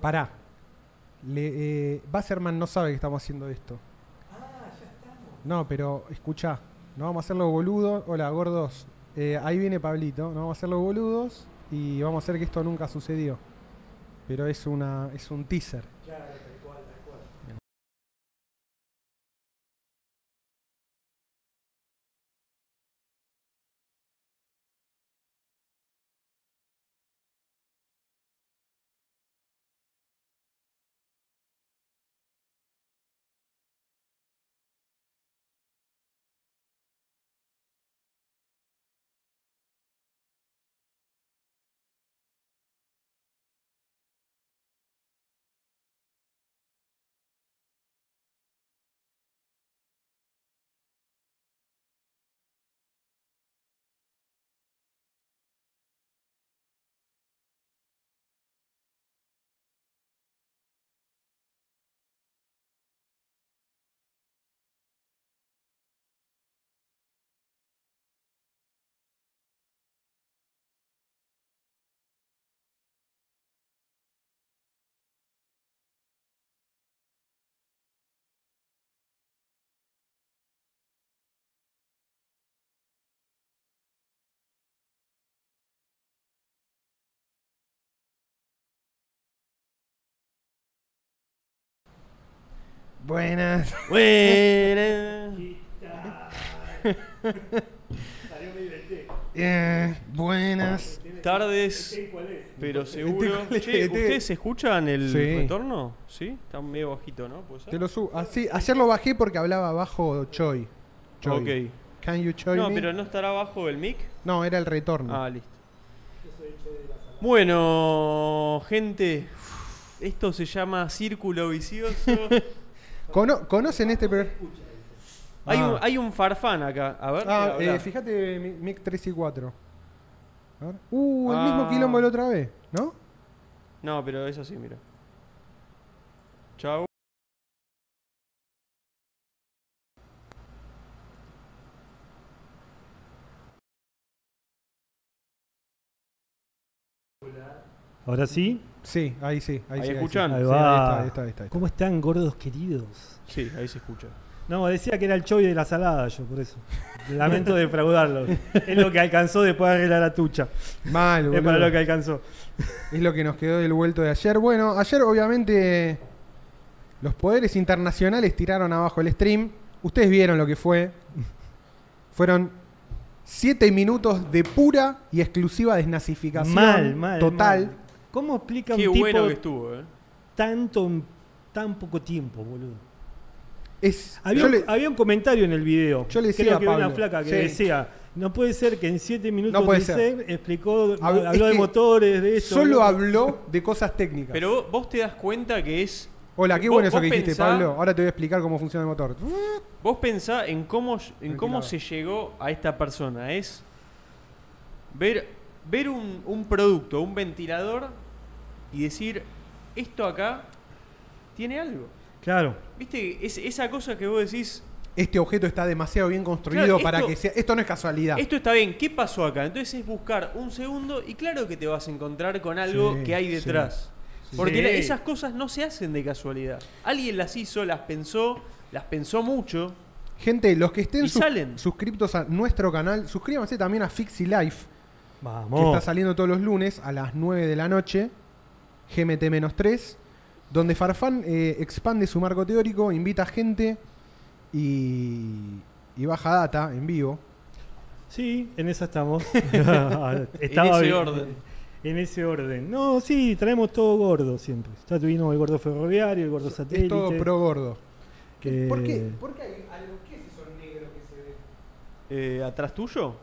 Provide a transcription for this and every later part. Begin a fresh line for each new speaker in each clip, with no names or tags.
Pará. Le, eh, Basserman no sabe que estamos haciendo esto. No, pero escucha, no vamos a hacer los boludos. Hola, gordos. Eh, ahí viene Pablito. No vamos a hacer los boludos y vamos a hacer que esto nunca sucedió. Pero es, una, es un teaser. Buenas.
Buenas.
eh, buenas.
Tardes, pero seguro.
cuál es?
Che, ¿ustedes escuchan el
Sí.
retorno? Sí, está medio bajito, ¿no? ¿Puede ser?
Te lo subo. Así, ayer lo bajé porque hablaba abajo Choi. Choi.
Ok.
Can you Choi
No,
me?
pero no estará abajo el mic.
No, era el retorno.
Ah, listo. Bueno, gente, esto se llama círculo vicioso.
Cono- ¿Conocen este per-
hay,
Ah.
un, hay un farfán acá. A ver,
Ah,
habla.
eh, fíjate, mi- Mic 3 y 4. A ver. Uh, el
Ah.
mismo quilombo la otra vez, ¿no?
No, pero eso sí, mira. Chau.
Ahora sí.
Sí, ahí sí. Ahí,
Ahí
sí, sí.
escuchan.
Ahí
Sí,
va.
ahí está, ahí está, ahí está.
¿Cómo están, gordos queridos?
Sí, ahí se escucha.
No, decía que era el choy de la salada, yo por eso. Lamento defraudarlo. Es lo que alcanzó después de arreglar la tucha.
Mal,
Es
boludo.
para lo que alcanzó.
Es lo que nos quedó del vuelto de ayer. Bueno, ayer obviamente los poderes internacionales tiraron abajo el stream. Ustedes vieron lo que fue. Fueron 7 minutos de pura y exclusiva desnazificación
Mal, mal.
total.
mal. ¿Cómo explica un
Qué
tipo
bueno que estuvo, ¿eh?
tanto en tan poco tiempo, boludo?
Es,
Había,
yo
un-
le-
había un comentario en el video.
Yo le decía
Creo
a
que había una
Pablo,
flaca que
sí.
decía, no puede ser que en siete minutos
No puede
de
ser.
ser, explicó,
Hab- es
habló de
que
motores, de eso.
solo
boludo".
habló de cosas técnicas.
Pero vos, vos te das cuenta que es.
Hola, qué
vos-
bueno eso
vos
que dijiste,
pensá-
Pablo. Ahora te voy a explicar cómo funciona el motor.
Vos pensá en cómo, en cómo
Ventilador.
se llegó a esta persona. Es ver, ver un, un producto, un ventilador y decir, esto acá tiene algo.
Claro.
¿Viste? Es, esa cosa que vos decís,
Este objeto está demasiado bien construido
Claro,
para
esto-
que sea. Esto no es casualidad.
esto está bien, ¿qué pasó acá? Entonces es buscar un segundo y claro que te vas a encontrar con algo
Sí,
que hay
sí,
detrás. Porque
Sí.
la- esas cosas no se hacen de casualidad. Alguien las hizo, las pensó, las pensó mucho.
Gente, los que estén
Y salen.
suscriptos a nuestro canal, suscríbanse también a Fixie Life, que está
Vamos.
saliendo todos los lunes a las 9 de la noche, GMT-3, donde Farfán eh, expande su marco teórico, invita gente y, y baja data en vivo.
Sí, en esa estamos. Estaba
ese
bien.
orden.
En ese orden. No, sí, traemos todo gordo siempre. Ya tuvimos el gordo ferroviario, el gordo satélite.
Es todo pro gordo.
que-
¿Por qué? ¿Por qué hay algo? ¿Qué es eso negro que se ve?
Eh, ¿Atrás tuyo?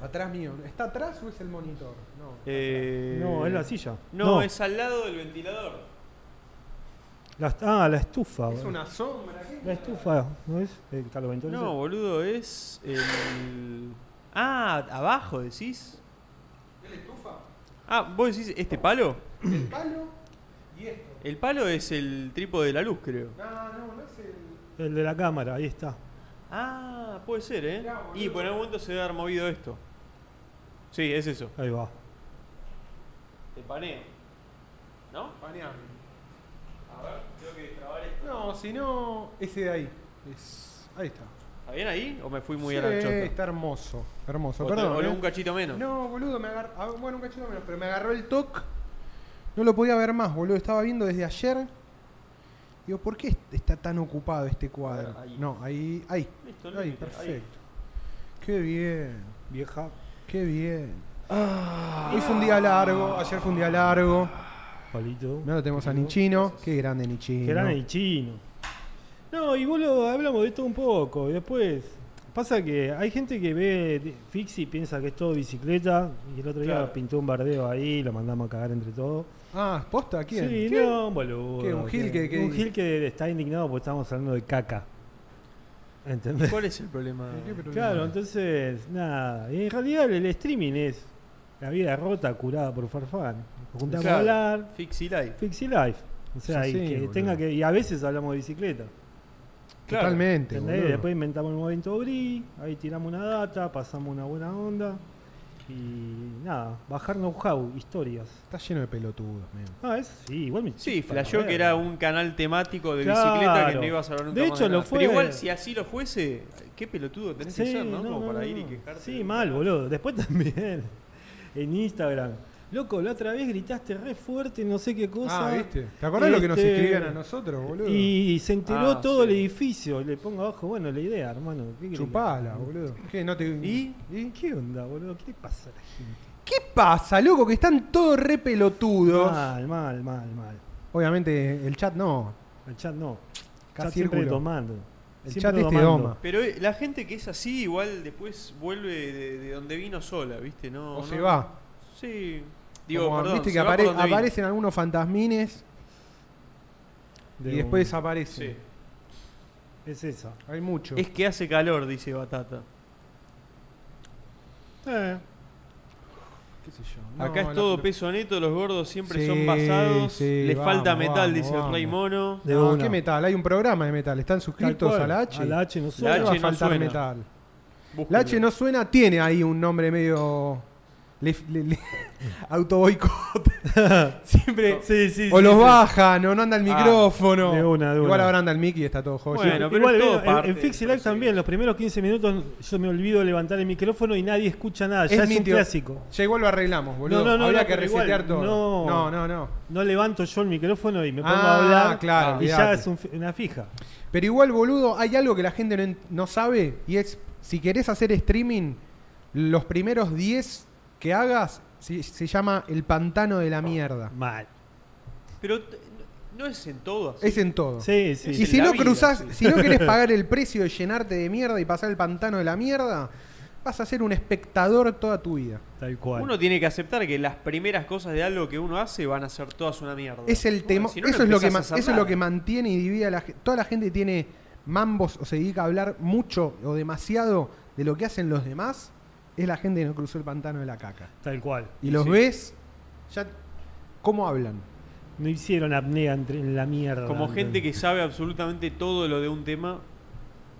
Atrás mío. ¿Está atrás o es el monitor? No. está
Eh,
No, es la silla.
No, es al lado del ventilador.
la- ah, la estufa.
atrás. Es una sombra. ¿qué?
La estufa, ¿no es? El caloventor ese.
No, boludo, es el... Ah, abajo decís.
¿Es la estufa?
Ah, vos decís este palo.
¿El palo? ¿Y esto?
El palo es el trípode de la luz, creo.
No, no, no es el.
El de la cámara, ahí está.
Ah, puede ser, ¿eh?
Mirá, boludo.
Y por algún momento se debe haber movido esto. Sí, es eso.
Ahí va.
El paneo. ¿No? A ver, tengo que trabar esto.
No, si no, ese de ahí. Es- ahí está.
¿Está bien ahí? ¿O me fui muy
Sí,
a la chota?
Está hermoso. Hermoso,
O te-
perdón.
o
¿eh?
un cachito menos.
No, boludo, me agarró. Bueno, un cachito menos, pero me agarró el toc. No lo podía ver más, boludo. Estaba viendo desde ayer. Digo, ¿por qué est- está tan ocupado este cuadro?
ver, ahí.
No, ahí, ahí.
Listo,
ahí,
límite, ahí.
perfecto. Qué bien,
Vieja.
qué bien.
Ah.
Hoy fue un día largo, ayer fue un día largo.
Palito.
Ahora tenemos a Nichino. Qué grande Nichino.
Que eran el chino. No, y boludo, hablamos de esto un poco. Y después, pasa que hay gente que ve de- Fix y piensa que es todo bicicleta. Y el otro día
Claro.
pintó un bardeo ahí, lo mandamos a cagar entre todos.
Ah, ¿posta? ¿Quién?
Sí,
¿Qué?
no, boludo.
¿Qué, un gil que- que-
Un gil que está indignado porque estamos hablando de caca. ¿Entendés?
¿Cuál es el problema?
¿Qué problema?
Claro, entonces, nada. Y en realidad el streaming es la vida rota curada por Farfán. Nos juntamos
Claro.
a hablar,
Fixie Life.
Fixie Life. O sea,
Sí,
y,
sí,
que
boludo.
tenga que, y a veces hablamos de bicicleta.
Claro.
Totalmente.
¿entendés?
boludo.
Después inventamos el movimiento BRI, ahí tiramos una data, pasamos una buena onda. Y nada, bajar know-how, historias.
Está lleno de pelotudos, men.
Ah, eso sí, igual me
Sí,
chupa la
flasheó que
verga.
era un canal temático de
Claro.
bicicleta que no ibas a hablar nunca
De
más
hecho, lo
nada.
fue.
Pero igual, si así lo fuese, qué pelotudo tenés que
Sí,
ser, ¿no?
no,
Como
no,
para
no,
ir y
no.
quejarte.
Sí, mal, boludo. Después también en Instagram. Loco, la otra vez gritaste re fuerte, no sé qué cosa.
Ah, ¿viste? ¿Te acordás lo que nos
Este,
escribían a nosotros, boludo?
Y se enteró
Ah,
todo
sí.
el edificio. Le pongo abajo, bueno, la idea, hermano. ¿qué querés que-
Chupala, boludo. ¿Qué? No te...
¿Y?
¿Y?
¿Qué onda, boludo? ¿Qué le pasa a la gente?
¿Qué pasa, loco? Que están todos re pelotudos.
Mal, mal, mal, mal.
Obviamente, el chat no.
El chat no. El
Casi
chat siempre
círculo.
tomando.
El
Siempre
chat este
domando.
doma.
Pero eh, la gente que es así, igual después vuelve de, de donde vino sola, ¿viste? No,
O
no-
se va.
Sí. Digo,
Como,
perdón,
Viste
se
que
va por
apare-
donde vino.
aparecen algunos fantasmines
De
y después
un-
desaparecen.
Sí.
Es eso.
Hay mucho.
Es que hace calor, dice Batata.
Eh,
¿Qué sé yo? No,
Acá es
la-
todo peso neto, los gordos siempre
Sí,
son basados.
sí,
Les
vamos,
falta metal,
vamos,
dice el Rey
vamos.
Mono.
de
no,
una.
¿qué metal? Hay un programa de metal. ¿Están
Tal
suscritos a
cual.
la H?
A la H no
No
La
le
solo.
va a
H no
faltar
suena.
metal.
Búsquenlo.
La H no suena, tiene ahí un nombre medio. Le, le- le- autoboicot. Siempre.
Sí, sí.
o
sí,
los
sí.
bajan, o no anda el
Ah,
micrófono.
de una, de
Igual
una.
ahora anda el Mickey y está todo joya.
Bueno, pero
Igual
es todo
veo, en-
parte
en,
del
Fixie Live
proceso.
también, los primeros 15 minutos yo me olvido de levantar el micrófono y nadie escucha nada, ya es, un
nítido.
clásico.
Ya igual lo arreglamos, boludo.
No, no, no,
Habría
no,
que
pero igual,
resetear todo.
no.
No, no, no.
No levanto yo el micrófono y me pongo
Ah,
a hablar
claro,
y ya
olvidate.
es un fi- una fija.
Pero igual, boludo, hay algo que la gente no, en- no sabe y es, si querés hacer streaming, los primeros 10 que hagas se, se llama el pantano de la mierda.
Mal.
Pero t- no es en todo así.
Es en todo.
Sí, sí.
Es
Y
en
si
la
no
vida,
cruzás,
sí.
si no querés pagar el precio de llenarte de mierda y pasar el pantano de la mierda, vas a ser un espectador toda tu vida.
Tal cual.
Uno tiene que aceptar que las primeras cosas de algo que uno hace van a ser todas una mierda.
Es el
Bueno,
tema,
si no, no
eso, es lo que
empezás a
ma-
hacer
eso es lo
nada.
que mantiene y divide a la gente. Toda la gente tiene mambos o se dedica a hablar mucho o demasiado de lo que hacen los demás, es la gente que no cruzó el pantano de la caca.
Tal cual.
Y los
Sí.
ves, ya, ¿cómo hablan?
No hicieron apnea entre, en la mierda.
Como gente que
¿entendés?
sabe absolutamente todo lo de un tema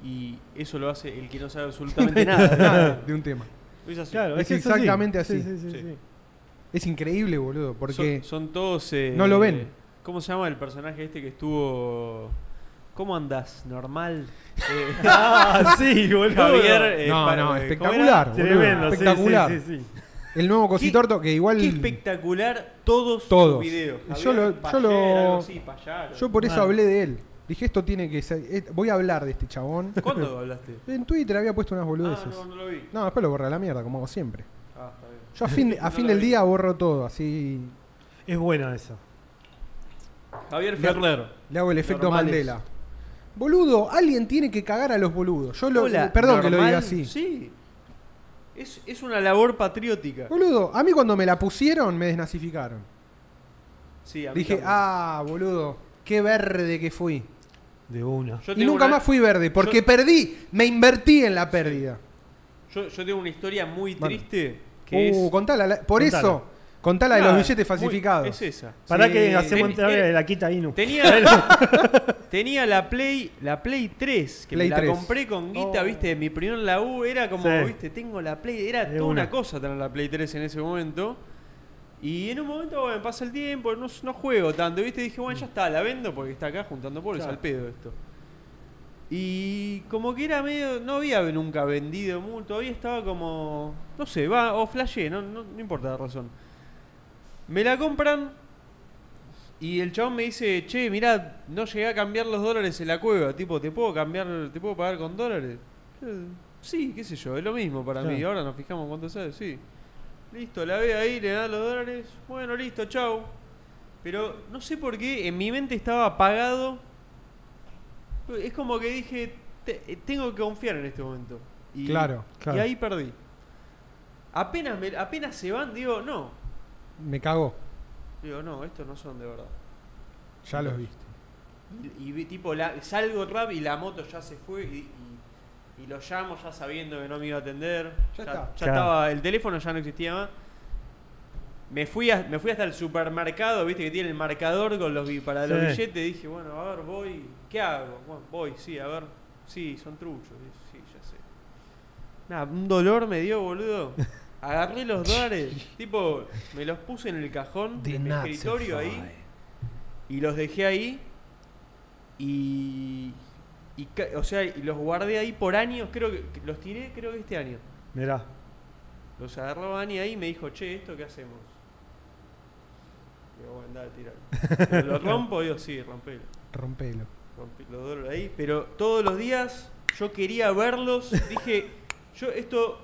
y eso lo hace el que no sabe absolutamente nada.
Nada de un tema.
Es así.
Claro,
Es
que eso
exactamente
sí.
así.
Sí, sí, sí,
Sí.
sí.
Es increíble, boludo, porque...
son, son todos... eh,
No lo ven.
¿Cómo se llama el personaje este que estuvo... ¿Cómo andás? ¿Normal? Eh,
Ah, sí, boludo.
Javier... eh,
No,
pa-
no,
eh,
espectacular.
¿cómo era?
Tremendo, sí,
espectacular.
Sí, sí, sí,
El nuevo cositorto que igual...
Qué espectacular todos,
Todos.
sus videos.
Yo
Javier
lo- yo
Payer,
lo-
algo así, Payaro.
Yo por eso
Mal.
hablé de él. Dije, esto tiene que ser. eh, Voy a hablar de este chabón.
¿Cuándo hablaste?
En Twitter había puesto unas
Ah,
boludeces. no,
no, no lo vi.
después lo borré a la mierda, como hago siempre.
Ah, está bien.
Yo a fin, a
No
fin
lo
del
vi.
día borro todo, así.
Es buena esa.
No.
Javier Ferrer.
Le hago el efecto
Normales.
Mandela. Boludo, alguien tiene que cagar a los boludos. Yo lo.
Hola,
perdón que lo
normal,
diga así.
Sí. Es, es una labor patriótica.
Boludo, a mí cuando me la pusieron me desnazificaron.
Sí, a mí
Dije,
también.
ah, boludo, qué verde que fui.
De una.
Yo
y
tengo
nunca
una-
más fui verde, porque
yo-
perdí, me invertí en la pérdida.
Yo, yo tengo una historia muy
Bueno.
triste que
uh,
es.
contala. la- por
Contala.
eso, contala de los
Nada,
billetes
muy-
falsificados.
es esa.
Para
Sí.
que hacemos
Ten-
entrar
eh,
a la quita Inu.
Tenía, tenía la Play la Play 3, que
Play
me la
3.
compré con guita,
Oh.
viste, de mi primer labú, era como,
Sí.
viste, tengo la Play, era
De
toda
una.
una cosa tener la Play 3 en ese momento. Y en un momento, bueno, pasa el tiempo, no, no juego tanto, ¿viste? Dije, bueno, ya está, la vendo porque está acá juntando polvos
Claro.
al pedo esto. Y como que era medio, no había nunca vendido mucho, todavía estaba como, no sé, va, o flashé, no, no, no importa la razón. Me la compran y el chabón me dice, che, mirá, no llegué a cambiar los dólares en la cueva, tipo, ¿te puedo cambiar, te puedo pagar con dólares? Yo, Sí, qué sé yo, es lo mismo para mí,
Claro.
ahora nos fijamos cuánto sale, sí. Listo, la ve ahí, le da los dólares, bueno, listo, chau. Pero no sé por qué, en mi mente estaba apagado. Es como que dije, "Te- eh, tengo que confiar en este momento. Y,
Claro,
claro.
Y ahí perdí. Apenas, me- apenas se van, digo, no.
Me cagó.
Digo, no, estos no son de verdad.
Ya los viste.
Y, y vi- tipo, la, salgo rap y la moto ya se fue y, y- y lo llamo ya sabiendo que no me iba a atender.
Ya está.
ya
Claro.
estaba, el teléfono ya no existía más. Me fui, a- me fui hasta el supermercado, viste que tiene el marcador con los bi- para los
Sí.
billetes. Dije, bueno, a ver, voy. ¿Qué hago? Bueno, voy, sí, a ver. Sí, son truchos. Sí, ya sé. Nada, un dolor me dio, boludo. Agarré los dólares, tipo, me los puse en el cajón
Did
de mi
not
escritorio ahí.
survive.
Y los dejé ahí. Y. y ca- o sea, y los guardé ahí por años. Creo que. que Los tiré, creo que este año.
Mirá.
Los agarró Ani ahí y me dijo, che, ¿esto qué hacemos? Digo, bueno, andá, tiralo. ¿Lo rompo? Digo, sí, rompelo.
Rompelo.
Rompí los dólares ahí. Pero todos los días yo quería verlos. Dije, yo esto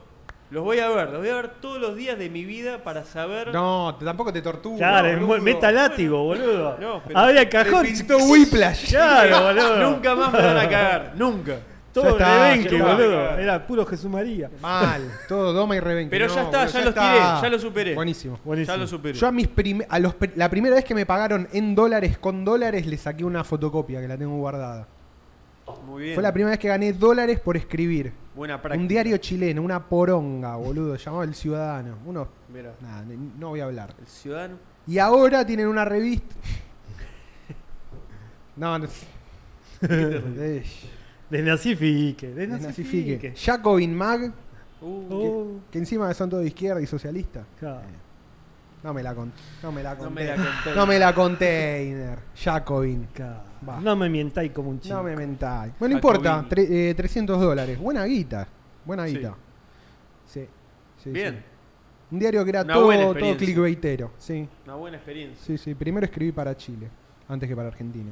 los voy a ver. Los voy a ver todos los días de mi vida para saber.
No, te- tampoco te tortura.
Claro, es
boludo.
mu- meta látigo, boludo.
No, pero-
Abre
Te
el cajón.
pintó Whiplash.
Claro, boludo.
Nunca más me van a cagar. Nunca.
Ya
Todo
está,
rebenque,
ya está.
boludo. Era puro Jesús María.
Mal. Todo doma y revenque.
Pero
No,
ya está,
boludo,
ya los tiré, ya los superé.
Buenísimo.
Buenísimo.
Ya lo superé.
Yo a mis prim- a los pri- la primera vez que me pagaron en dólares con dólares le saqué una fotocopia que la tengo guardada.
Muy bien.
Fue la primera vez que gané dólares por escribir.
Buena práctica.
Un diario chileno, una poronga, boludo, llamado El Ciudadano. Uno,
Mira,
nada, ni- no voy a hablar.
el ciudadano.
Y ahora tienen una revista. No, no. Eh,
Desnazifique.
desnazifique.
Desnazifique.
Jacobin Mag,
Uh,
Oh,
que encima son todos de izquierda y socialista.
claro.
Eh, No me la con, no me la
No me la
container.
conté.
No me la container. Jacobin.
Claro.
Va.
No me mientáis como un chico.
No me mentáis. Bueno, no
Jacobin.
importa. tre- eh, 300 dólares. Buena guita. Buena
Sí.
guita. Sí. sí,
Bien,
sí. Un diario que era
Una buena
todo, todo
experiencia.
clickbaitero. Sí,
una buena experiencia.
sí, sí. Primero escribí para Chile, antes que para Argentina.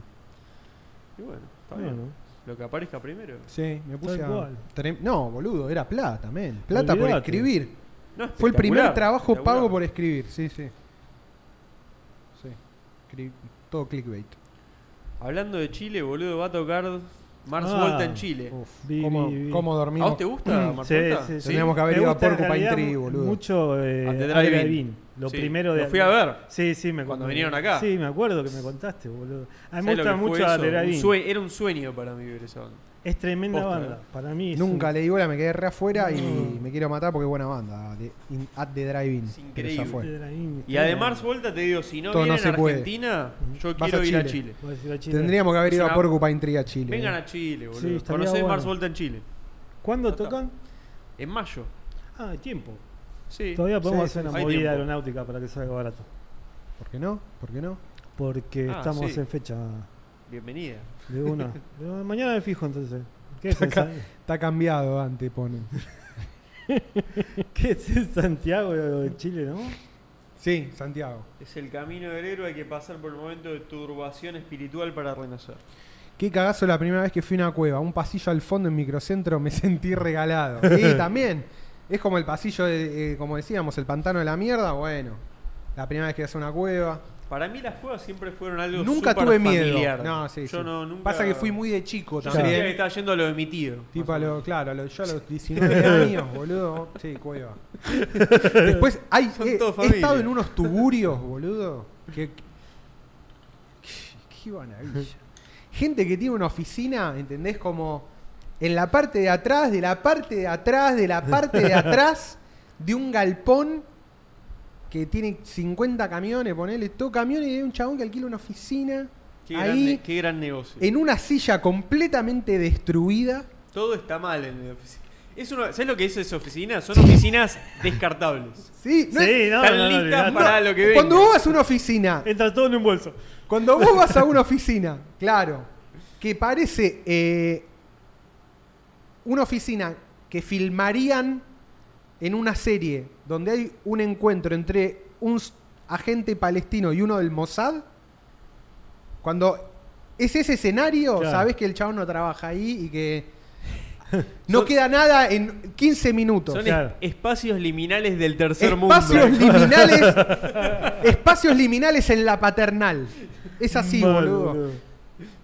Y bueno, está bien.
Bueno,
Lo que aparezca primero.
Sí, me puse
Tal
a.
cual.
trem- No, boludo, era plata, men. Plata por
Olvidate.
escribir.
No, es
Fue el primer
espectacular,
trabajo
espectacular.
pago por escribir. Sí, sí. Sí. Escribí todo clickbait.
Hablando de Chile, boludo, va a tocar Mars
Ah.
Volta en Chile.
Uf,
Vi,
¿cómo,
vi, vi.
cómo
¿A
dormimos?
vos te gusta Mars
Sí,
Volta?
sí, sí.
Mm. Teníamos que haber
Me
ido a
gusta en
Porcupine
realidad
Tree,
mu-
boludo.
Mucho eh,
A The
Al
Drive-In.
Drive-In. Lo
Sí,
primero
lo
de
fui a ver.
Sí, sí, me
Cuando
me-
vinieron acá.
Sí, me acuerdo que me contaste, boludo. A mí
¿Sabés lo
me gusta
que fue
mucho a
eso?
The
Un
Drive-In.
sue- Era un sueño para mí ver esa banda.
Es tremenda
Posta,
banda. Para mí es
Nunca
un-
le di bola, me quedé re afuera y
Mm.
me quiero matar porque buena banda. de- in- at the Drive-In.
Es
Pero
increíble.
ya
The
fue.
Drive-In.
Y además, Volta te digo, si no
Todo no
vienen
se
a
puede.
Argentina, yo
Vas
quiero
a
ir a
Chile.
Chile.
Voy a decir a Chile.
Tendríamos que haber
Es
ido a
una-
Porcupine Tree a Chile.
Vengan
eh.
a Chile, boludo.
Sí, estaría
Conocés
bueno.
Mars Volta en Chile.
¿Cuándo
Acá.
tocan?
En mayo.
Ah, hay tiempo.
Sí.
Todavía podemos
Sí,
hacer
sí,
una
sí. Hay
movida
tiempo.
aeronáutica para que salga barato.
¿Por qué no? ¿Por qué no?
Porque
Ah,
estamos
sí.
en fecha
Bienvenida.
de una. De una- mañana me fijo entonces. ¿Qué es, en
Acá.
San-
Está cambiado antes, ponen.
qué es en Santiago de Chile, no?
Sí, Santiago.
Es el camino del héroe, hay que pasar por el momento de turbación espiritual para renacer.
Qué cagazo la primera vez que fui a una cueva, un pasillo al fondo en microcentro, me sentí regalado. Y también, es como el pasillo, de, eh, como decíamos, el pantano de la mierda, bueno. La primera vez que vas a una cueva.
Para mí las cuevas siempre fueron algo
Nunca
súper
tuve
familiar.
miedo. No, sí,
Yo
sí.
no, nunca...
Pasa que fui muy de chico
Yo
también.
sentía que estaba yendo a lo de mi tío.
Tipo, a
más o
lo-
menos.
claro, a lo- yo a los 19 años, boludo. Sí, cueva. Después, hay,
Son
he,
todo
he
familia.
estado en unos tugurios, boludo. Que, que- qué maravilla. Gente que tiene una oficina, ¿entendés? Como en la parte de atrás, de la parte de atrás, de la parte de atrás, de un galpón que tiene 50 camiones, ponele todo camiones y hay un chabón que alquila una oficina.
Qué, gran,
ahí,
ne- qué gran negocio.
en una silla completamente destruida.
Todo está mal en mi oficina. Es una, ¿Sabes lo que es esa oficina? Son oficinas descartables.
Sí, no es-
Sí, no,
Están
no, no,
listas
olvidate.
para lo que venga.
Cuando vos vas a una oficina,
Entra todo en un bolso.
cuando vos vas a una oficina, claro, que parece eh, una oficina que filmarían en una serie donde hay un encuentro entre un s- agente palestino y uno del Mossad, cuando es ese escenario,
Claro.
sabés que el chabón no trabaja ahí y que no queda nada en 15 minutos.
Son es-
Claro.
espacios liminales del tercer
Espacios
mundo.
liminales. espacios liminales en la paternal. Es así,
Mal,
boludo.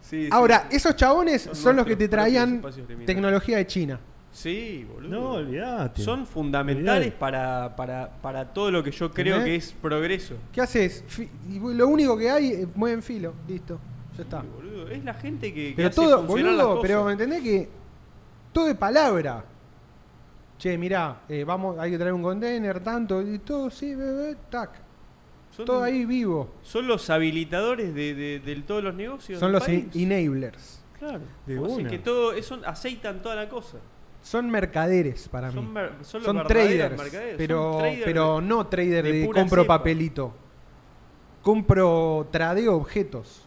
Sí, sí,
Ahora,
sí.
esos chabones
Son
son, los que
nuestros
te traían
propios espacios liminales.
tecnología de China.
Sí, boludo.
No, olvidate.
Son fundamentales
Olvidate.
para, para, para todo lo que yo creo
¿Entendés?
que es progreso.
¿Qué haces? Fi- y lo único que hay, eh, mueven filo. Listo. Ya está.
Sí, boludo. Es la gente que, que
Pero
hace
todo,
funcionar las
boludo,
cosas.
pero ¿me entendés que? Todo de palabra. Che, mirá, eh, vamos, hay que traer un container, tanto, y todo, sí, bebé, tac.
Son-
Todo ahí vivo.
Son los habilitadores de, de- de todos los negocios.
Son
del
los
país.
en- enablers.
Claro.
De
O sea,
una.
que todo, es- son- aceitan toda la cosa.
Son mercaderes para mí.
Son, mer- son los
Son
verdaderos
traders,
mercaderes,
pero,
son traders
pero no trader
de
de,
pura
compro
cepa.
papelito. Compro, tradeo objetos.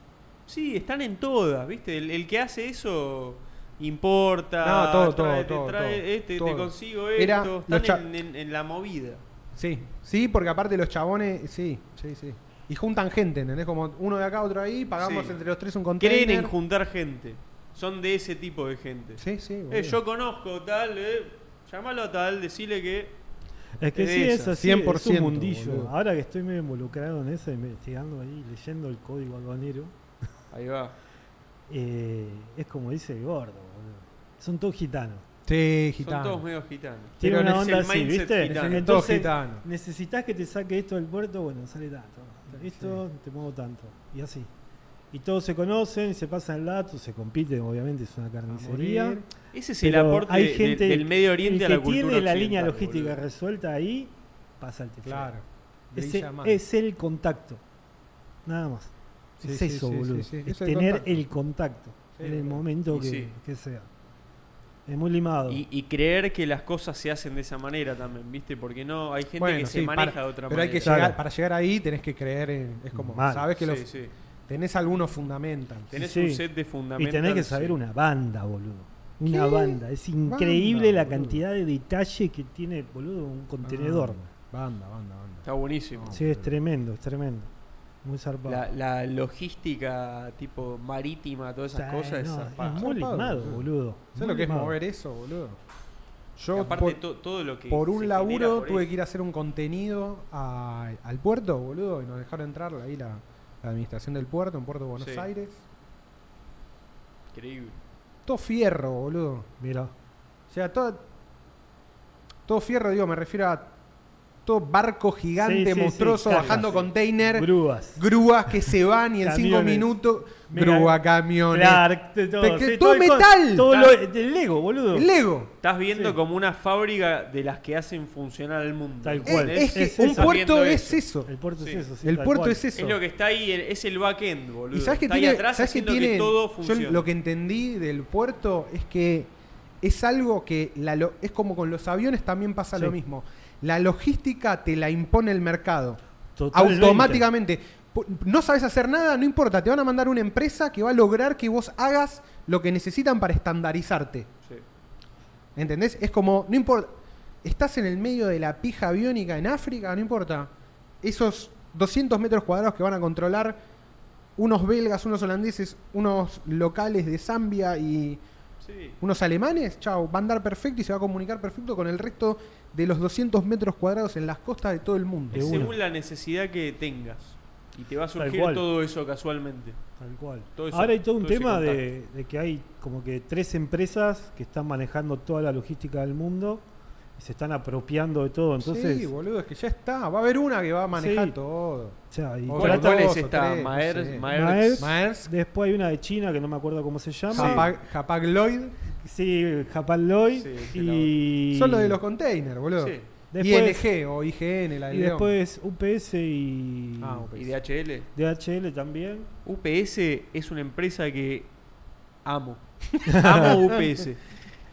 Sí, están en todas, ¿viste? El, el que hace eso importa.
No, todo,
trae-
todo, todo,
Te, trae
todo,
este, te
todo.
consigo
Era
esto.
los cha-
Están en, en- en la movida.
Sí. Sí, porque aparte los chabones, sí, sí, sí. Y juntan gente, ¿entendés? Como uno de acá, otro ahí, pagamos
Sí.
entre los tres un
Creen
container.
en juntar gente. Son de ese tipo de gente.
Sí, sí.
Eh,
boludo.
yo conozco tal, eh, llámalo a tal, decile que.
Es que
Es
sí, es
esa,
así, es
100%,
un mundillo.
boludo.
Ahora que estoy medio involucrado en eso, investigando ahí, leyendo el código aduanero,
Ahí va.
eh, es como dice el gordo, boludo. Son todos gitanos.
Sí,
Son todos
gitano.
medio gitanos.
Tiene
Pero
una
es
onda
el
así,
mindset
¿viste?
gitano.
Son todos
Entonces,
gitanos.
necesitas que te saque esto del puerto, bueno, sale tanto. Esto te pongo tanto. Y así. Y todos se conocen, se pasan el dato, se compiten, obviamente es una carnicería.
morir.
Ese es el
Pero
aporte de- de- del Medio Oriente
el que
a la cultura.
tiene la línea
occidental,
logística
boludo.
resuelta ahí, pasa el teflón.
Claro.
Ese-
Brilla más.
es el contacto. Nada más.
Sí,
es
sí,
eso,
sí, sí,
boludo.
sí,
Es
es el
tener
contacto.
el contacto
Sí,
en el
boludo.
momento
Y
que,
sí.
que sea. Es muy limado.
Y, y creer que las cosas se hacen de esa manera también, ¿viste? Porque no, hay gente
Bueno,
que se
sí,
maneja
para-
de otra
pero
manera.
hay que
Claro.
llegar, para llegar ahí tenés que creer en. Es como,
Mal.
sabés que
Sí,
los,
sí.
tenés algunos fundamentos.
Tenés
Sí,
un
sí.
set de
Y
fundamentos.
tenés que saber una banda, boludo. Una
¿Qué?
banda. Es increíble la
boludo.
cantidad de detalle que tiene, boludo, un contenedor.
Ah, Banda, banda, banda.
Está buenísimo.
Sí, es tremendo, es tremendo. Muy zarpado.
La, la logística tipo marítima, todas
O
esas
sea,
cosas,
no,
es zarpada.
muy
Zarpado,
limado,
boludo.
boludo.
¿Sabes lo que es mover eso, boludo?
Y
Yo
aparte
por,
to- todo lo que
por
se
un
genera
laburo
por
tuve
eso.
que ir a hacer un contenido a- al puerto, boludo, y nos dejaron entrar ahí la, la administración del puerto, en Puerto Buenos
Sí.
Aires.
Increíble.
Todo fierro, boludo.
Mira,
O sea, todo, todo fierro, digo, me refiero a todo barco gigante,
Sí, sí, sí,
monstruoso,
cargas,
bajando
sí.
container,
grúas.
grúas que se van y en cinco
Camiones.
minutos...
Mega-
grúa, camiones,
Clark, de todo,
Te-
sí,
todo
el con-
metal.
Todo
Claro.
lo- del Lego, boludo.
Lego.
Estás viendo
Sí.
como una fábrica de las que hacen funcionar el mundo.
Tal
Eh,
cual.
¿entendés?
Es, que
Es
un
eso.
puerto
Sabiendo
es eso.
El puerto
Sí.
es eso. sí,
El
tal
puerto
cual.
es eso.
Es lo que está ahí, el- es el backend, boludo.
¿Y sabes que
está ahí
tiene,
atrás
sabes que
haciendo
tiene-
todo
yo
funcione.
lo que entendí del puerto es que es algo que la lo- es como con los aviones también pasa
Sí.
lo mismo. La logística te la impone el mercado
Totalmente.
automáticamente. Po- No sabes hacer nada, no importa, te van a mandar una empresa que va a lograr que vos hagas lo que necesitan para estandarizarte.
Sí.
¿Entendés? Es como, no importa. Estás en el medio de la pija aviónica en África, no importa. Esos 200 metros cuadrados que van a controlar unos belgas, unos holandeses, unos locales de Zambia y
Sí.
unos alemanes, chao, va a andar perfecto y se va a comunicar perfecto con el resto de los 200 metros cuadrados en las costas de todo el mundo.
De
Es
una.
según la necesidad que tengas. Y te va a surgir
cual.
todo eso casualmente.
Tal cual.
Todo eso-
Ahora hay todo un
todo ese
tema de, de que hay como que tres empresas que están manejando toda la logística del mundo y se están apropiando de todo. Entonces,
sí, boludo, es que ya está. Va a haber una que va a manejar
Sí.
todo.
o sea, y
Bueno,
¿Cuál,
trata-
cuál
dos
es
o
esta?
tres, no
Maer,
sé.
Maer-
Maersk.
Maersk,
después hay una de China que no me acuerdo cómo se llama.
Hapag- Hapag Lloyd,
Sí, Japan Lloyd.
Sí, se la-
y
son los de los containers, boludo.
Sí.
Después-
ING o IGN, la de
y
León.
después UPS y
Ah, UPS.
y DHL.
DHL también.
UPS es una empresa que amo. Amo UPS.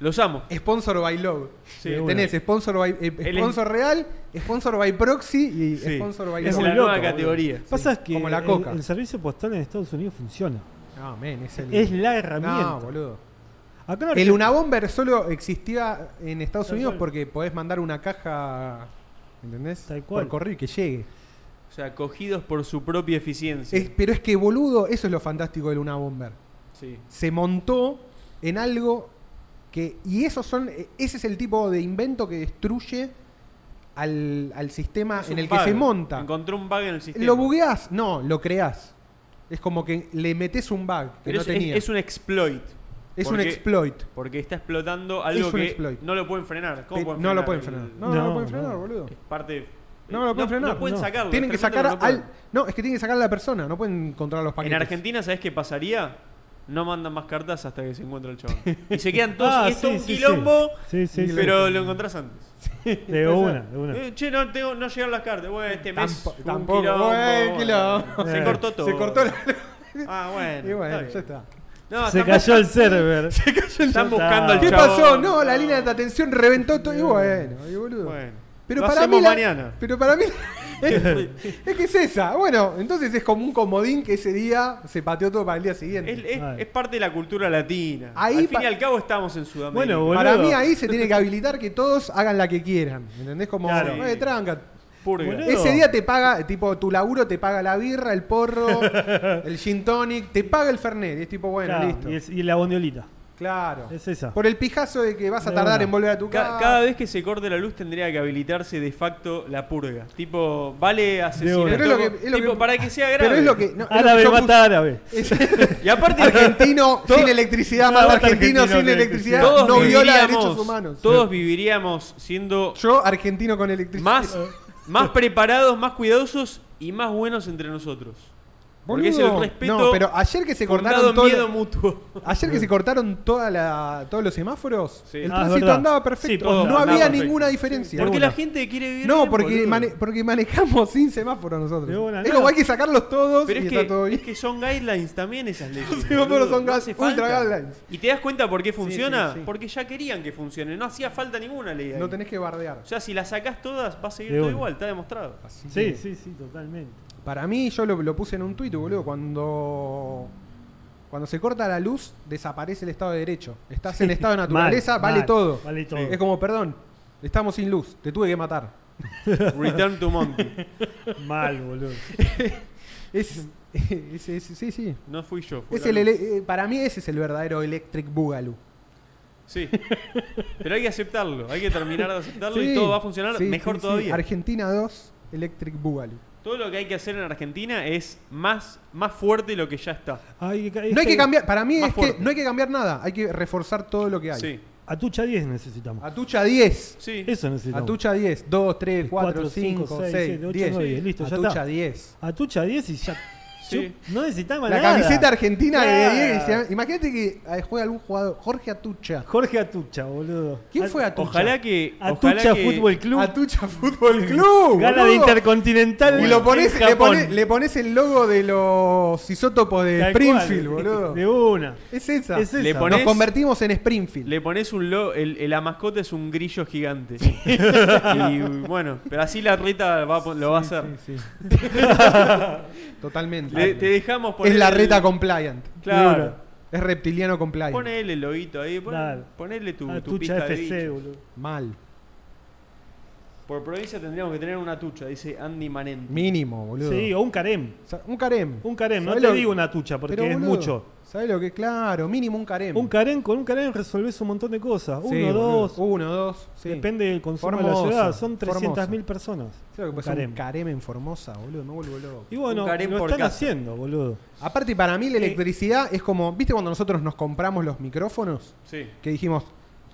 Los amo.
Sponsor by Love.
Sí.
de una.
Tenés sponsor by, eh,
El-
sponsor real, sponsor by proxy y eh,
Sí.
sponsor by
Es
Love.
muy
la nueva
loco,
categoría.
Pasa es que
como la
el-
coca.
El, servicio postal en Estados Unidos funciona.
No, men, es el.
Es la
no,
herramienta.
boludo.
Acá en
El
Argentina-
Unabomber solo existía en Estados
Tal
Unidos
cual.
porque podés mandar una caja, ¿entendés?
Tal cual.
Por correo y que llegue.
O sea, cogidos por su propia eficiencia.
Es- pero es que, boludo, eso es lo fantástico del Unabomber.
Sí.
Se montó en algo que... Y esos son, eh, ese es el tipo de invento que destruye al, al sistema
Es
en
un
el
bug.
que se monta.
Encontró un bug en el sistema.
¿Lo bugueás? No, lo creás. Es como que le metes un bug que
Pero
no
es, es-
tenía.
es un exploit.
Es un
porque-
exploit.
Porque está explotando
Es
algo
un
que
exploit.
no lo pueden frenar. ¿Cómo
Pe-
pueden
no lo
frenar
pueden
el-
frenar. No,
el-
no, lo
No,
pueden frenar,
no.
boludo.
es parte.
No, no lo pueden frenar,
pueden
no.
sacarlo.
Tienen que
están
sacar
tratando, no
al. No, es que tienen que sacar a la persona, no pueden controlar los
pueden.
paquetes.
En Argentina, ¿sabes qué pasaría? No mandan más cartas hasta que se encuentra el chabón. Y se quedan todos.
Ah,
y es todo
sí,
un
sí, sí.
quilombo,
Sí, sí, sí.
pero lo encontrás antes.
De una, de una.
Eh, che, no, tengo, no llegaron las cartas. Bueno, este mes.
Tampo-
fue un
tampoco,
quilombo,
eh,
bueno.
quilombo.
Se
Eh.
cortó todo.
Se cortó la.
Ah, bueno.
y bueno,
bien.
ya está.
No,
Se
están-
cayó el server.
Están
chabón.
buscando al
¿Qué
chabón.
pasó? No, la línea de atención reventó todo. Y bueno, y boludo.
Bueno.
Pero
lo
para mí.
hacemos
la-
mañana.
Pero para mí. es, es que es esa. Bueno, entonces es como un comodín que ese día se pateó todo para el día siguiente.
Es, es-
Vale.
es parte de la cultura latina.
Ahí
al fin
pa-
y al cabo estamos en Sudamérica.
Bueno, boludo.
para mí ahí se tiene que habilitar que todos hagan la que quieran. ¿Entendés? Como,
Claro.
"Eh, tranca.
Purga.
boludo.
Ese día te paga, tipo, tu laburo te paga la birra, el porro, el gin tonic, te paga el fernet. Y es tipo, bueno,
Claro,
listo.
Y, es- y la bondiolita.
claro.
Es esa.
Por el pijazo de que vas a
De
tardar
una.
en volver a tu
Ca- cada,
casa.
vez que se corte la luz tendría que habilitarse de facto la purga. Tipo, vale asesinato.
una.
Pero es lo que- es lo
tipo,
que-
para que sea grave.
Pero es lo que. no, es lo que
árabe
yo
mata árabe.
puse-
Y aparte,
argentino
Todo-
sin electricidad, mata
Nada más
argentino,
argentino
sin
que
electricidad,
todos
no viola
viviríamos-
derechos humanos.
Todos viviríamos siendo
Yo, argentino con electricidad.
más, más preparados, más cuidadosos y más buenos entre nosotros. Porque es el
Boludo,
respeto
No, pero ayer que se
fundado
cortaron
en
todo.
miedo mutuo.
Ayer que se cortaron toda la, todos los semáforos,
Sí.
el
Ah, es
tránsito
verdad.
andaba
Sí,
perfecto.
todo
no
andaba
había
perfecto.
ninguna diferencia.
Porque
una.
la gente quiere vivir
No,
bien,
porque,
boludo.
mane- porque manejamos sin semáforo nosotros.
De una,
es
no.
como hay que sacarlos todos
Pero
y
es
está todo
que, es
bien.
que son guidelines también esas leyes.
Los semáforos son
hace
gas- ultra
falta.
guidelines.
¿Y te das cuenta por qué funciona?
sí, sí.
Porque ya querían que funcione. No hacía falta ninguna ley. ahí.
No tenés que bardear.
O sea, si las sacás todas, va a seguir
De
todo
una.
igual, está demostrado.
Así
Sí,
que,
sí, sí, totalmente.
Para mí, yo lo, lo puse en un tuit, boludo. Cuando, cuando se corta la luz, desaparece el estado de derecho. Estás en estado de naturaleza,
Mal,
vale
mal,
todo.
Vale todo.
Es como, perdón, estamos sin luz, te tuve que matar.
Return to Monkey.
Mal, boludo.
Es, es- es- sí, sí.
No fui yo. fue
Es
la
el,
luz.
ele- eh, para mí ese es el verdadero Electric Boogaloo.
Sí. Pero hay que aceptarlo. Hay que terminar de aceptarlo y
Sí,
todo va a funcionar
sí,
mejor
sí, sí.
todavía.
Argentina 2, Electric Boogaloo.
Todo lo que hay que hacer en Argentina es más, más fuerte lo que ya está.
Ay, este es
No hay que cambiar, para mí
Más
es
fuerte.
que no hay que cambiar nada, hay que reforzar todo lo que hay.
Sí.
Atucha 10 necesitamos.
Atucha 10.
Sí.
Eso necesitamos.
Atucha 10, 2, 3, 4,
Cuatro,
5,
cinco,
6,
seis, siete,
7,
ocho,
10.
nueve, listo, ya
Atucha
está.
10.
Atucha 10 y ya.
Sí.
Yo- No necesitamos
La
nada.
camiseta argentina
Claro.
de 10. que se llama- Imagínate que eh, juega algún jugador, Jorge Atucha.
Jorge Atucha, boludo.
¿Quién fue Atucha?
Ojalá que.
Atucha
ojalá que-
Fútbol Club.
Atucha Fútbol Club.
Gana
boludo.
de Intercontinental.
Y lo pones,
en
le,
Japón.
pones, le pones el logo de los isótopos de
Tal
Springfield,
cual.
boludo.
De una.
Es esa.
Es esa.
Le
Nos
ponés-
convertimos en Springfield.
Le pones un lo, el, el- la mascota es un grillo gigante. y bueno, pero así la reta va a pon- lo va a hacer.
Sí, sí. Totalmente.
Le- te dejamos poner.
es la reta
el-
compliant.
Claro.
Es reptiliano compliant.
Ponele el loguito ahí. pon-
Dale.
Ponele tu, tu
Atucha
pista de
FC,
bicho.
boludo.
Mal.
Por provincia tendríamos que tener una tucha, dice Andy Manente.
Mínimo, boludo.
Sí, o un carem.
O sea, un carem.
Un carem. No
¿Sabés
te
lo-
digo una tucha porque
Pero,
es
boludo,
mucho.
¿Sabés lo que? Claro, mínimo un carem.
Un carem, con un carem resolvés un montón de cosas.
Sí,
Uno,
boludo.
dos.
Uno, dos. sí.
Depende del consumo
Formosa,
de la ciudad. Son
Formosa.
300.000 personas.
¿Sabés lo que
Un
puede ser
carem.
un carem en Formosa, boludo? Me vuelvo loco.
Y bueno,
Un carem
lo
por
están
casa.
haciendo, boludo.
Aparte, para mí la electricidad es como. ¿Viste cuando nosotros nos compramos los micrófonos?
Sí.
Que dijimos,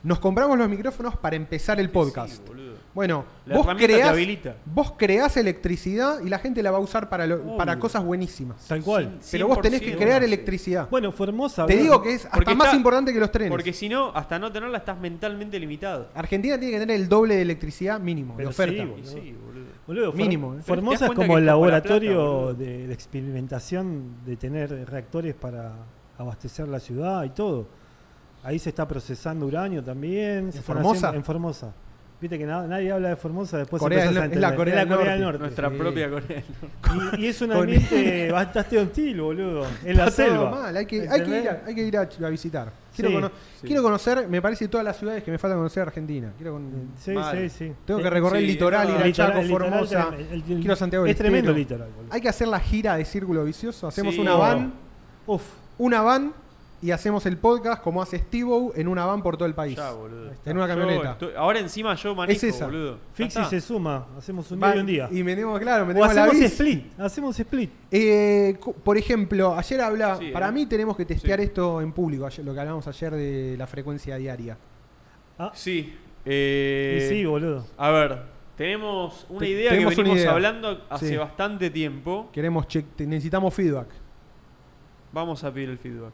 nos compramos los micrófonos para empezar el podcast.
Sí, boludo.
Bueno,
La
vos
herramienta te
creás,
habilita.
vos creás electricidad y la gente la va a usar para, lo-
Obvio.
para cosas buenísimas.
Tal cual.
Pero vos tenés que
100%.
crear electricidad.
Bueno, fue hermosa.
Te digo que es hasta
Porque
más
está-
importante que los trenes.
Porque si no, hasta no tenerla estás mentalmente limitado.
Argentina tiene que tener el doble de electricidad mínimo,
Pero
de oferta.
sí,
Y sí, boludo.
Boludo, Form-
Mínimo, ¿eh?
Pero te das
Formosa es
cuenta
como
que
el
es como La
laboratorio
Plata,
de, de experimentación de tener reactores para abastecer la ciudad y todo. Ahí se está procesando uranio también. se están
Formosa?
haciendo- En Formosa. Viste que na- nadie habla de Formosa después
Corea
se
del
empieza a
Nor- es la
entender.
Corea
Es
del
Norte.
Nuestra
Sí.
propia Corea del Norte.
Y, y es un
Con-
ambiente bastante hostil, boludo. En la
Está todo
selva.
mal, hay, que, hay, que
¿Entendés?
ir a, hay que ir a, a visitar. Quiero,
Sí,
cono-
sí.
quiero conocer, me parece, todas las ciudades que me falta conocer de Argentina. Quiero con-
Sí,
Mal.
sí, sí.
tengo que
Eh,
recorrer el
Mm. sí,
litoral,
no,
ir a
litoral-
Chaco,
el litoral
Formosa.
trem- el- el-
quiero Santiago del
Es tremendo el
Estero.
litoral, boludo.
Hay que hacer la gira de Círculo Vicioso. Hacemos
Sí.
una van,
Uf.
una van y hacemos el podcast como hace Steve en una van por todo el país.
Ya, boludo.
En una
Yo
camioneta.
estoy- ahora encima yo manejo,
Es esa.
boludo.
Fixi
Ya está.
se suma. Hacemos un
Va-
día y un día.
Y metemos, claro,
o
metemos la
hacemos
bici.
split. Hacemos split.
Eh, cu- por ejemplo, ayer hablaba,
Sí,
para
eh.
mí tenemos que testear
Sí.
esto en público, ayer- lo que hablamos ayer de la frecuencia diaria.
Sí.
Y
eh,
sí, boludo.
a ver, tenemos una
Te-
idea
tenemos
que
una
venimos
idea.
hablando hace
Sí.
bastante tiempo.
Queremos che- te- necesitamos feedback.
Vamos a pedir el feedback.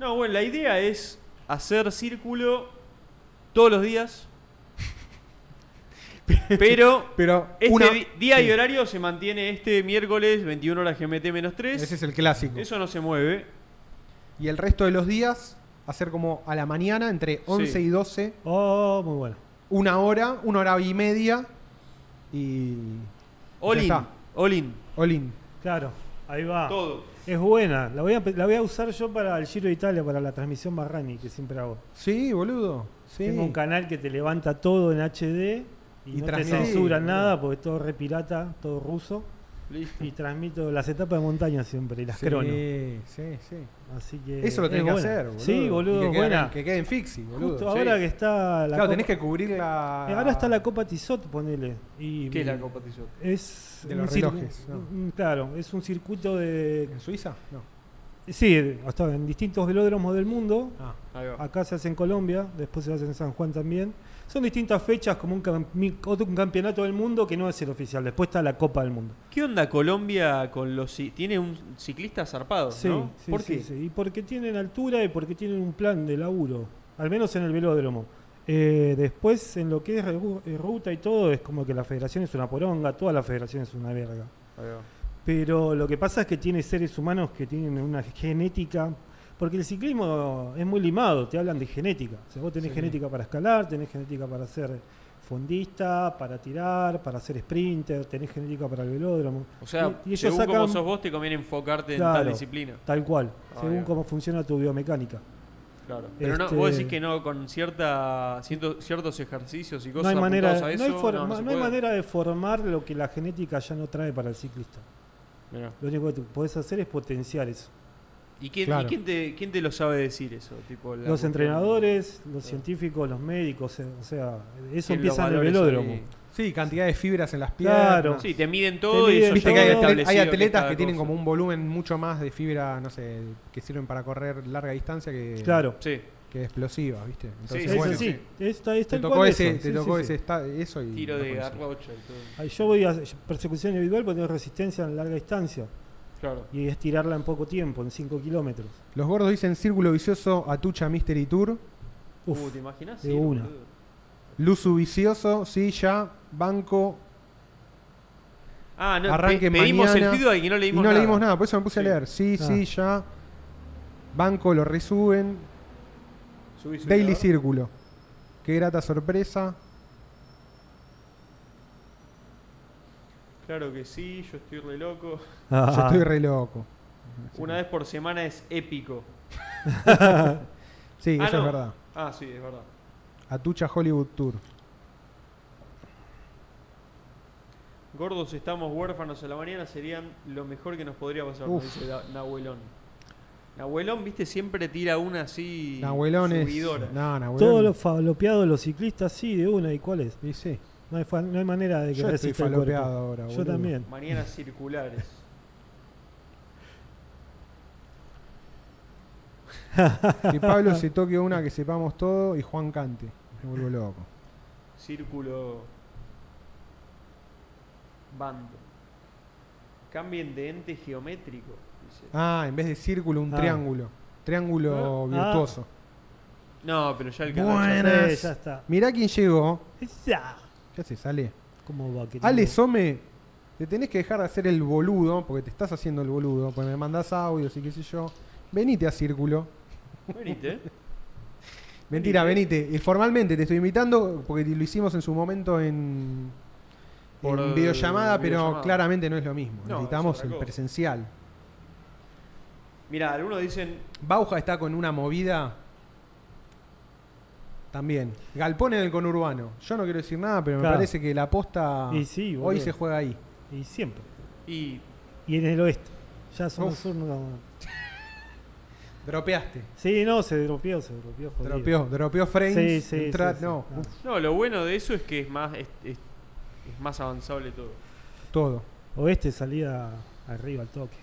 No, bueno, la idea es hacer círculo todos los días. pero
Pero
este
una-
di- día y
sí,
horario se mantiene este miércoles 21 horas GMT-3.
Ese es el clásico.
Eso no se mueve.
Y el resto de los días, hacer como a la mañana, entre 11
Sí.
y 12,
Oh, muy bueno.
una hora, una hora y media y.
All
Ya
in.
está.
All in.
All in.
Claro. Ahí va.
Todo.
Es buena. La voy, a, la voy a usar yo para el Giro de Italia, para la transmisión Barrani, que siempre hago.
Sí, boludo. Sí.
Tengo un canal que te levanta todo en HD y,
Y
no te
transmite.
censuran
Sí,
nada porque es todo repirata, todo ruso.
Listo.
Y transmito las etapas de montaña siempre y las
Sí,
crono.
sí, sí.
Así que
Eso lo
es
tenés que
buena.
hacer, boludo.
Sí, boludo,
Y que
es
quede-
buena.
Que queden fixi, boludo.
Justo
sí.
ahora que está la
claro, tenés
Copa-
que cubrir la.
Eh, Ahora está la Copa Tizot, ponele. Y
¿Qué es la Copa Tizot?
Es
De
un
los
cir-
relojes, ¿no?
un- Claro, es un circuito de...
¿En Suiza? No.
Sí, hasta en distintos velódromos del mundo.
Ah.
Ahí va.
Acá se hace en Colombia, después se hace en San Juan también. Son distintas fechas, como un, cam- mi- otro- un campeonato del mundo que no es el oficial. Después está la Copa del Mundo.
¿Qué onda Colombia con los ci- tiene un ciclista zarpado,
Sí,
¿no?
sí,
¿Por
sí,
qué?
sí. Y porque tienen altura y porque tienen un plan de laburo, al menos en el velódromo. Eh, después, en lo que es regu- eh, ruta y todo, es como que la federación es una poronga, toda la federación es una verga.
Ahí va.
Pero lo que pasa es que tiene seres humanos que tienen una genética. Porque el ciclismo es muy limado, te hablan de genética. O sea, vos tenés
Sí.
genética para escalar, tenés genética para ser fondista, para tirar, para ser sprinter, tenés genética para el velódromo.
O sea,
Y- y ellos
según como
sacan-
sos vos te conviene enfocarte en tal
Claro.
disciplina.
Tal cual,
Ah,
según
bien.
cómo funciona tu biomecánica.
Claro. Pero no,
Este-
vos decís que no con cierta ciento- ciertos ejercicios y cosas
No hay, manera,
apuntados a
no,
eso,
hay forma-
se
no hay
puede.
manera de formar lo que la genética ya no trae para el ciclista.
Mirá.
Lo único que tú podés hacer es potenciar eso.
¿Y, quién,
Claro.
y quién te quién te lo sabe decir eso? Tipo, la
los
cuestión-
entrenadores, los
Sí.
científicos, los médicos, eh, o sea, eso
¿Quién
empieza en
los valores
el velódromo.
ahí?
Sí, cantidad de fibras en las piernas.
Claro.
Sí, te miden todo
Te
y eso
miden
Viste
ya
que hay,
está
todo.
atle- hay
establecido
atletas
cada
que tienen
cosa.
como un volumen mucho más de fibra, no sé, que sirven para correr larga distancia que,
Claro.
Sí,
que explosivas, ¿viste? Entonces,
Sí,
Eso
Eh, bueno,
sí, está, está
te
el
tocó
cual
ese,
eso,
te
sí,
tocó
sí,
ese
sí.
esta- eso y.
tiro
lo
de
conocí.
garrocha y todo.
Ahí Yo voy a persecución individual porque tengo resistencia en larga distancia
Claro.
y es tirarla en poco tiempo, en 5 kilómetros.
Los gordos dicen círculo vicioso, Atucha Mystery Tour.
Uf,
Uh, ¿te imaginas?
de una.
Luzu vicioso, silla, banco.
Ah, no,
Arranque
pe- pedimos
mañana
el feedback y no
Y
leímos
no
nada.
leímos nada, por eso me puse a
Sí.
leer. Sí,
Ah.
sí, ya. Banco, lo resuben.
Subí, subí,
Daily
a ver.
Círculo. Qué grata sorpresa.
Claro que sí, yo estoy re loco.
Yo estoy re loco.
Una vez por semana es épico.
Sí,
Ah,
eso
no.
es verdad.
Ah, sí, es verdad.
Atucha Hollywood Tour.
Gordos estamos huérfanos a la mañana serían lo mejor que nos podría pasar,
Uf.
nos dice Da- Nahuelón. Nahuelón, viste, siempre tira una así
Nahuelones.
subidora.
No, Nahuelón.
Todos los falopeados, los ciclistas, sí, de una, ¿y cuál es?
Y sí.
No hay, fa- no hay manera de que
Yo estoy
resista el cuerpo.
falopeado ahora,
Yo
boludo.
también.
Mañanas circulares.
Que Pablo se toque una que sepamos todo y Juan cante. Me vuelvo loco.
Círculo. Bando. Cambien de ente geométrico. dice.
Ah, en vez de círculo, un
Ah.
triángulo. Triángulo
Ah.
virtuoso.
No, pero ya el
Bueno.
canal.
Eh,
Buenas.
ya está.
Mirá quién llegó.
Esa.
Ya se sale.
¿Cómo va, querido?
Ale Some, te tenés que dejar de hacer el boludo, porque te estás haciendo el boludo, porque me mandás audios y qué sé yo. Venite a círculo.
ya- Venite, eh.
Mentira, venite. Eh, Formalmente te estoy invitando porque lo hicimos en su momento en,
Por,
en
eh,
videollamada, pero
videollamada.
claramente no es lo mismo.
No,
Necesitamos
es otra
el
cosa.
presencial.
Mirá, algunos dicen,
Bauja está con una movida también. Galpón en el conurbano. Yo no quiero decir nada, pero
Claro.
me parece que la aposta
Y sí, boludo.
hoy se juega ahí.
Y siempre.
y
Y en el oeste. Ya zona
Uf.
sur no.
Dropeaste.
Sí, no, se dropeó, se dropeó. jodido.
Dropeó, dropeó frames.
Sí, sí,
entra-
sí, sí.
no,
No.
uf,
No, lo bueno de eso es que es más es, es- es más avanzable todo.
todo.
Oeste salía arriba al toque.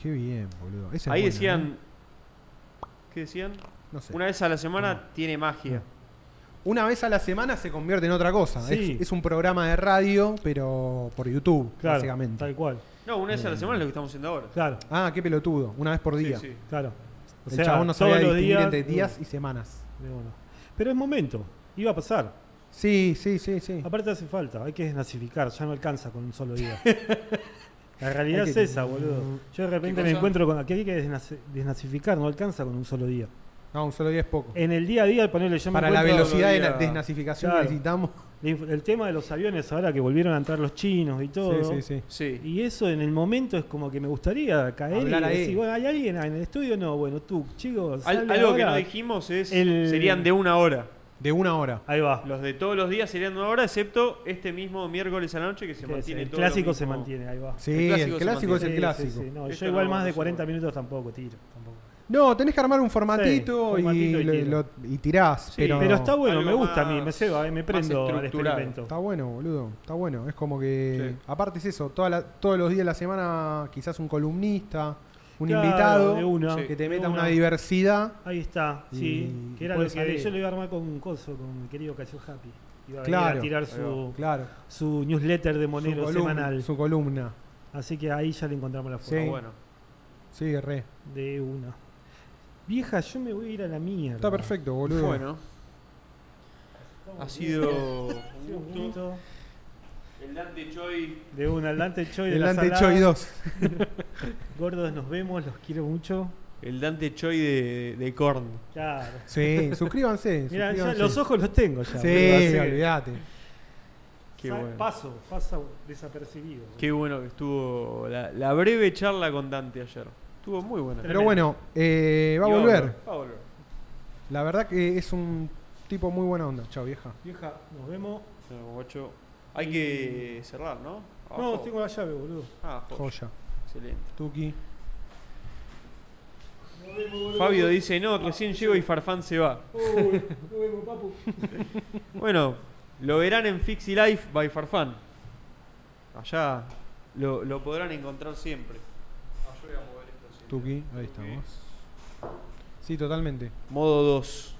Qué bien, boludo. Esa es
Ahí
buena, ¿eh?
decían ¿Qué decían?
No sé.
Una vez a la semana tiene magia.
Una vez a la semana se convierte en otra cosa.
Sí.
Es, es un programa de radio, pero por YouTube,
Claro,
básicamente.
tal cual.
No, una vez a la semana es lo que estamos haciendo ahora.
Claro,
Ah, qué pelotudo. Una vez por
Sí,
día.
sí.
claro. O
El
sea,
chabón no
todos
sabía
los
distinguir
días-
entre días y semanas.
de uno. Pero es momento, iba a pasar.
Sí, sí, sí, sí.
Aparte hace falta, hay que desnazificar, ya no alcanza con un solo día. La
Hay
realidad
que- Mm.
es esa, boludo. Yo de repente me
cosa?
encuentro con que hay que desnazi- desnazificar, no alcanza con un solo día.
No, un solo día es poco.
En el día a día, ponerle Eh, yo me
Para la
encuentro-
velocidad de la
día-
desnazificación que
Claro.
necesitamos.
La inf- El tema de los aviones ahora que volvieron a entrar los chinos y todo.
Sí, sí, sí.
Sí.
Y eso en el momento es como que me gustaría caer
Hablar
y
ahí.
decir, bueno, ¿hay alguien en el estudio? No, bueno, tú, chicos.
Al-
sale
algo que
ahora".
no dijimos es
el-
serían de una hora.
De una hora.
Ahí va.
Los de todos los días serían de una hora, excepto este mismo miércoles a la noche que se
Que es,
mantiene
el
todo
clásico
lo
se
mismo.
mantiene, ahí va.
Sí,
El clásico
el
se
clásico es
mantiene.
el
Sí,
clásico.
sí, sí, no,
Esto
yo igual
no,
más
no
de
se
40
puede.
minutos tampoco tiro. tampoco.
No, tenés que armar un formatito,
formatito
y,
y
lo-
tiro.
lo- y tirás.
Sí,
pero,
Pero, está bueno,
algo
me gusta a mí,
más-
me ceba, eh, me
más
prendo al
estructurado.
experimento.
Está bueno, boludo. Está bueno. Es como que.
Sí.
Aparte es eso. toda la- todos los días de la semana, quizás un columnista, un
Claro,
invitado.
de una,
Sí.
Que
de
te meta
una.
una diversidad.
Ahí está, sí.
Y
que era lo
puede
que
salir.
yo lo iba a armar con un coso, con mi querido Casio Happy. Iba a, venir
Claro,
a tirar
ahí
su,
Claro.
su newsletter de
Su
Monero
columna,
semanal.
su columna.
Así que ahí ya le encontramos la
Sí.
forma.
Está bueno.
Sí, re.
De una. Vieja, yo me voy a ir a la mierda.
Está perfecto, boludo.
Bueno, ha sido un gusto. El Dante Choi
De una, el Dante Choi de
El
la
Dante
salada.
Choi 2.
Gordos, nos vemos, los quiero mucho.
El Dante Choi de, de Korn.
Claro.
Sí, suscríbanse.
Mirá, ya
suscríbanse.
los ojos los tengo ya. boludo, así
Sí,
que-
olvídate.
Qué
Sa-
bueno.
Paso, pasa desapercibido. boludo.
Qué bueno que estuvo la, la breve charla con Dante ayer. Estuvo muy buena.
Pero bueno, eh, va a
Y
volver.
Va a volver.
La verdad que es un tipo muy buena onda. Chao, vieja.
Vieja, nos vemos.
No, guacho. Hay que cerrar, ¿no? Ah,
No,
jo-
tengo la llave, boludo.
Ah, jo-
Joya.
Excelente.
Tuki.
Fabio dice, no, recién llego y Farfán se va.
Uy, nos vemos, papu.
Bueno, lo verán en Fixie Life by Farfán. Allá lo, lo podrán encontrar siempre.
Tuki. Ahí estamos. Sí, totalmente.
Modo 2.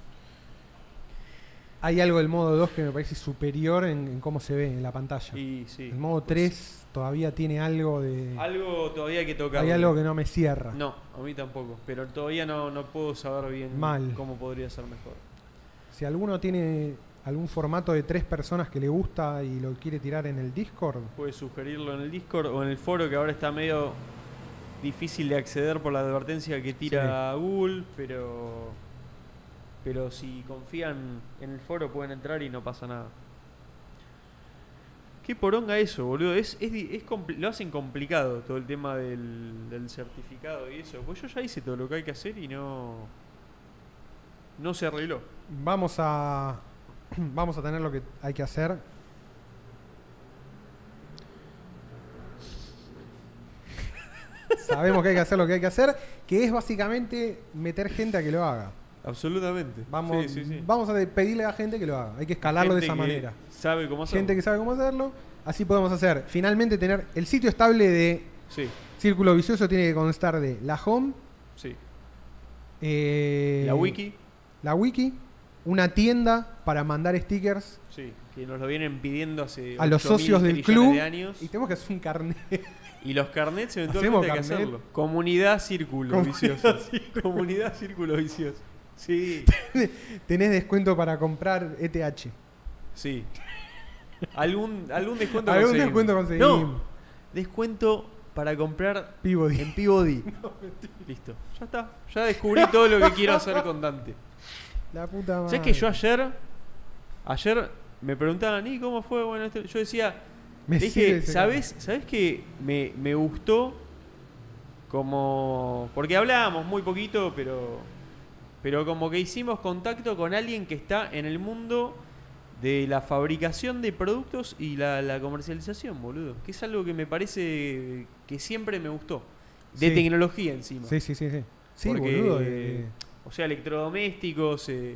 Hay algo del modo 2 que me parece superior en, en cómo se ve en la pantalla.
Y pues sí.
el modo 3 todavía tiene algo de.
Algo todavía hay que tocar.
Hay algo que no me cierra.
No, a mí tampoco. Pero todavía no, no puedo saber bien
Mal.
cómo podría ser mejor.
Si alguno tiene algún formato de tres personas que le gusta y lo quiere tirar en el Discord,
Puede sugerirlo en el Discord o en el foro que ahora está medio difícil de acceder por la advertencia que tira Google, pero pero si confían en el foro pueden entrar y no pasa nada. Qué poronga eso, boludo. Es, es di- es compli- lo hacen complicado todo el tema del, del certificado y eso. Pues yo ya hice todo lo que hay que hacer y no no se arregló.
vamos a vamos a tener lo que hay que hacer. Sabemos que hay que hacer lo que hay que hacer, que es básicamente meter gente a que lo haga.
Absolutamente.
Vamos,
Sí, sí, sí.
vamos a pedirle a gente que lo haga. Hay que escalarlo de
Gente
esa
que
manera.
Sabe cómo hacerlo.
Gente que sabe cómo hacerlo. Así podemos hacer. Finalmente tener el sitio estable de
Sí,
Círculo Vicioso tiene que constar de la home,
sí.
eh,
La wiki.
la wiki, una tienda para mandar stickers
Sí, que nos lo vienen pidiendo hace
a los
8.000
socios del
trillones
club.
de años.
Y tenemos que hacer un carnet.
Y los carnets
Hacemos
eventualmente hay que
carnet.
hacerlo. Comunidad Círculo
Comunidad
Vicioso. Comunidad Círculo Vicioso. Sí,
Tenés descuento para comprar E ETH.
sí. Algún, algún descuento
Algún
conseguimos.
descuento conseguimos.
No, Eh, descuento para comprar
Peabody.
en Peabody. Listo, ya está. Ya descubrí todo lo que quiero hacer con Dante.
La puta madre.
¿Sabes que yo ayer, ayer me preguntaban, ¿y cómo fue? Bueno, esto-". yo decía,
Me
le
sirve
dije,
ese
¿sabes, ¿sabes que me, me gustó? Como. Porque hablábamos muy poquito, pero. Pero como que hicimos contacto con alguien que está en el mundo de la fabricación de productos y la, la comercialización, boludo. Que es algo que me parece que siempre me gustó. De
Sí.
tecnología
chabón.
encima.
Sí, sí, sí, sí. Sí,
Porque,
boludo. eh,
O sea, electrodomésticos, eh,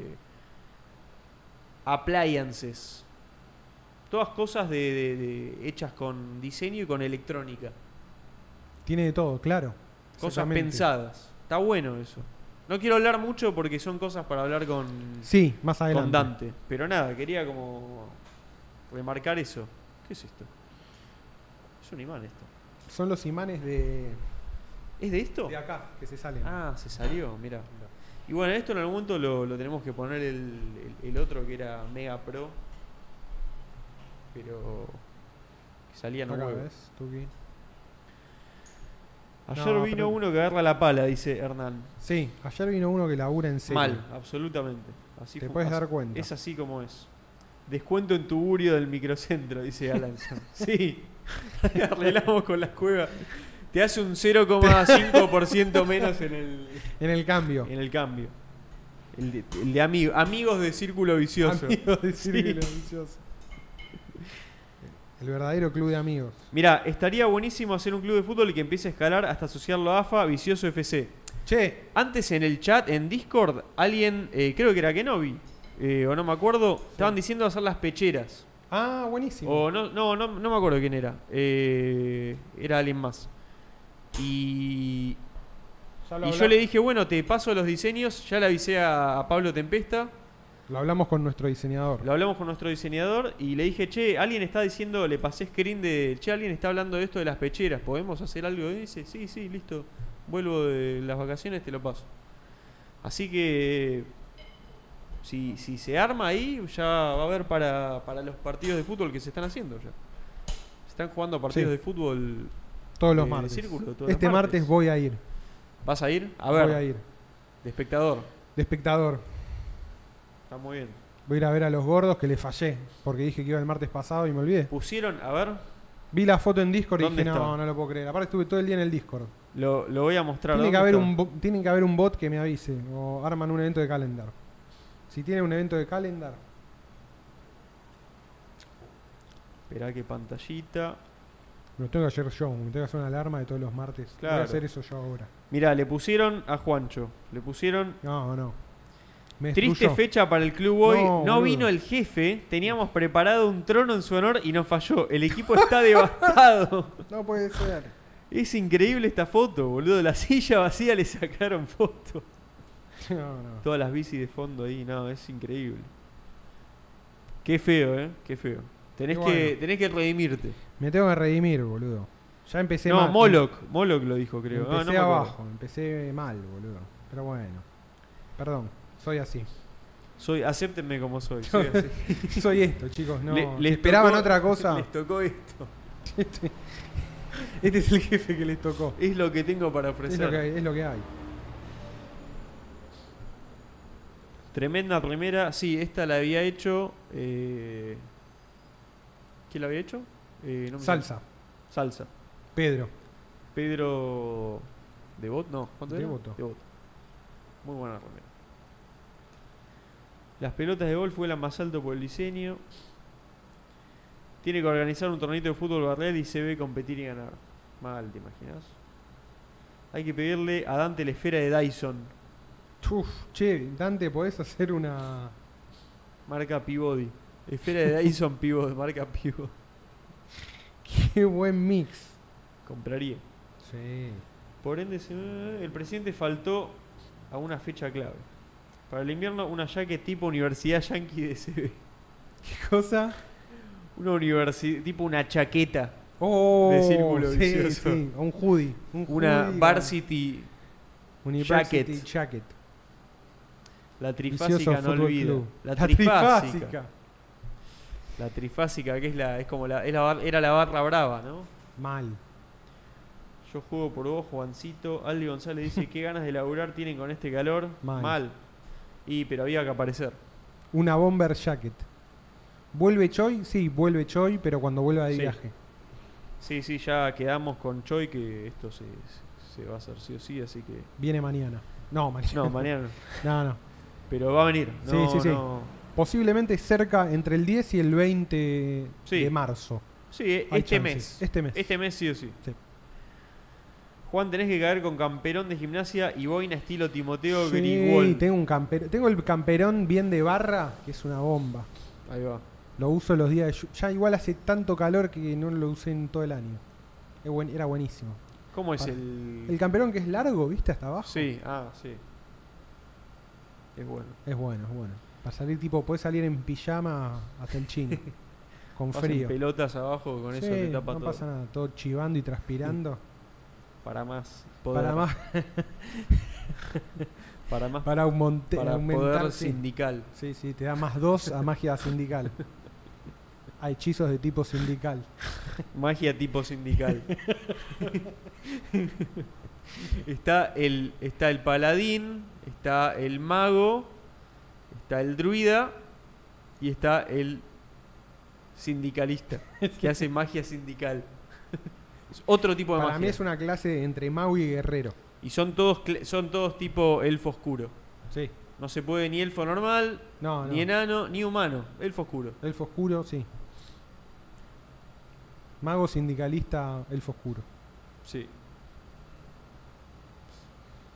appliances. Todas cosas de, de- de- hechas con diseño y con electrónica.
tiene de todo, claro.
Cosas
Exactamente.
pensadas. Está bueno eso. No quiero hablar mucho porque son cosas para hablar con,
Sí, más
con
adelante.
Dante. Pero nada, quería como remarcar eso. ¿Qué es esto? Es un imán esto.
Son los imanes de,
¿Es de esto?
de acá que se salen.
Oh. Ah, se salió, mira. Y bueno, esto en algún momento lo, lo tenemos que poner el, el- el otro que era Mega Pro. Pero. Que salía no
Acá,
huevo.
¿ves? Tuki.
Ayer
No,
vino
pero-
uno que agarra la pala, dice Hernán.
Sí, ayer vino uno que labura en serio.
Mal, absolutamente. Así
Te
fu-
puedes
así-
dar cuenta.
Es así como es. Descuento en tuburio del microcentro, dice Alan. sí. Arreglamos con las cuevas. Te hace un 0,5% menos en el,
En el cambio.
en el cambio. El de, el de amigo- amigos de círculo vicioso.
Amigo de círculo
Sí.
vicioso. El verdadero club de amigos.
Mirá, estaría buenísimo hacer un club de fútbol que empiece a escalar hasta asociarlo a AFA, Vicioso FC.
Che,
Antes en el chat, en Discord, alguien, eh, creo que era Kenobi, eh, o no me acuerdo, estaban diciendo hacer las pecheras.
ah, buenísimo.
O no, no, no, no me acuerdo quién era. Eh, era alguien más. Y,
Ya lo
y
habla-
yo le dije, bueno, te paso los diseños, ya le avisé a- a Pablo Tempesta.
Lo hablamos con nuestro diseñador.
Lo hablamos con nuestro diseñador y le dije, che, alguien está diciendo, le pasé screen de, che, alguien está hablando de esto de las pecheras, ¿podemos hacer algo? Y dice, sí, sí, listo, vuelvo de las vacaciones, te lo paso. Así que, si, si se arma ahí, ya va a haber para, para los partidos de fútbol que se están haciendo ya. Se están jugando partidos
Sí.
de fútbol.
Todos los
eh,
martes.
círculo, todos
este
los
martes.
martes.
voy a ir.
¿Vas a ir? A
Voy
ver,
a ir.
de espectador.
De espectador.
Está muy bien.
Voy a ir a ver a los gordos que le fallé. Porque dije que iba el martes pasado y me olvidé.
Pusieron, a ver,
Vi la foto en Discord y
¿Dónde
dije, no,
está?
no lo puedo creer. Aparte estuve todo el día en el Discord.
lo, lo voy a mostrar.
Tiene
¿dónde
que, haber
está?
un bo- tiene que haber un bot que me avise. O arman un evento de calendar. Si tiene un evento de calendar.
Esperá que pantallita.
Me lo tengo que hacer yo. Me tengo que hacer una alarma de todos los martes. Voy
Claro.
a hacer eso yo ahora.
Mirá, le pusieron a Juancho. Le pusieron.
No, no. Me
Triste
destruyó.
fecha para el club hoy.
No,
No,
boludo.
vino el jefe. Teníamos preparado un trono en su honor y no falló. El equipo está devastado.
No puede ser.
Es increíble esta foto, boludo. La silla vacía le sacaron foto.
No, no.
Todas las bicis de fondo ahí, no, es increíble. Qué feo, eh. Qué feo. Tenés,
Y bueno.
que, tenés que redimirte.
Me tengo que redimir, boludo. Ya empecé
no,
mal. Em,
Moloch. Moloch lo dijo, creo. Ah,
Empecé
no me acuerdo.
abajo, empecé mal, boludo. Pero bueno. Perdón, soy así.
Soy, acéptenme como soy. soy así.
soy esto, chicos. No,
Le-
si
les
esperaban
tocó-
otra cosa.
Les tocó esto.
Este, este es el jefe que les tocó.
Es lo que tengo para
Es
ofrecer.
lo, que, hay- es lo que hay.
Tremenda primera. Sí, esta la había hecho. eh, ¿Quién la había hecho? Eh, no me
Salsa,
acuerdo. Salsa.
Pedro.
Pedro. ¿Devot? No. ¿Cuánto era?
Devoto.
Muy buena remera. Las pelotas de golf vuelan más alto por el diseño. Tiene que organizar un torneo de fútbol barrial y se ve competir y ganar. Mal, ¿te imaginas? Hay que pedirle a Dante la esfera de Dyson.
Uf, che, Dante, ¿podés hacer una.
Marca Peabody. Esfera de Dyson Peabody, marca Peabody.
Qué buen mix.
Compraría.
Sí.
Por ende, se- el presidente faltó a una fecha clave. Para el invierno, una jaque tipo Universidad Yankee de CB.
¿Qué cosa?
Una universidad, tipo una chaqueta.
Oh,
De círculo
sí,
vicioso.
sí. Un hoodie. Un
Una
hoodie,
varsity,
un university
jacket.
jacket.
la
Vicioso
trifásica no
Fútbol
olvida.
Club.
La,
La
trifásica.
trifásica.
La trifásica, que es la, es como la, es la bar- era la barra brava, ¿no?
Mal.
Yo juego por vos, Juancito. Aldi González dice, qué ganas de laburar tienen con este calor.
Mal.
Mal. Y, pero había que aparecer.
Una bomber jacket. ¿Vuelve Choi? Sí, vuelve Choi, pero cuando vuelva de
Sí.
viaje.
Sí, sí, ya quedamos con Choi que esto se, se va a hacer sí o sí, así que.
Viene mañana. No, mañana.
No, mañana. no.
No, no.
Pero va a venir.
Sí,
No,
sí, sí.
no.
Posiblemente cerca entre el 10 y el 20
Sí.
de marzo.
Sí,
Hay
este
chances.
mes.
Este mes.
Este mes sí o sí.
Sí.
Juan, tenés que caer con camperón de gimnasia y boina estilo Timoteo
Sí,
Grigol.
tengo, un camper- tengo el camperón bien de barra, que es una bomba.
Ahí va.
Lo uso los días de llu- Ya igual hace tanto calor que no lo usé en todo el año. Es buen- Era buenísimo.
¿Cómo es
Para-
el...?
El camperón que es largo, ¿viste? Hasta abajo.
Sí, ah, sí. Es bueno.
Es bueno, es bueno. Para salir tipo, puedes salir en pijama hasta el chino. con
Vas en
frío.
pelotas abajo, con eso
Sí,
te tapa
no
todo.
pasa nada, todo chivando y transpirando.
Para más poder.
Para más,
Para más
para, aumente-
para
aumentar.
poder
sí.
sindical.
Sí, sí, te da más dos a magia sindical. A hechizos de tipo sindical.
Magia tipo sindical. está, el, está el paladín, está el mago, está el druida y está el sindicalista que hace magia sindical. es otro tipo de
Para
magia.
mí es una clase entre mago y guerrero.
Y son todos, cle- son todos tipo elfo oscuro.
Sí.
No se puede ni elfo normal,
No, no.
ni enano, ni humano. Elfo oscuro.
Elfo oscuro, sí. Mago sindicalista, elfo oscuro.
Sí.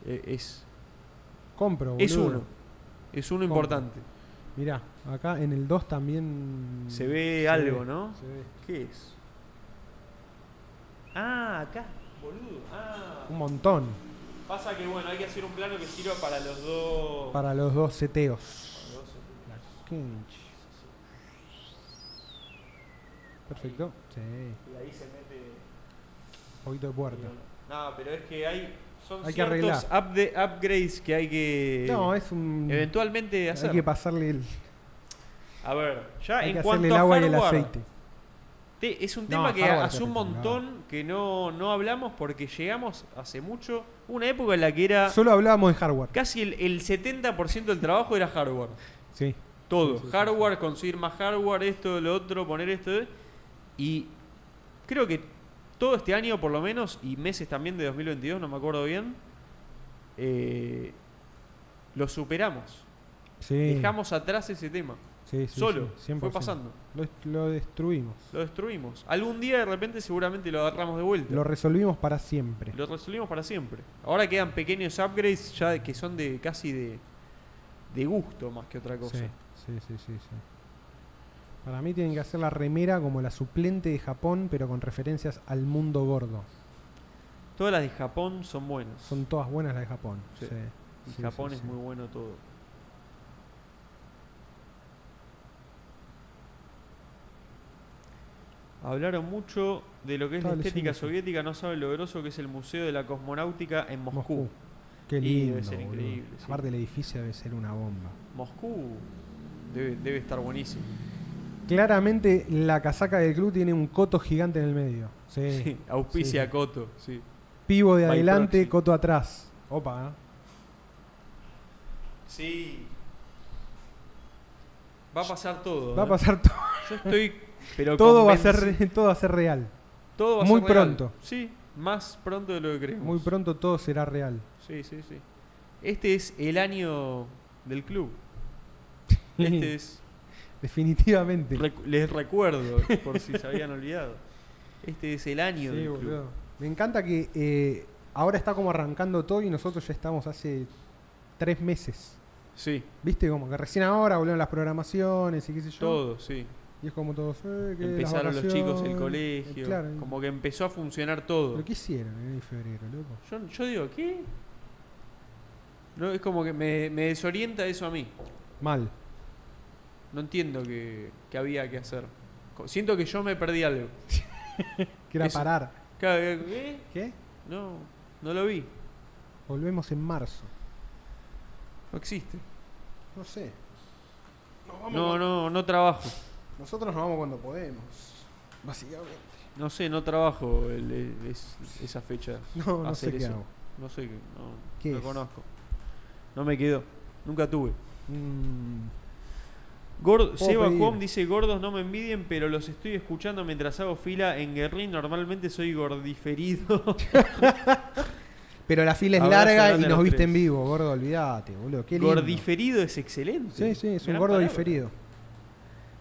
E- es,
Compro,
es
boludo.
uno. Es uno
Compro.
importante.
Mirá, acá en el 2 también.
Se ve algo, ¿no?
se ve.
¿Qué es? Ah, acá, boludo. Ah.
Un montón
Pasa que bueno, hay que hacer un plano que sirva para los dos.
para los dos seteos.
los dos.
La quinch. Perfecto. Sí, un
Y ahí se mete.
poquito de puerta.
No, pero es que hay. Son
Hay que
ciertos upde- upgrades que hay que.
No, es un.
Eventualmente Eh, hacer.
Hay que pasarle el,
A ver, ya
hay que
Ah, en
hacerle
cuanto
el
a
agua y el
hardware,
aceite.
te- es un
No,
tema que
hardware
hace un
perfecto, no.
montón que no, no hablamos porque llegamos hace mucho una época en la que era
Solo hablábamos de hardware.
casi el, el 70% del trabajo era hardware.
Sí.
Todo,
Sí, sí, sí,
hardware, conseguir más hardware, esto, lo otro, poner esto. eh. Y creo que todo este año por lo menos, y meses también de 2022, no me acuerdo bien, eh, lo superamos.
Sí.
Dejamos atrás ese tema.
Sí, sí,
Solo,
sí, 100%.
fue pasando.
Lo, lo destruimos.
Lo destruimos. Algún día de repente seguramente lo agarramos de vuelta.
Lo resolvimos para siempre.
Lo resolvimos para siempre. Ahora quedan pequeños upgrades ya que son de casi de, de gusto más que otra cosa.
Sí, sí, sí, sí, sí. Para mí tienen que hacer la remera como la suplente de Japón, pero con referencias al mundo gordo.
Todas las de Japón son buenas.
Son todas buenas las de Japón.
Sí.
Sí.
Y
sí,
Japón
sí,
es
sí.
muy bueno todo. Hablaron mucho de lo que es la
Estaba
estética
leyendo, sí.
soviética, no saben lo groso que es el Museo de la Cosmonáutica en Moscú.
Qué
Y
lindo.
debe ser
boludo.
increíble, sí.
Aparte el edificio debe ser una bomba.
Moscú debe, debe estar buenísimo.
Claramente la casaca del club tiene un coto gigante en el medio. Sí.
Sí, Auspicia
sí.
Coto, sí.
Pivo de
By
adelante,
proxy.
coto atrás. Opa, ¿eh?
Sí. Va a pasar todo.
Va a
¿eh?
pasar to-
Yo estoy. Pero
todo, va a ser,
convenci-
re- todo va a ser real.
todo va a
muy
ser real.
pronto.
Sí, más pronto de lo que creemos.
Muy pronto todo será real.
Sí, sí, sí. Este es el año del club. Este es.
Definitivamente.
recu- les recuerdo, por si se habían olvidado. Este es el año
Sí,
del
boludo.
club.
Me encanta que eh, ahora está como arrancando todo y nosotros ya estamos hace tres meses.
Sí,
¿Viste? Como que recién ahora volvieron las programaciones y qué sé yo.
todo, sí.
Y es como todos. eh, que las
Empezaron los chicos el
vacaciones.
colegio.
Eh, claro, eh.
Como que empezó a funcionar todo.
¿Pero qué hicieron en febrero, loco?
Yo, yo digo, ¿qué? No, es como que me, me desorienta eso a mí.
Mal.
No entiendo que, que había que hacer. Co- Siento que yo me perdí algo.
Que era
Eso.
parar.
Claro, que- ¿eh?
¿Qué?
No, no lo vi.
Volvemos en marzo.
No existe.
No sé. Nos vamos
No,
cuando-
no, no trabajo.
Nosotros nos vamos cuando podemos. Básicamente.
No sé, no trabajo el- el- es- esa fecha.
No, no sé
Hacer
qué
eso.
hago.
No sé, qué- no,
¿Qué
no
es?
conozco. No me quedó. Nunca tuve.
Mm,
Gord-
Puedo
Seba
pedir.
Cuom dice, gordos no me envidien, pero los estoy escuchando mientras hago fila en Guerrín. Normalmente soy gordiferido.
Pero la fila es
Abrazo
larga
grande
y
a
nos
los
viste
tres.
en vivo, gordo, olvídate, boludo. Qué lindo.
gordiferido es excelente.
Sí, sí, es un
Gran
gordo
palabra.
diferido.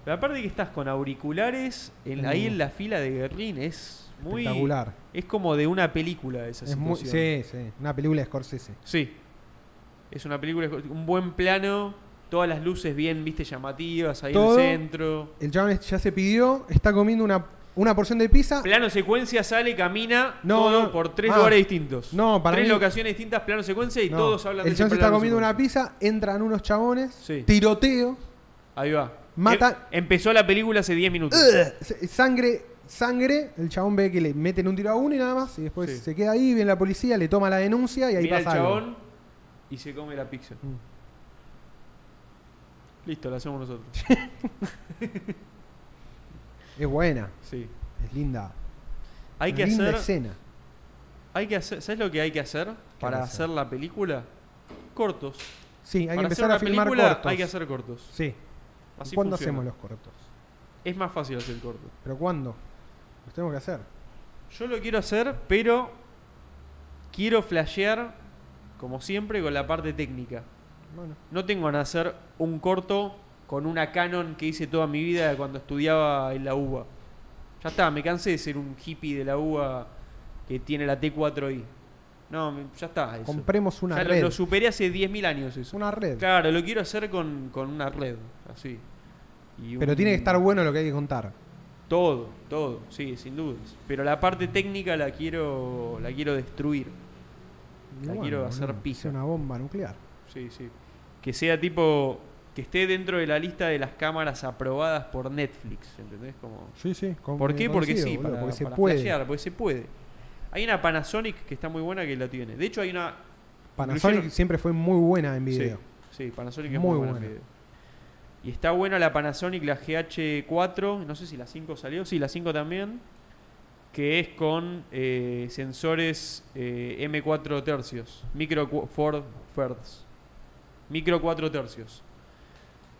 Pero aparte que estás con auriculares en-
Mm.
ahí en la fila de Guerrín, es muy...
Espectacular.
Es como de una película esa
Es muy, sí,
situación.
sí, una película de Scorsese.
Sí. Es una película, un buen plano, todas las luces bien, viste, llamativas, ahí
Todo.
en el centro.
El chabón ya se pidió, está comiendo una, una porción de pizza.
Plano secuencia sale, camina,
No,
todo
no.
por tres
Ah.
lugares distintos.
No, para
tres
mí-
locaciones distintas, plano secuencia y
No,
todos hablan
el
de ese
chabón se está
plano
comiendo una
secuencia.
pizza, entran unos chabones,
Sí.
tiroteo,
Ahí va.
Mata-
Em- empezó la película hace 10 minutos.
¡Ugh! Se- sangre, sangre. El chabón ve que le meten un tiro a uno y nada más. Y después
Sí.
se queda ahí, viene la policía, le toma la denuncia y ahí
Mira el
pasa algo.
chabón y se come la pizza.
Mm.
Listo, la hacemos nosotros.
Es buena,
Sí.
es linda.
Hay que
linda
hacer.
escena.
Hay que hacer. ¿Sabes lo que hay que hacer para
hacer?
hacer la película? Cortos.
Sí, hay que
para hacer
empezar
una
a filmar
película
cortos.
hay que hacer cortos.
Sí.
Así
¿Cuándo
funciona.
hacemos los cortos?
Es más fácil hacer corto.
¿Pero cuándo? Los tenemos que hacer.
Yo lo quiero hacer, pero quiero flashear, como siempre, con la parte técnica.
Bueno,
No tengo ganas de hacer un corto con una Canon que hice toda mi vida cuando estudiaba en la UBA. Ya está, me cansé de ser un hippie de la UBA que tiene la T4i. No, me- ya está. Eso.
compremos una
Ya lo,
red.
lo superé hace 10.000 años eso.
Una red.
Claro, lo quiero hacer con, con una red, así. Y
Pero
un-
tiene que estar bueno lo que hay que contar.
Todo, todo, sí, sin dudas. Pero la parte técnica la quiero, la quiero destruir.
Y
La quiero hacer pija.
sea una bomba nuclear.
Sí, sí. Que sea tipo. Que esté dentro de la lista de las cámaras aprobadas por Netflix, ¿entendés? Como,
Sí, sí. con-
¿Por qué? Porque
coincido,
sí,
boludo,
para,
porque se
para
puede.
flashear, porque se puede. Hay una Panasonic que está muy buena que la tiene. De hecho, hay una.
Panasonic
Incluyeron-
siempre fue muy buena en video.
Sí, sí, Panasonic es muy,
Muy
buena. en
buena.
video. Y está buena la Panasonic, la GH4, no sé si la 5 salió, sí, la 5 también, que es con eh, sensores eh, M4 tercios, micro 4 thirds, micro 4 tercios.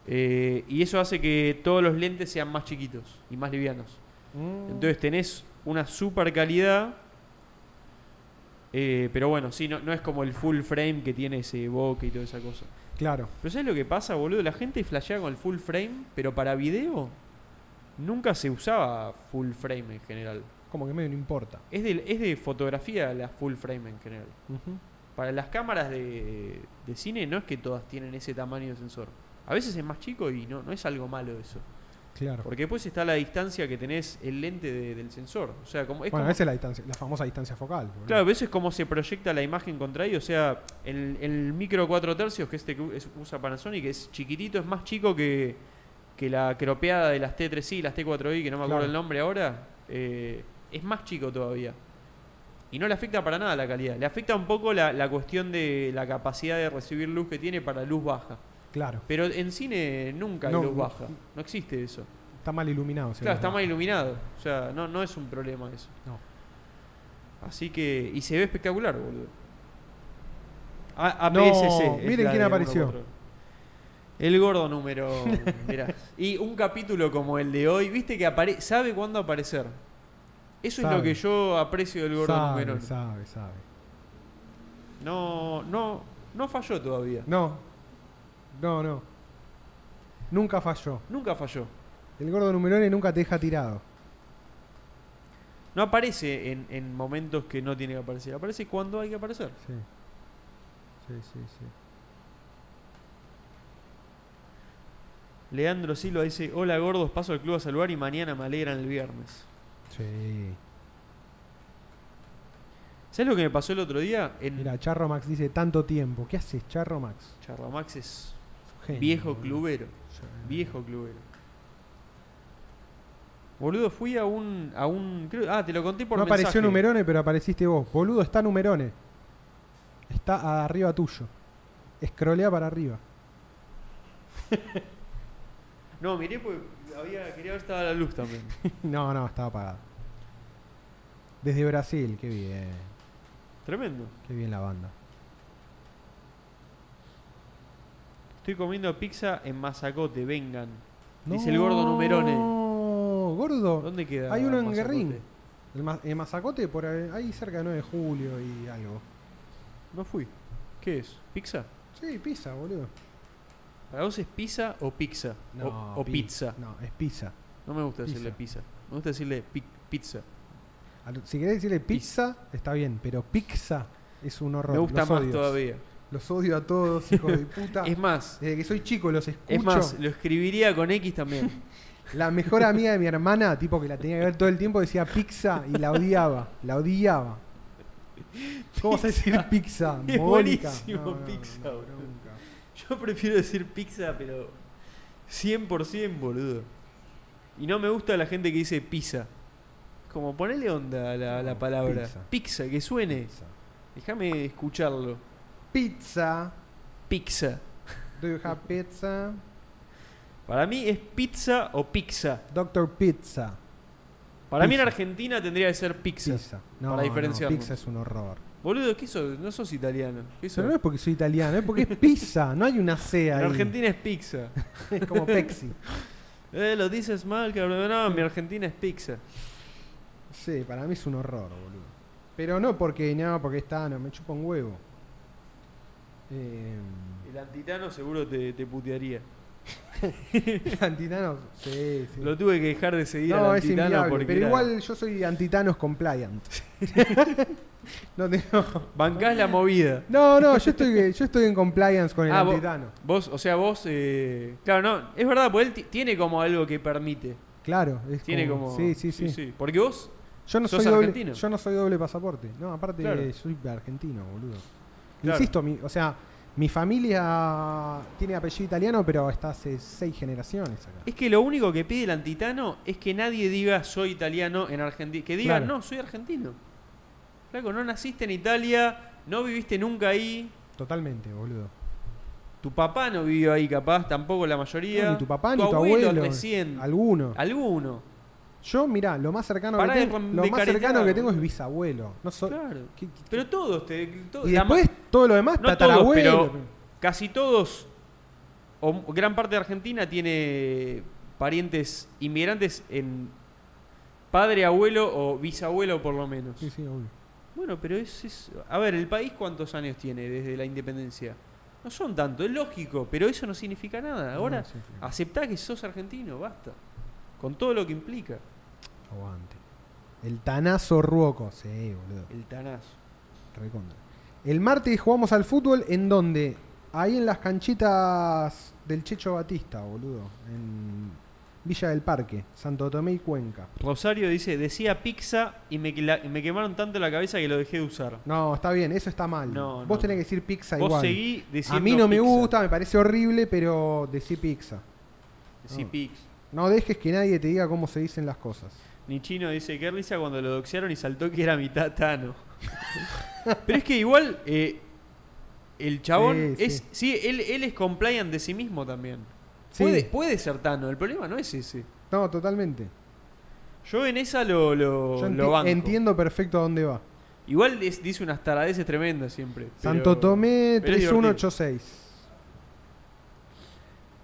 Eh, y eso hace que todos los lentes sean más chiquitos y más livianos. Entonces tenés una super calidad. eh, pero bueno, sí, no, no es como el full frame que tiene ese bokeh y toda esa cosa.
Mm, Claro.
Pero ¿sabes lo que pasa, boludo? La gente flashea con el full frame, pero para video nunca se usaba full frame en general.
Como que medio no importa.
Es de, es de fotografía la full frame en general. Para las cámaras de, de cine no es que todas tienen ese tamaño de sensor. A veces es más chico y no, no es algo malo eso.
Claro.
Porque después está la distancia que tenés el lente de- del sensor. O sea, como, es
bueno,
como-
esa es la distancia, la famosa distancia focal. boludo.
Claro, pero eso es como se proyecta la imagen contra ahí. O sea, el, el micro 4 tercios que este que u- es- usa Panasonic es chiquitito, es más chico que, que la cropeada de las T3i y las T4i, que no me acuerdo
Claro.
el nombre ahora. eh, es más chico todavía. Y no le afecta para nada la calidad. Le afecta un poco la, la cuestión de la capacidad de recibir luz que tiene para luz baja.
Claro.
Pero en cine nunca hay
No,
luz
no.
baja. No existe eso.
Está mal iluminado.
Claro, está mal
seguramente.
iluminado. O sea, no, no es un problema eso.
No.
Así que. Y se ve espectacular, boludo. A,
No,
APSC. es
miren
la
quién
de
apareció.
1x4. El gordo número. mirá. Y un capítulo como el de hoy, viste que apare sabe cuándo aparecer. Eso es lo
Sabe.
que yo aprecio del gordo número.
Sabe,
uno.
sabe, sabe.
No, no, no falló todavía.
No. No, no. Nunca falló.
Nunca falló.
El gordo numerone nunca te deja tirado.
No aparece en, en momentos que no tiene que aparecer. Aparece cuando hay que aparecer.
Sí. Sí, sí, sí.
Leandro Silva dice, hola gordos, paso al club a saludar y mañana me alegran el viernes.
Sí.
¿Sabes lo que me pasó el otro día? En
Mira, Charro Max dice tanto tiempo. ¿Qué haces, Charro Max?
Charromax es
Es un genio,
viejo
boludo.
clubero,
Sí.
viejo clubero. Boludo, fui a un, a un creo- ah, te lo conté por
No
mensaje.
apareció Numerone, pero apareciste vos. Boludo, está Numerone. Está arriba tuyo. Escrolea para arriba.
No, miré porque había, quería ver si estaba la luz también.
no, no, estaba apagado. Desde Brasil, qué bien.
Tremendo.
Qué bien la banda.
Estoy comiendo pizza en Mazacote, vengan. Dice el gordo Numerone.
No, gordo.
¿Dónde queda?
Hay uno en
Mazacote?
Guerrín. El ma- en Mazacote, por ahí ahí cerca de 9 de julio y algo.
No fui. ¿Qué es? ¿Pizza?
Sí, pizza, boludo.
¿Para vos es pizza o pizza? O- o,
pi-
pizza.
No, es pizza.
No me gusta decirle pizza. Me gusta decirle pi- pizza.
A lo- Si querés decirle pizza, está bien, pero pizza es un horror.
me gusta
Los
más
odios.
todavía.
Los odio a todos, hijo de puta.
Es más,
Desde que soy chico los escucho.
es más, lo escribiría con X también.
La mejor amiga de mi hermana, tipo que la tenía que ver todo el tiempo, decía pizza y la odiaba. La odiaba. ¿Cómo vas a decir pizza?
Es
Mónica?
buenísimo, pizza, boludo.
bronca.
Yo prefiero decir pizza, pero 100% boludo. Y no me gusta la gente que dice pizza. Como ponele onda a la, a la
No,
palabra.
pizza.
Pizza. que suene.
Pizza.
Déjame escucharlo.
Pizza.
Pizza.
Do you have pizza?
Para mí es pizza o pizza.
Doctor Pizza.
Para mí en
Pizza.
Argentina tendría que ser pizza.
Pizza. No,
Para
no,
diferenciarnos.
pizza es un horror.
Boludo, ¿qué sos? No sos italiano. ¿Qué
Pero
sos?
no es porque soy italiano, es porque es pizza. No hay una C
En
ahí.
Argentina es pizza.
Es como Pexi.
Eh, lo dices mal, cabrón. No, mi Argentina es pizza.
Sí, para mí es un horror, boludo. Pero no porque no, porque está, no, me chupa un huevo. Eh,
El antitano seguro te, te putearía.
antitanos, sí, sí.
Lo tuve que dejar de seguir
no,
al
es
antitano
inviable,
porque
pero
era-
igual yo soy antitanos compliant. no, tengo-
bancás la movida.
no, no, yo estoy yo estoy en compliance con el
Ah, vos-
antitano.
Vos, o sea, vos... eh, claro, no, es verdad, porque él ti- tiene como algo que permite.
Claro, es
Tiene como...
sí, sí, sí,
Porque vos...
Yo no
¿Sos
soy doble,
argentino?
yo no soy doble pasaporte. No, aparte
Claro.
soy argentino, boludo.
Claro.
Insisto, mi- o sea, mi familia tiene apellido italiano, pero está hace seis generaciones acá.
Es que lo único que pide el antitano es que nadie diga soy italiano en Argentina. Que diga,
Claro.
no, soy argentino. Flaco, no naciste en Italia, no viviste nunca ahí,
Totalmente, boludo.
tu papá no vivió ahí capaz, tampoco la mayoría.
No, ni tu papá ni tu
abuelo.
abuelo.
recién.
Alguno.
Alguno.
Yo, mirá, lo más cercano, que
Pará de
tengo,
rom-
lo
de
más
caretear,
cercano que
boludo.
tengo es bisabuelo. No soy,
Claro.
¿qué- qué-
Pero todos, te, to-
y
la ma-
después todo lo demás,
no todos,
tatarabuelo.
pero casi todos, o m- gran parte de Argentina tiene parientes inmigrantes en padre, abuelo o bisabuelo por lo menos.
Sí, sí, obvio.
Bueno, pero es, es- A ver, ¿el país cuántos años tiene desde la independencia? No son tanto, es lógico, pero eso no significa nada. Ahora,
No, sí, sí.
aceptá que sos argentino, basta. Con todo lo que implica.
Aguante. El tanazo ruoco. Sí, boludo.
El tanazo.
Recontra. El martes jugamos al fútbol en donde? Ahí en las canchitas del Checho Batista, boludo. En Villa del Parque, Santo Tomé y Cuenca.
Rosario dice, decía pizza y me, quela- y me quemaron tanto la cabeza que lo dejé de usar.
No, está bien, eso está mal.
No,
Vos
no,
tenés
no.
que decir pizza
Vos
igual.
seguí
A
diciendo
mí no me
pizza.
gusta, me parece horrible, pero decí pizza.
Decí
No.
pizza.
No dejes que nadie te diga cómo se dicen las cosas.
Nichino dice que risa cuando lo doxearon y saltó que era mitad Tano. Pero es que igual eh, el chabón
Sí,
es. Sí, él, él es compliant de sí mismo también.
Sí.
Puede, puede ser Tano, el problema no es ese.
No, totalmente.
Yo en esa lo, lo,
Yo
lo
enti-
banco.
entiendo perfecto a dónde va.
Igual es- dice unas taradeces tremendas siempre. pero-
Santo Tomé
pero es divertido.
3186.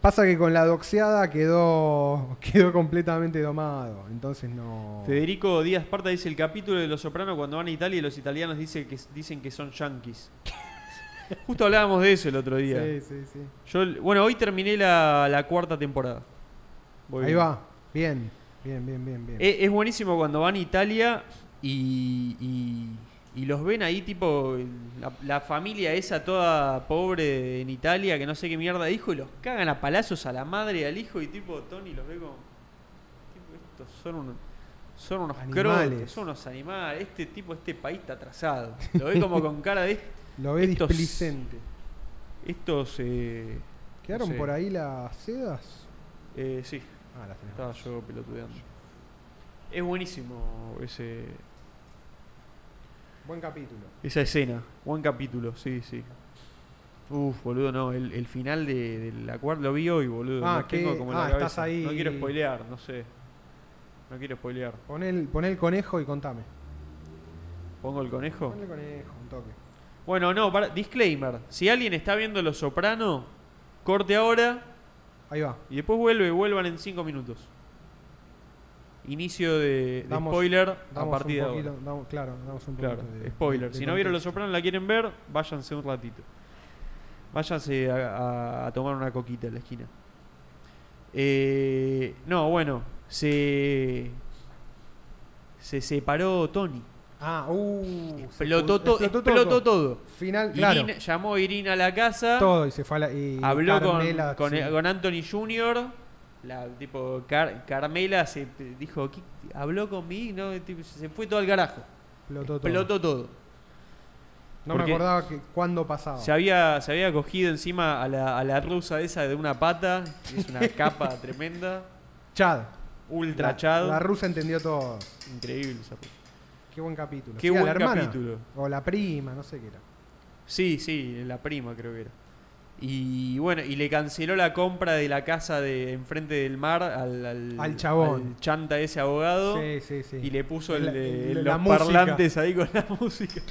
Pasa que con la doxeada quedó, quedó completamente domado. Entonces no.
Federico Díaz Parta dice el capítulo de Los Sopranos cuando van a Italia y los italianos dice que, dicen que son yanquis. Justo hablábamos de eso el otro día.
Sí, sí, sí.
Yo, bueno, hoy terminé la, la cuarta temporada. Voy
Ahí
bien.
va. Bien, bien, bien, bien. bien.
E- Es, buenísimo cuando van a Italia y, y- y los ven ahí, tipo, la, la familia esa toda pobre en Italia, que no sé qué mierda dijo, y los cagan a palazos a la madre y al hijo, y tipo, Tony los ve como. tipo, estos son unos. Son unos
Animales.
crotos, son unos animales. Este tipo, este país está atrasado. Lo ve como con cara de.
Lo ve
estos-
displicente.
Estos. eh,
¿Quedaron
no sé.
por ahí las sedas?
eh, sí.
Ah, las tenés.
Estaba yo pelotudeando. Es buenísimo ese,
Buen capítulo.
esa escena. Buen capítulo, sí, sí. Uf, boludo, no. El, el final de, de la cuarta lo vi hoy, boludo.
Ah,
lo tengo
¿qué?
como en la
Ah, estás
cabeza.
ahí.
No quiero spoilear, no sé. No quiero spoilear.
Pon el, pon el conejo y contame.
¿Pongo el conejo?
Pon el conejo, un toque.
Bueno, no, para- disclaimer. Si alguien está viendo Los Soprano, corte ahora
Ahí va.
y después vuelve, vuelvan en 5 minutos. Inicio de, de
Damos-
spoiler a
Damos
partir de
un
ahora.
poquito, damos- claro, damos un poquito
Claro,
de-
spoiler.
de
si no vieron Los
contexto.
Sopranos, la quieren ver, váyanse un ratito. Váyanse a, a- a tomar una coquita en la esquina. Eh, no, bueno, se. Se separó Tony.
Ah, uh.
Explotó,
se-
to- explotó todo.
Final, claro.
Irina- llamó a Irina a la casa.
Todo y se fue a la. Y
habló con,
Carmela,
con,
sí.
con Anthony Jr. La, tipo, Car- Carmela se te- dijo, "¿Qué- habló conmigo, no, tipo, se fue todo al carajo.
explotó todo.
Explotó todo.
No me
Porque-
acordaba que, cuándo pasaba.
Se había, se había cogido encima a la, a la rusa esa de una pata, que es una capa tremenda,
Chad.
ultra
La-
chado.
La rusa entendió todo.
Increíble esa puta.
Qué buen capítulo. Sí,
Qué
a
buen
la hermana.
capítulo.
O la prima, no sé qué era.
Sí, sí, la prima creo que era. Y bueno, y le canceló la compra de la casa de enfrente del mar al,
Al chabón.
al chanta ese abogado.
Sí, sí, sí.
Y le puso el
La-
de
la-
los
la música.
parlantes ahí con la música.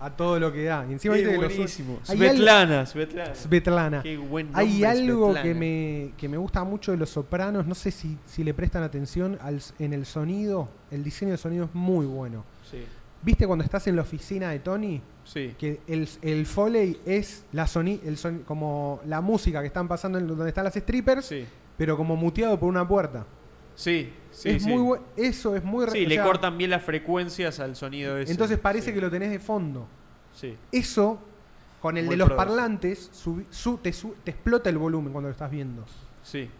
A todo lo que da. Y encima
Qué
viste que los-
buenísimo.
Hay algo-
Svetlana, Svetlana.
Svetlana.
Qué buen
Hay
nombre,
algo
Svetlana.
que me, que me gusta mucho de los sopranos, no sé si, si le prestan atención al, s- en el sonido, el diseño de sonido es muy bueno.
Sí,
¿Viste cuando estás en la oficina de Tony?
sí.
Que el, el foley es la soni, el soni- como la música que están pasando en donde están las strippers,
Sí,
pero como muteado por una puerta.
sí, sí,
es
sí.
muy bue- eso es muy re-
Sí,
o
le
sea,
cortan bien las frecuencias al sonido ese.
Entonces parece
Sí,
que lo tenés de fondo.
Sí,
Eso, con el
Muy
de los
pro eso.
parlantes, subi- su- te, su- te explota el volumen cuando lo estás viendo.
sí.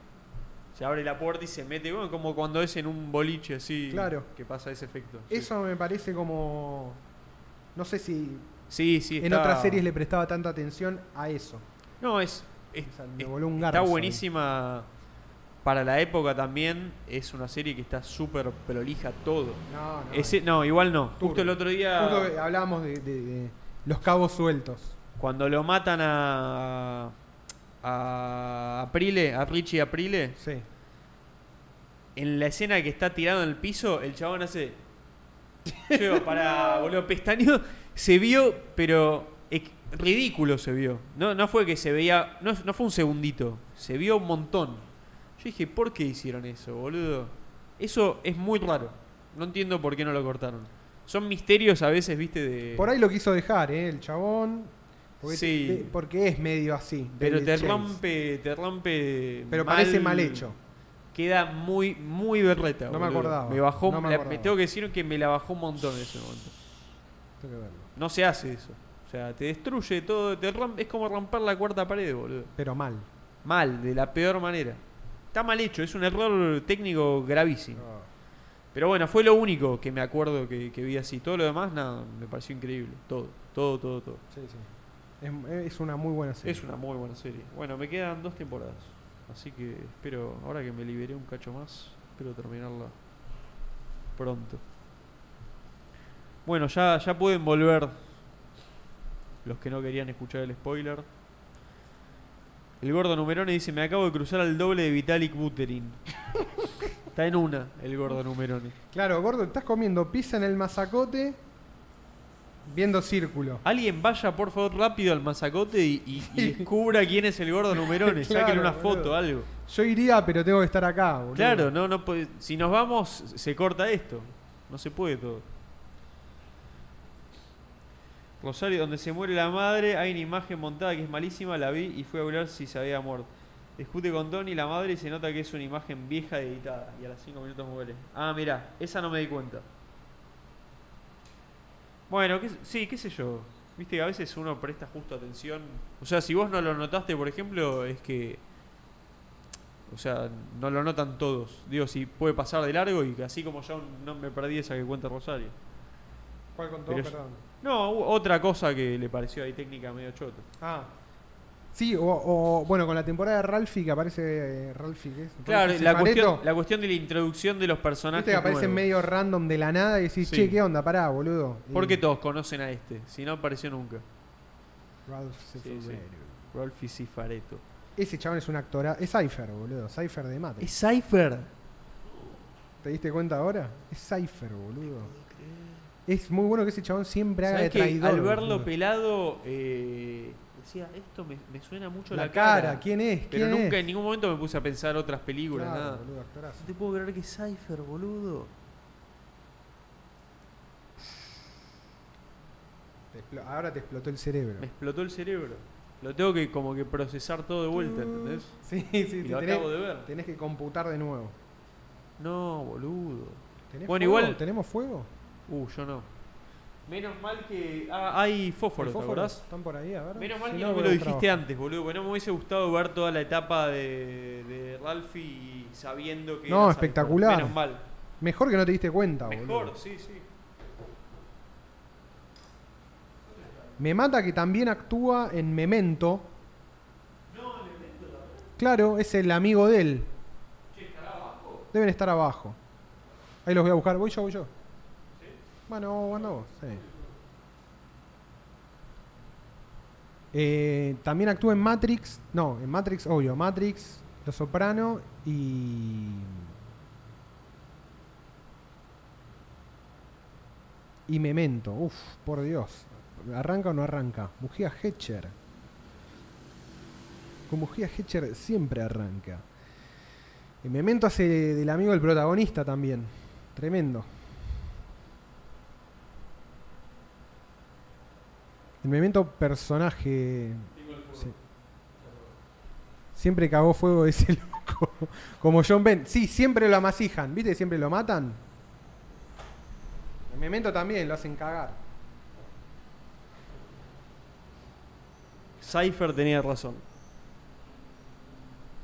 Se abre la puerta y se mete, bueno, como cuando es en un boliche así.
Claro.
Que pasa ese efecto. sí.
Eso me parece como. No sé si
Sí, sí.
en
está-
otras series le prestaba tanta atención a eso.
No, es. es-
O sea, me
es-
voló un
está
garzo ahí.
buenísima. Para la época también es una serie que está súper prolija todo.
No, no.
Ese, no, igual no. Justo
Turbio.
el otro día.
Justo que hablábamos de, de- de los cabos sueltos.
Cuando lo matan a. a Aprile, a Richie Aprile,
Sí.
en la escena que está tirado en el piso, el chabón hace. Yo, para, boludo, pestañeo. Se vio, pero. ex- ridículo se vio. No, no fue que se veía. No, no fue un segundito. Se vio un montón. Yo dije, ¿por qué hicieron eso, boludo? Eso es muy raro. No entiendo por qué no lo cortaron. Son misterios a veces, viste, de.
Eh, Por ahí lo quiso dejar, ¿eh? El chabón. Porque,
Sí.
te- porque es medio así.
Pero
David
te
Chase.
rompe, te rompe.
Pero parece mal hecho.
Queda muy, muy berreta.
No me
boludo.
acordaba,
Me bajó,
no me
la-
acordaba.
tengo que decir que me la bajó un montón en ese momento.
Tengo que verlo.
No se hace eso. O sea, te destruye todo. Te rom- es como romper la cuarta pared, boludo.
Pero mal.
Mal, de la peor manera. Está mal hecho, es un error técnico gravísimo.
Ah,
Pero bueno, fue lo único que me acuerdo que, que vi así. Todo lo demás, nada, me pareció increíble. Todo, todo, todo, todo.
Sí, sí. Es, es una muy buena serie.
Es una muy buena serie. Bueno, me quedan dos temporadas. Así que espero, ahora que me liberé un cacho más, espero terminarla pronto. Bueno, ya, ya pueden volver los que no querían escuchar el spoiler. El gordo numerone dice, me acabo de cruzar al doble de Vitalik Buterin. Está en una, el gordo numerone.
Claro, gordo, estás comiendo pizza en el mazacote, viendo círculo.
Alguien vaya, por favor, rápido al masacote y, y- y descubra quién es el gordo numerone.
Claro,
Sáquenle una
boludo.
foto, algo.
Yo iría, pero tengo que estar acá, boludo.
Claro, no, no puede- si nos vamos se corta esto. No se puede todo. Rosario, donde se muere la madre, hay una imagen montada que es malísima, la vi y fui a hablar si se había muerto. Discute con Tony la madre y se nota que es una imagen vieja y editada. Y a las 5 minutos muere. Ah, mirá, esa no me di cuenta. Bueno, qué sé- sí, qué sé yo. Viste que a veces uno presta justo atención. O sea, si vos no lo notaste, por ejemplo, es que o sea, no lo notan todos. Digo, si puede pasar de largo y así como yo no me perdí esa que cuenta Rosario.
¿Cuál contó?
Pero yo-
Perdón.
No, u- otra cosa que le pareció ahí técnica medio chota.
Ah. Sí, o, o, bueno, con la temporada de Ralphie que aparece eh, Ralphie, ¿qué es?
Claro,
Ralphie
la
Cifaretto,
cuestión, la cuestión de la introducción de los personajes.
Viste que aparece
nuevos.
medio random de la nada y decís,
Sí.
che, ¿qué onda? Pará, boludo. Y-
¿Por qué todos conocen a este? Si no apareció nunca.
Ralph
Sí,
Cifaretto.
sí. Rolfi Cifaretto.
Ese chabón es un actora. Es Cypher, boludo. Cypher de mate.
¿Es Cypher?
¿Te diste cuenta ahora? Es Cypher, boludo. Es muy bueno que ese chabón siempre haga de traidor.
al verlo
boludo.
pelado, eh, decía, esto me, me suena mucho
La,
la,
cara, ¿quién es?
Pero
¿Quién
nunca
es?
en ningún momento me puse a pensar otras películas,
Claro,
nada.
boludo, actorazo.
No te puedo creer que es Cypher, boludo.
Te explo- Ahora te explotó el cerebro.
Me explotó el cerebro. Lo tengo que como que procesar todo de vuelta, ¿entendés?
Sí, sí, sí,
Y lo
tenés,
acabo de ver.
tenés que computar de nuevo.
No, boludo.
¿Tenés
Bueno,
fuego?
igual-
¿Tenemos fuego?
Uh, yo no. Menos mal que. Ah, hay fósforos,
¿Hay
¿te
fósforos?
acordás?
¿Están por ahí? A ver.
Menos
Si
mal que no me lo
veo un
dijiste
trabajo.
antes, boludo. Porque no me hubiese gustado ver toda la etapa de, de Ralphie sabiendo que.
No,
era Cypher.
espectacular.
Menos mal.
Mejor que no te diste cuenta,
Mejor,
boludo.
sí, sí.
Me mata que también actúa en Memento.
No, el evento también.
Claro, es el amigo de él.
Che, estará abajo.
Deben estar abajo. Ahí los voy a buscar. Voy yo, voy yo. Bueno, anda vos. Sí. Eh, también actúa en Matrix. No, en Matrix, obvio. Matrix, Los Soprano y. Y Memento. Uf, por Dios. ¿Arranca o no arranca? Mujía Hetcher. Con Mujía Hetcher siempre arranca. El Memento hace del amigo del protagonista también. Tremendo. El Memento personaje. sí. Siempre cagó fuego ese loco. Como John Ben. Sí, siempre lo amasijan. ¿Viste? que Siempre lo matan. El Memento también lo hacen cagar.
Cypher tenía razón.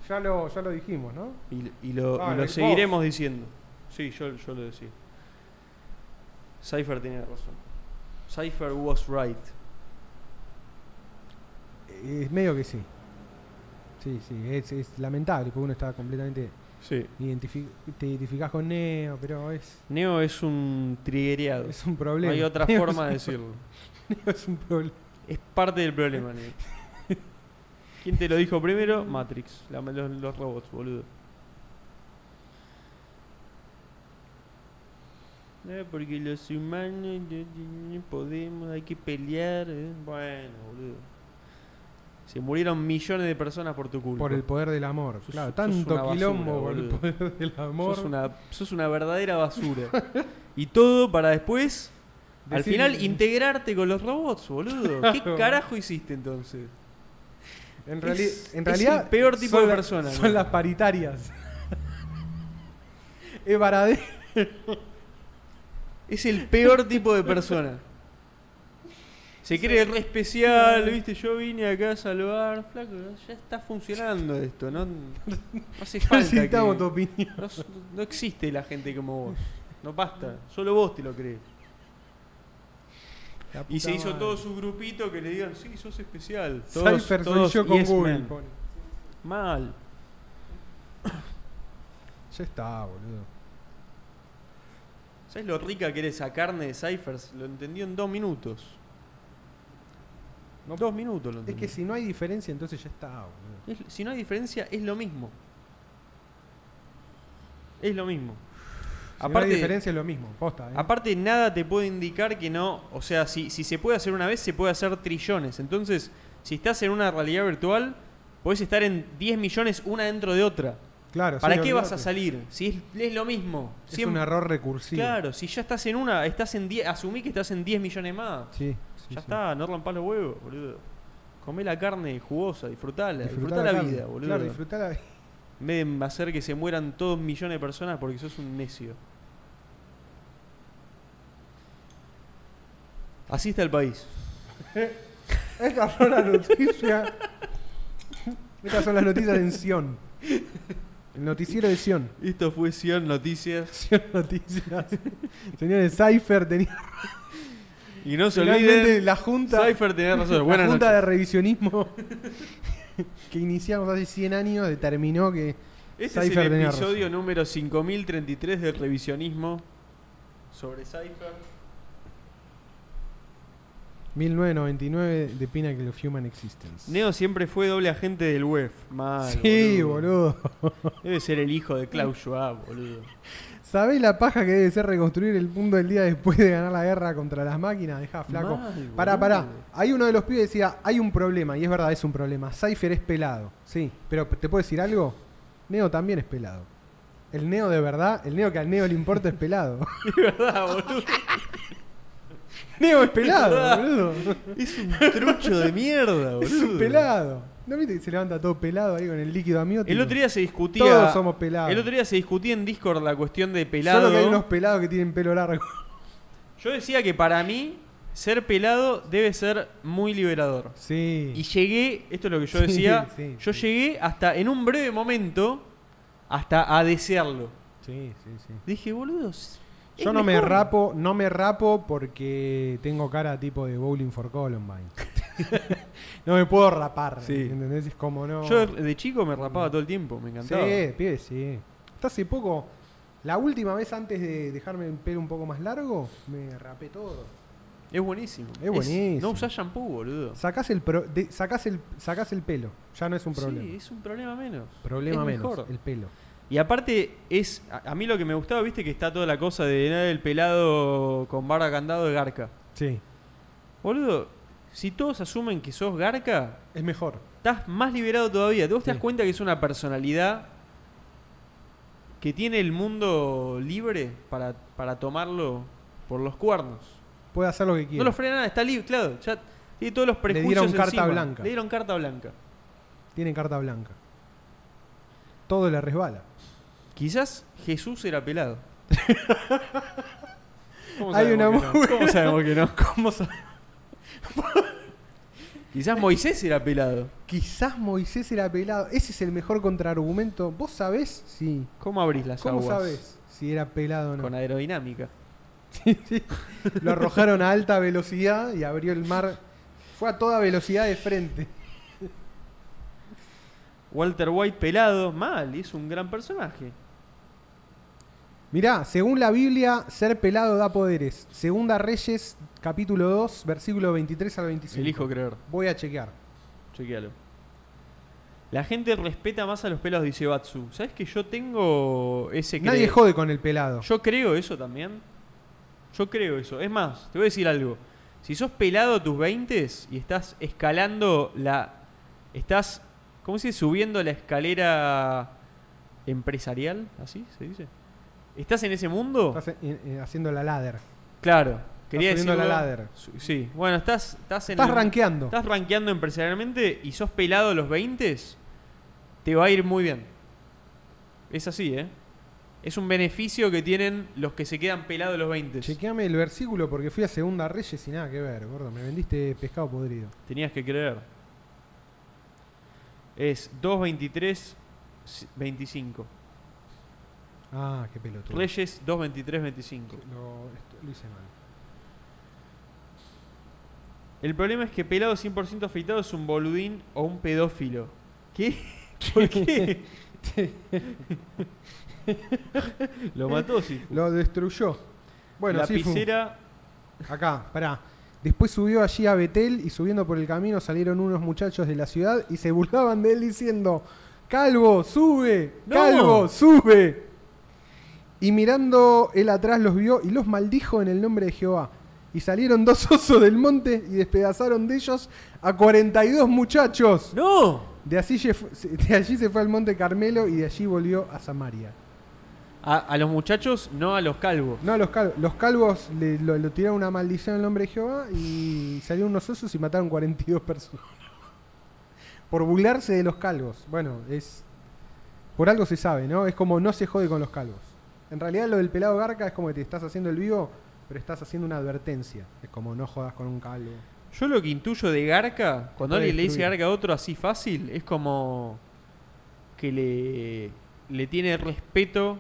Ya lo, ya lo dijimos, ¿no?
Y, y lo,
Ah,
y lo
el
seguiremos diciendo. Sí, yo, yo lo decía. Cypher tenía razón. Cypher was right.
Eh, Es medio que sí. Sí, sí. Es, es lamentable porque uno está completamente
Sí.
identifi- te identificás con Neo, pero es,
Neo es un triggereado.
es un
No
problema.
hay otra
Neo
forma de
es un-
decirlo.
Neo es un problema.
Es parte del problema, Neo. ¿Quién te lo dijo primero? Matrix. La- los, los robots, boludo. Eh, porque los humanos eh, eh, podemos, hay que pelear. eh. Bueno, boludo. Se murieron millones de personas por tu culpa.
Por el poder del amor.
Sos-
claro,
sos
tanto
una basura,
quilombo por el
boludo.
poder del amor.
Sos una, sos una verdadera basura. y todo para después, al
Decir-
final, integrarte con los robots, boludo. ¿Qué
Claro.
carajo hiciste entonces?
En, reali-
es-
en
es
realidad.
el peor tipo
son
de
la-
persona,
Son
¿no?
las paritarias. es Baradé.
Es el peor tipo de persona. Se cree re especial, viste, yo vine acá a salvar, flaco, ya está funcionando esto, no, no hace falta que-
Necesitamos tu opinión.
no, s- no existe la gente como vos, no basta, solo vos te lo crees.
La
Y
puta
se hizo
madre.
todo su grupito que le digan, sí, sos especial. Todos,
Cypher soy
todos
yo con
yes
Google.
men.
pone.
Mal.
Ya está, boludo.
¿Sabes lo rica que era esa carne de Cyphers? Lo entendió en dos minutos.
No-
dos minutos lo
Es
entendió.
que si no hay diferencia, entonces ya está, boludo.
Es- si no hay diferencia, es lo mismo. Es lo mismo.
Si no hay
Aparte,
diferencia es lo mismo. Posta, ¿eh?
aparte, nada te puede indicar que no. O sea, si, si se puede hacer una vez, se puede hacer trillones. Entonces, si estás en una realidad virtual, podés estar en 10 millones una dentro de otra.
Claro, sí,
¿Para qué vas a
olvídate.
salir? Si es, es lo mismo.
Es
Siempre-
un error recursivo.
Claro, si ya estás en una, estás en 10, asumí que estás en 10 millones más.
Sí, sí, sí.
ya está, no rompas los huevos, boludo. Comé la carne jugosa, disfrutala, disfrutá,
Disfrutá
la,
carne.
vida, boludo.
Claro, disfrutá la vida.
En vez de hacer que se mueran todos millones de personas porque sos un necio. Así está el país.
Estas son las noticias. Estas son las noticias en Sion. El noticiero de Sion.
Esto fue Sion Noticias.
Sion Noticias. Señores, Cypher tenía.
Y no se
Finalmente
olviden,
la junta, la
Cypher tenía razón. Buenas
junta
noches.
de revisionismo que iniciamos hace 100 años determinó que.
Este
Cypher
es el
tenía
episodio
razón.
número 5033 del revisionismo sobre Cypher.
1999 The Pinnacle of Human Existence.
Neo siempre fue doble agente del web. Mal,
sí, boludo.
Debe ser el hijo de Klaus Schwab, boludo.
¿Sabés la paja que debe ser reconstruir el mundo del día después de ganar la guerra contra las máquinas? Dejá, flaco.
Mal,
Pará,
boludo.
pará. Hay uno de los pibes que decía, hay un problema, y es verdad, es un problema. Cypher es pelado, sí. Pero, ¿te puedo decir algo? Neo también es pelado. El Neo de verdad, el Neo que al Neo le importa es pelado.
Es verdad, boludo.
Neo es pelado, boludo.
Es un trucho de mierda, boludo.
Es un pelado. ¿No viste que se levanta todo pelado ahí con el líquido amniótico?
El otro día se discutía.
Todos somos pelados.
El otro día se discutía en Discord la cuestión de pelado.
Solo que hay unos pelados que tienen pelo largo.
Yo decía que para mí ser pelado debe ser muy liberador.
Sí.
Y llegué, esto es lo que yo
Sí,
decía,
sí,
yo
sí.
llegué hasta en un breve momento hasta a desearlo.
Sí, sí, sí.
Dije, boludo. es-
Yo
es
no me
mejor.
rapo, no me rapo porque tengo cara tipo de Bowling for Columbine. no me puedo rapar,
Sí.
¿entendés? Es como no.
Yo de chico me rapaba todo el tiempo, me
sí,
encantaba.
pibe, sí. Hasta hace poco, la última vez antes de dejarme el pelo un poco más largo, me rapé todo.
Es buenísimo.
Es buenísimo.
no usás shampoo, boludo.
Sacás el, pro- de- sacás el, sacás el pelo, ya no es un problema.
Sí, es un problema menos.
Problema
Es
menos,
mejor.
el pelo.
Y aparte, es a, a mí lo que me gustaba, viste, que está toda la cosa de nada el pelado con barra candado de garca.
Sí,
Boludo, si todos asumen que sos garca,
es mejor.
estás más liberado todavía. ¿Vos te
Sí.
das cuenta que es una personalidad que tiene el mundo libre para, para tomarlo por los cuernos?
Puede hacer lo que quiera.
No lo frena nada, está libre, claro. Ya tiene todos los prejuicios.
dieron carta
encima.
blanca.
Le dieron carta blanca.
Tiene carta blanca. Todo le resbala.
Quizás Jesús era pelado. ¿Cómo
Hay una
sabemos que no?
muy
¿Cómo sabemos que no? Quizás Moisés era pelado.
Quizás Moisés era pelado. Ese es el mejor contraargumento. ¿Vos sabés si.
¿Cómo abrís las
¿Cómo
aguas?
sabés si era pelado o no?
Con aerodinámica.
Sí, sí. Lo arrojaron a alta velocidad y abrió el mar. Fue a toda velocidad de frente.
Walter White pelado, mal, y es un gran personaje.
Mirá, según la Biblia, ser pelado da poderes. Segunda Reyes, capítulo 2, versículo 23 al 25.
Elijo creer.
Voy a chequear.
Chequealo. La gente respeta más a los pelados, dice Batsu. ¿Sabes que yo tengo ese cre-
Nadie jode con el pelado.
Yo creo eso también. Yo creo eso. Es más, te voy a decir algo. Si sos pelado a tus 20 y estás escalando la. Estás. ¿Cómo se dice? Subiendo la escalera empresarial. ¿Así se dice? ¿Estás en ese mundo?
Estás eh, eh, haciendo la ladder.
Este Claro. Quería
subiendo
decirlo.
la ladder.
Su- Sí. Bueno, estás, estás en.
Estás
el-
rankeando.
Estás rankeando empresarialmente y sos pelado a los 20, te va a ir muy bien. Es así, ¿eh? Es un beneficio que tienen los que se quedan pelados a los 20.
Chequeame el versículo porque fui a Segunda Reyes y nada que ver, gordo. Me vendiste pescado podrido.
Tenías que creer. Es 2.23.25. 25.
Ah, qué pelotudo.
Reyes 2.23.25.
Lo, esto- lo hice mal.
El problema es que pelado 100% afeitado es un boludín o un pedófilo. ¿Qué? ¿Por qué? Lo mató, sí.
Lo destruyó. Bueno,
la
sí, fue-
piscera
Acá, pará. Después subió allí a Betel y subiendo por el camino salieron unos muchachos de la ciudad y se burlaban de él diciendo: Calvo, sube,
No.
calvo, sube. Y mirando él atrás los vio y los maldijo en el nombre de Jehová. Y salieron dos osos del monte y despedazaron de ellos a 42 muchachos.
¡No!
De allí, se fu- se- de allí se fue al Monte Carmelo y de allí volvió a Samaria.
A, a los muchachos, no a los calvos.
No, los, cal- los calvos le lo, lo tiraron una maldición al nombre de Jehová y salieron unos osos y mataron 42 personas. Por burlarse de los calvos. Bueno, es. Por algo se sabe, ¿no? Es como no se jode con los calvos. En realidad, lo del pelado garca es como que te estás haciendo el vivo, pero estás haciendo una advertencia. Es como no jodas con un calvo.
Yo lo que intuyo de Garca, cuando
Puede
alguien le dice
destruir.
Garca a otro así fácil, es como que le, le tiene respeto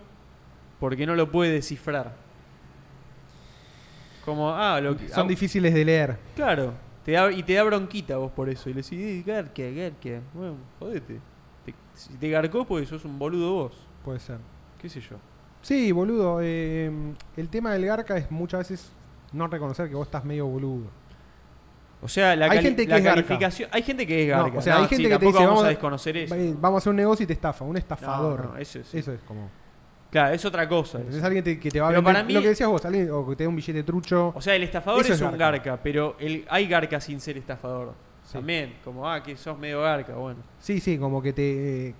porque no lo puede descifrar. Como, ah, lo que.
Son
ah,
difíciles de leer.
Claro. Te da- y te da bronquita vos por eso. Y le decís, "Eh, Garca, Garca. Bueno, jodete. Te- si te garcó, pues sos un boludo vos.
Puede ser.
¿Qué sé yo?
Sí, boludo. eh, el tema del garca es muchas veces no reconocer que vos estás medio boludo.
O sea, la,
Hay
cali-
gente que
la
es garca.
calificación. Hay gente que es
No,
garca.
o sea,
No,
hay
sí,
gente que te
tampoco
dice,
vamos
vamos
a desconocer eso.
eh, vamos a hacer un negocio y te estafa, un estafador.
No, no, eso es-
Eso es como.
Claro, es otra cosa.
Es alguien te- que te va a
Pero
vender-
para mí-
lo que decías vos, alguien o que te dé un billete trucho.
O sea, el estafador
Eso
es,
es
un
garca.
garca, pero el, hay garca sin ser estafador.
Sí.
También, como, ah, que sos medio garca, bueno.
sí, sí, como que te eh,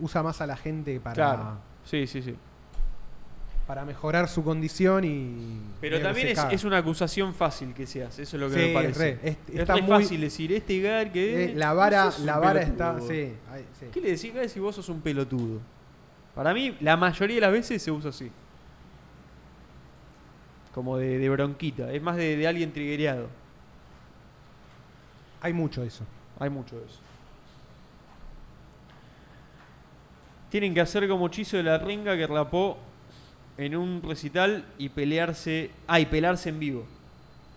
usa más a la gente para,
Claro. Sí, sí, sí.
para mejorar su condición y.
Pero
medio que
también
se
es,
caga.
es una acusación fácil que se hace, eso es lo que
Sí,
me parece.
re, es-
es
está
re
muy-
fácil decir, este garca...
Eh,
eh,
la
vos
vara,
sos un
la vara
pelotudo.
está. Sí, ahí, sí.
¿Qué le decís, garca, si vos sos un pelotudo? Para mí, la mayoría de las veces se usa así. Como de, de bronquita, es más de, de alguien triguereado.
Hay mucho de eso.
Hay mucho de eso. Tienen que hacer como hechizo de la renga que rapó en un recital y pelearse. Ah, y pelarse en vivo.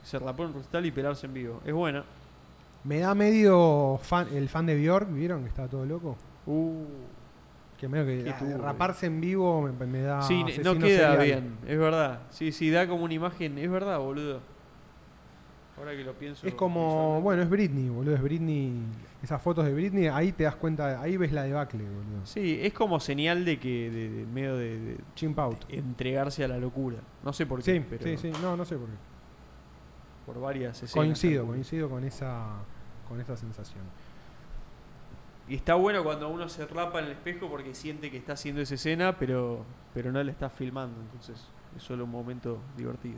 Se rapó en un recital y pelarse en vivo. Es buena.
Me da medio fan, el fan de Bjork, ¿vieron? Que estaba todo loco.
Uh.
Que medio que
Qué
ah,
turbio.
raparse en vivo me, me da.
Ah, sí, n- no
asesino
queda
serial.
bien, es verdad. Sí, sí, da como una imagen. Es verdad, boludo. Ahora que lo pienso.
Es como, bueno, es Britney, boludo, es Britney. Esas fotos de Britney, ahí te das cuenta, ahí ves la debacle, boludo.
Sí, es como señal de que. de, de- medio de, de
Chimp out.
entregarse a la locura. No sé por qué,
Sí,
pero
sí, sí, no, no sé por qué.
por varias escenas.
coincido,
calculo.
coincido con esa, con esa sensación.
Y está bueno cuando uno se rapa en el espejo porque siente que está haciendo esa escena, pero, pero no la está filmando. Entonces es solo un momento divertido.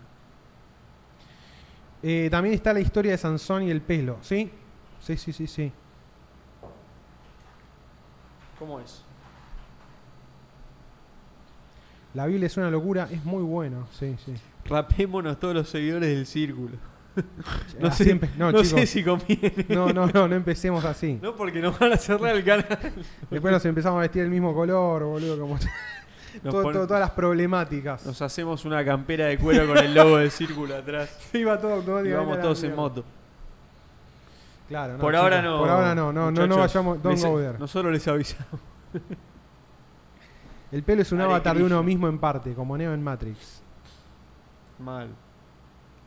Eh, también está la historia de Sansón y el pelo, ¿sí? Sí, sí, sí, sí.
¿Cómo es?
La Biblia es una locura, es muy bueno, sí, sí.
Rapémonos todos los seguidores del círculo. No
Ah,
sé,
siempre- no,
no,
chicos,
sé si conviene.
no, no, no, no empecemos así.
No, porque nos van a cerrar el canal.
Después nos empezamos a vestir el mismo color, boludo, como
Nos,
todo-
pon-
todo- todas las problemáticas.
nos hacemos una campera de cuero con el logo del círculo atrás.
Iba todo
Y
automáticamente a
vamos
la
todos en
mierda.
moto.
Claro, no,
por ahora
chicos,
no.
Por ahora no, no, no, no
muchachos.
vayamos. Don't
Les-
go there.
Nosotros les avisamos.
El pelo es un
Hare
avatar de uno
Krishna.
mismo en parte, como Neo en Matrix.
Mal.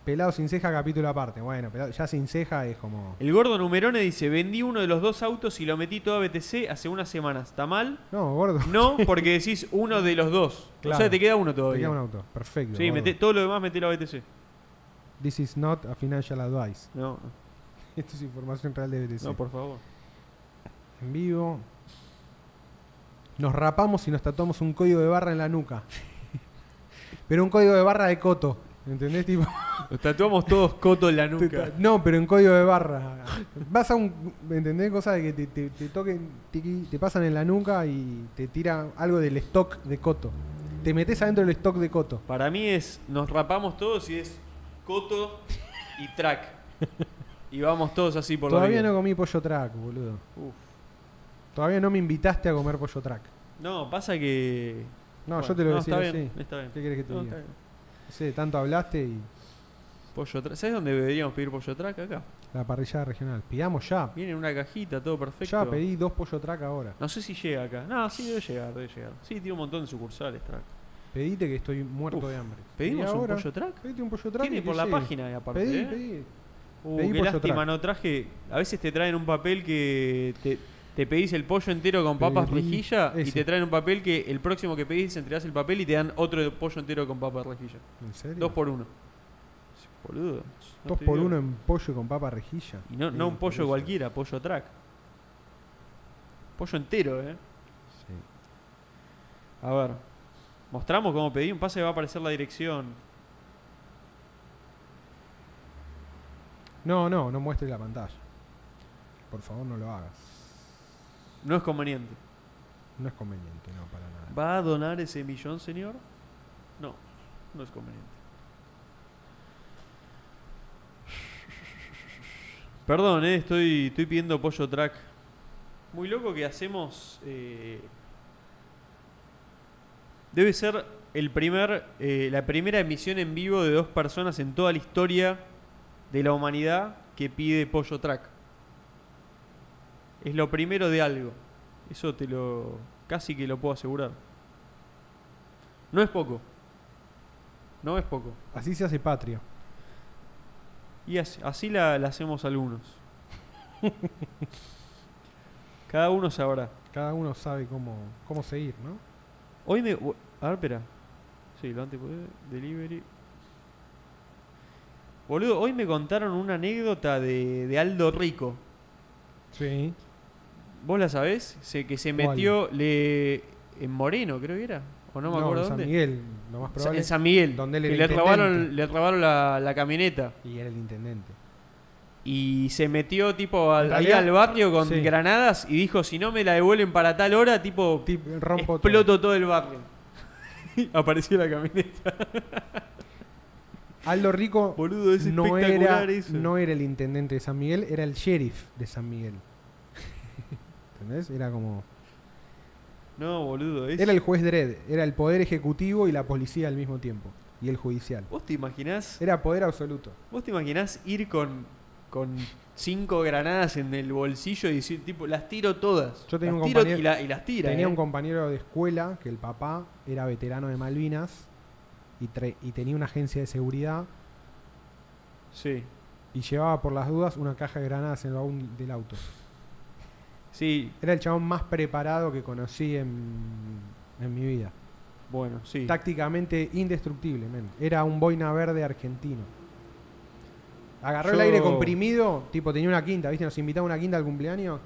Pelado sin ceja, capítulo aparte. Bueno, pelado- ya sin ceja es como.
El gordo Numerone dice, vendí uno de los dos autos y lo metí todo a BTC hace unas semanas. ¿Está mal?
No, gordo.
No, porque decís uno de los dos. O sea,
Claro.
te queda uno todavía.
Te queda un auto. Perfecto.
Sí,
gordo.
meté- todo lo demás metelo a BTC.
This is not a financial advice.
No,
Esto es información real de BTC.
no, por favor.
En vivo. Nos rapamos y nos tatuamos un código de barra en la nuca. Pero un código de barra de coto. ¿Entendés? Tipo.
Nos tatuamos todos coto en la
Te
nuca.
ta- No, pero en código de barra. Vas a un. ¿me ¿Entendés? Cosa de que te, te- te toquen, tiqui, te pasan en la nuca y te tira algo del stock de coto. Te metes adentro del stock de coto.
Para mí es, nos rapamos todos y es coto y track. Y vamos todos así por
Todavía
la
no
vida.
comí pollo track, boludo.
Uf.
Todavía no me invitaste a comer pollo track.
No, pasa que...
No,
Bueno,
yo te lo decía
está
así.
bien, está bien.
¿Qué querés que te
No,
diga?
está bien.
No sé, tanto hablaste y.
Pollo track. ¿Sabes dónde deberíamos pedir pollo track? Acá.
La parrillada regional. Pidamos ya.
Viene en una cajita, todo perfecto.
Ya pedí dos pollo track ahora.
No sé si llega acá. No, sí debe llegar, debe llegar. Sí, tiene un montón de sucursales, track.
Pedite que estoy muerto
Uf,
de hambre.
¿Pedimos
Pedí
un
ahora.
pollo track?
Pedite un pollo track. y
Tiene
que
por la
llegue.
página, aparte.
Pedí,
¿eh?
pedí.
Uh,
pedí
qué
pollo
lástima,
track.
no traje. A veces te traen un papel que te, te pedís el pollo entero con papas
Pedí
rejilla y
ese.
te traen un papel que el próximo que pedís entregás el papel y te dan otro de pollo entero con papas rejilla.
¿En serio?
Dos por uno. Sí, Boludo. no
Dos
te
por
digo.
uno en pollo con papa rejilla.
Y no, no
Sí,
un
por
pollo
eso.
cualquiera, pollo track. Pollo entero, eh.
Sí.
A ver. Mostramos cómo pedí un pase, va a aparecer la dirección.
No, no, no muestres la pantalla. Por favor, no lo hagas.
No es conveniente.
No es conveniente, no, para nada.
¿Va a donar ese millón, señor? No, no es conveniente. Perdón, eh, estoy, estoy pidiendo pollo track. Muy loco que hacemos. eh, debe ser el primer, eh, la primera emisión en vivo de dos personas en toda la historia de la humanidad que pide pollo track. Es lo primero de algo. Eso te lo. casi que lo puedo asegurar. No es poco. No es poco.
Así se hace patria.
Y así, así la, la hacemos algunos. Cada uno sabrá.
Cada uno sabe cómo, cómo seguir, ¿no?
Hoy me. u- A ver, espera. Sí, lo antes posible. Delivery. Boludo, hoy me contaron una anécdota de, de Aldo Rico.
Sí.
¿Vos la sabés? Se, que se
¿Cuál?
metió le, en Moreno, creo que era. O no me acuerdo
en San
dónde.
Miguel, lo más
Sa-
probable.
En San Miguel.
donde él
que
era
le robaron,
intendente.
le robaron la, la camioneta.
Y era el intendente.
Y se metió tipo al,
En
ahí
realidad-
al barrio con
sí.
granadas y dijo, si no me la devuelven para tal hora, tipo,
Tip- rompo
exploto
todo.
todo. el barrio. Y Apareció la camioneta.
Aldo Rico
Boludo, es
no era,
espectacular eso.
no era el intendente de San Miguel, era el sheriff de San Miguel. ¿Entendés? Era como.
No, boludo. Es...
Era el juez Dredd, era el poder ejecutivo y la policía al mismo tiempo. Y el judicial.
¿Vos te imaginás?
Era poder absoluto.
¿Vos te imaginás ir con, con cinco granadas en el bolsillo y decir, tipo, las tiro todas?
Yo tenía
las
un
tiro
compañero-
y, la- y las tira.
Tenía
eh.
un compañero de escuela que el papá era veterano de Malvinas y, tre- y tenía una agencia de seguridad
Sí.
y llevaba por las dudas una caja de granadas en el baúl del auto.
Sí,
Era el chabón más preparado que conocí en, en mi vida.
bueno, sí.
Tácticamente indestructible, men. Era un boina verde argentino. Agarró el
Yo-
aire comprimido, tipo tenía una quinta, ¿viste? Nos invitaba a una quinta al cumpleaños.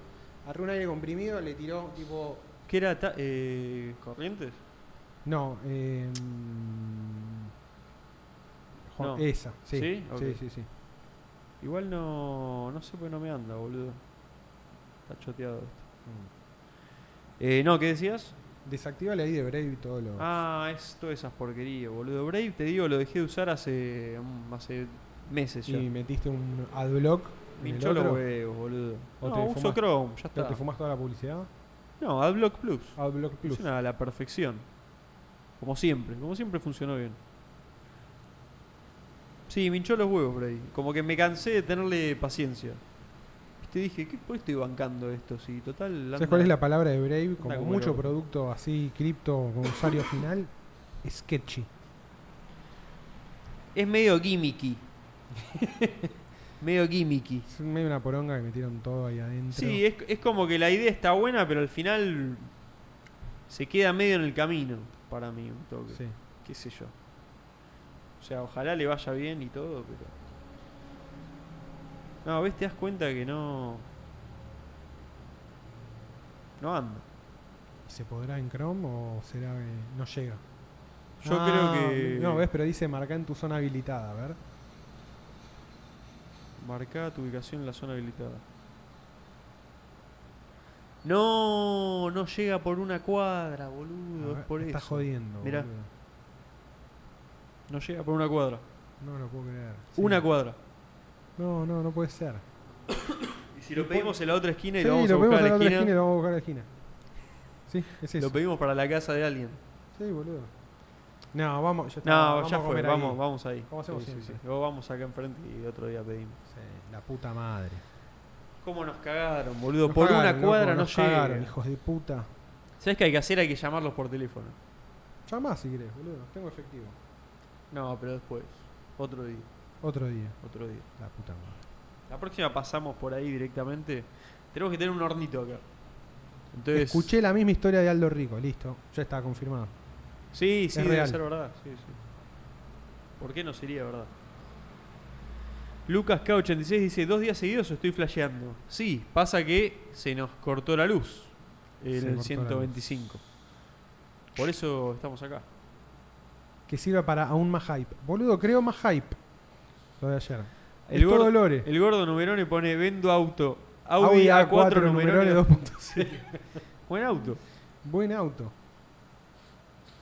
Agarró un aire comprimido, le tiró, tipo.
¿Qué era? ta- eh, ¿Corrientes?
No, eh. mm, Juan-
No.
Esa, sí.
¿Sí? Ok.
sí, sí, sí.
Igual no, no sé por qué no me anda, boludo. Está choteado esto. Eh, no, ¿qué decías?
Desactivale ahí de Brave y todo lo.
Ah, es todas esas porquerías, boludo. Brave, te digo, lo dejé de usar hace, mm, hace meses ya.
y metiste un adblock. en
Me
el
hinchó los
otro.
huevos, boludo.
¿O
No,
te
uso
fumas-
Chrome, ya
¿Pero
está.
¿Te fumas toda la publicidad?
No, AdBlock Plus.
Adblock Plus.
Funciona a la perfección. Como siempre, como siempre funcionó bien. Sí, me hinchó los huevos por ahí. Como que me cansé de tenerle paciencia. Te dije, ¿qué, ¿por qué estoy bancando esto? Si total. anda-
¿Sabes cuál es la palabra de Brave? Como
como
mucho
loco.
producto así, cripto, con usuario final, sketchy.
Es medio gimmicky. medio gimmicky.
Es medio una poronga que metieron todo ahí adentro.
Sí, es, es como que la idea está buena, pero al final se queda medio en el camino para mí un toque.
Sí.
Qué sé yo. O sea, ojalá le vaya bien y todo, pero. No, ves, te das cuenta que no. No anda.
¿Se podrá en Chrome o será que no llega?
Yo
Ah,
creo que.
No, ves, pero dice marca en tu zona habilitada, a ver.
Marcá tu ubicación en la zona habilitada. No, no llega por una cuadra, boludo.
A
Es
ver,
por
me
eso.
Estás jodiendo.
Mirá.
boludo.
No llega por una cuadra.
No lo puedo creer.
Una
Sí.
cuadra.
No, no, no puede ser.
Y si lo pedimos en la otra esquina y
Sí,
lo vamos a
lo
buscar
pedimos
a la,
otra
esquina,
esquina y lo vamos a buscar a la esquina. Sí, es eso.
lo pedimos para la casa de alguien.
Sí, boludo. No, vamos, ya está,
No,
vamos
ya
a
fue,
comer ahí.
vamos, vamos ahí.
Como hacemos
Sí, sí,
siempre.
sí. O vamos acá enfrente y otro día pedimos.
Sí, la puta madre.
¿Cómo nos cagaron, boludo?
Nos
por
cagaron,
una
loco,
cuadra no
nos cagaron,
llegaron.
hijos de puta.
¿Sabes qué hay que hacer? Hay que llamarlos por teléfono.
Llamá si querés, boludo. Tengo efectivo.
No, pero después. Otro día,
Otro día.
otro día.
La puta madre.
La próxima pasamos por ahí directamente. Tenemos que tener un hornito acá. Entonces,
Escuché la misma historia de Aldo Rico, listo. Ya está confirmado.
Sí, sí,
Es
debe
real.
ser verdad. Sí, sí. ¿Por qué no sería verdad? Lucas K86 dice, dos días seguidos estoy flasheando. Sí, pasa que se nos cortó la luz
Se
el
cortó
125. Por eso estamos acá.
Que sirva para aún más hype. Boludo, creo más hype. Lo de ayer.
El
El todo
gordo-
Lore.
El gordo Numerone pone, vendo auto. Audi, A4,
numerone
Numerone.
2.0.
Buen auto.
Buen auto.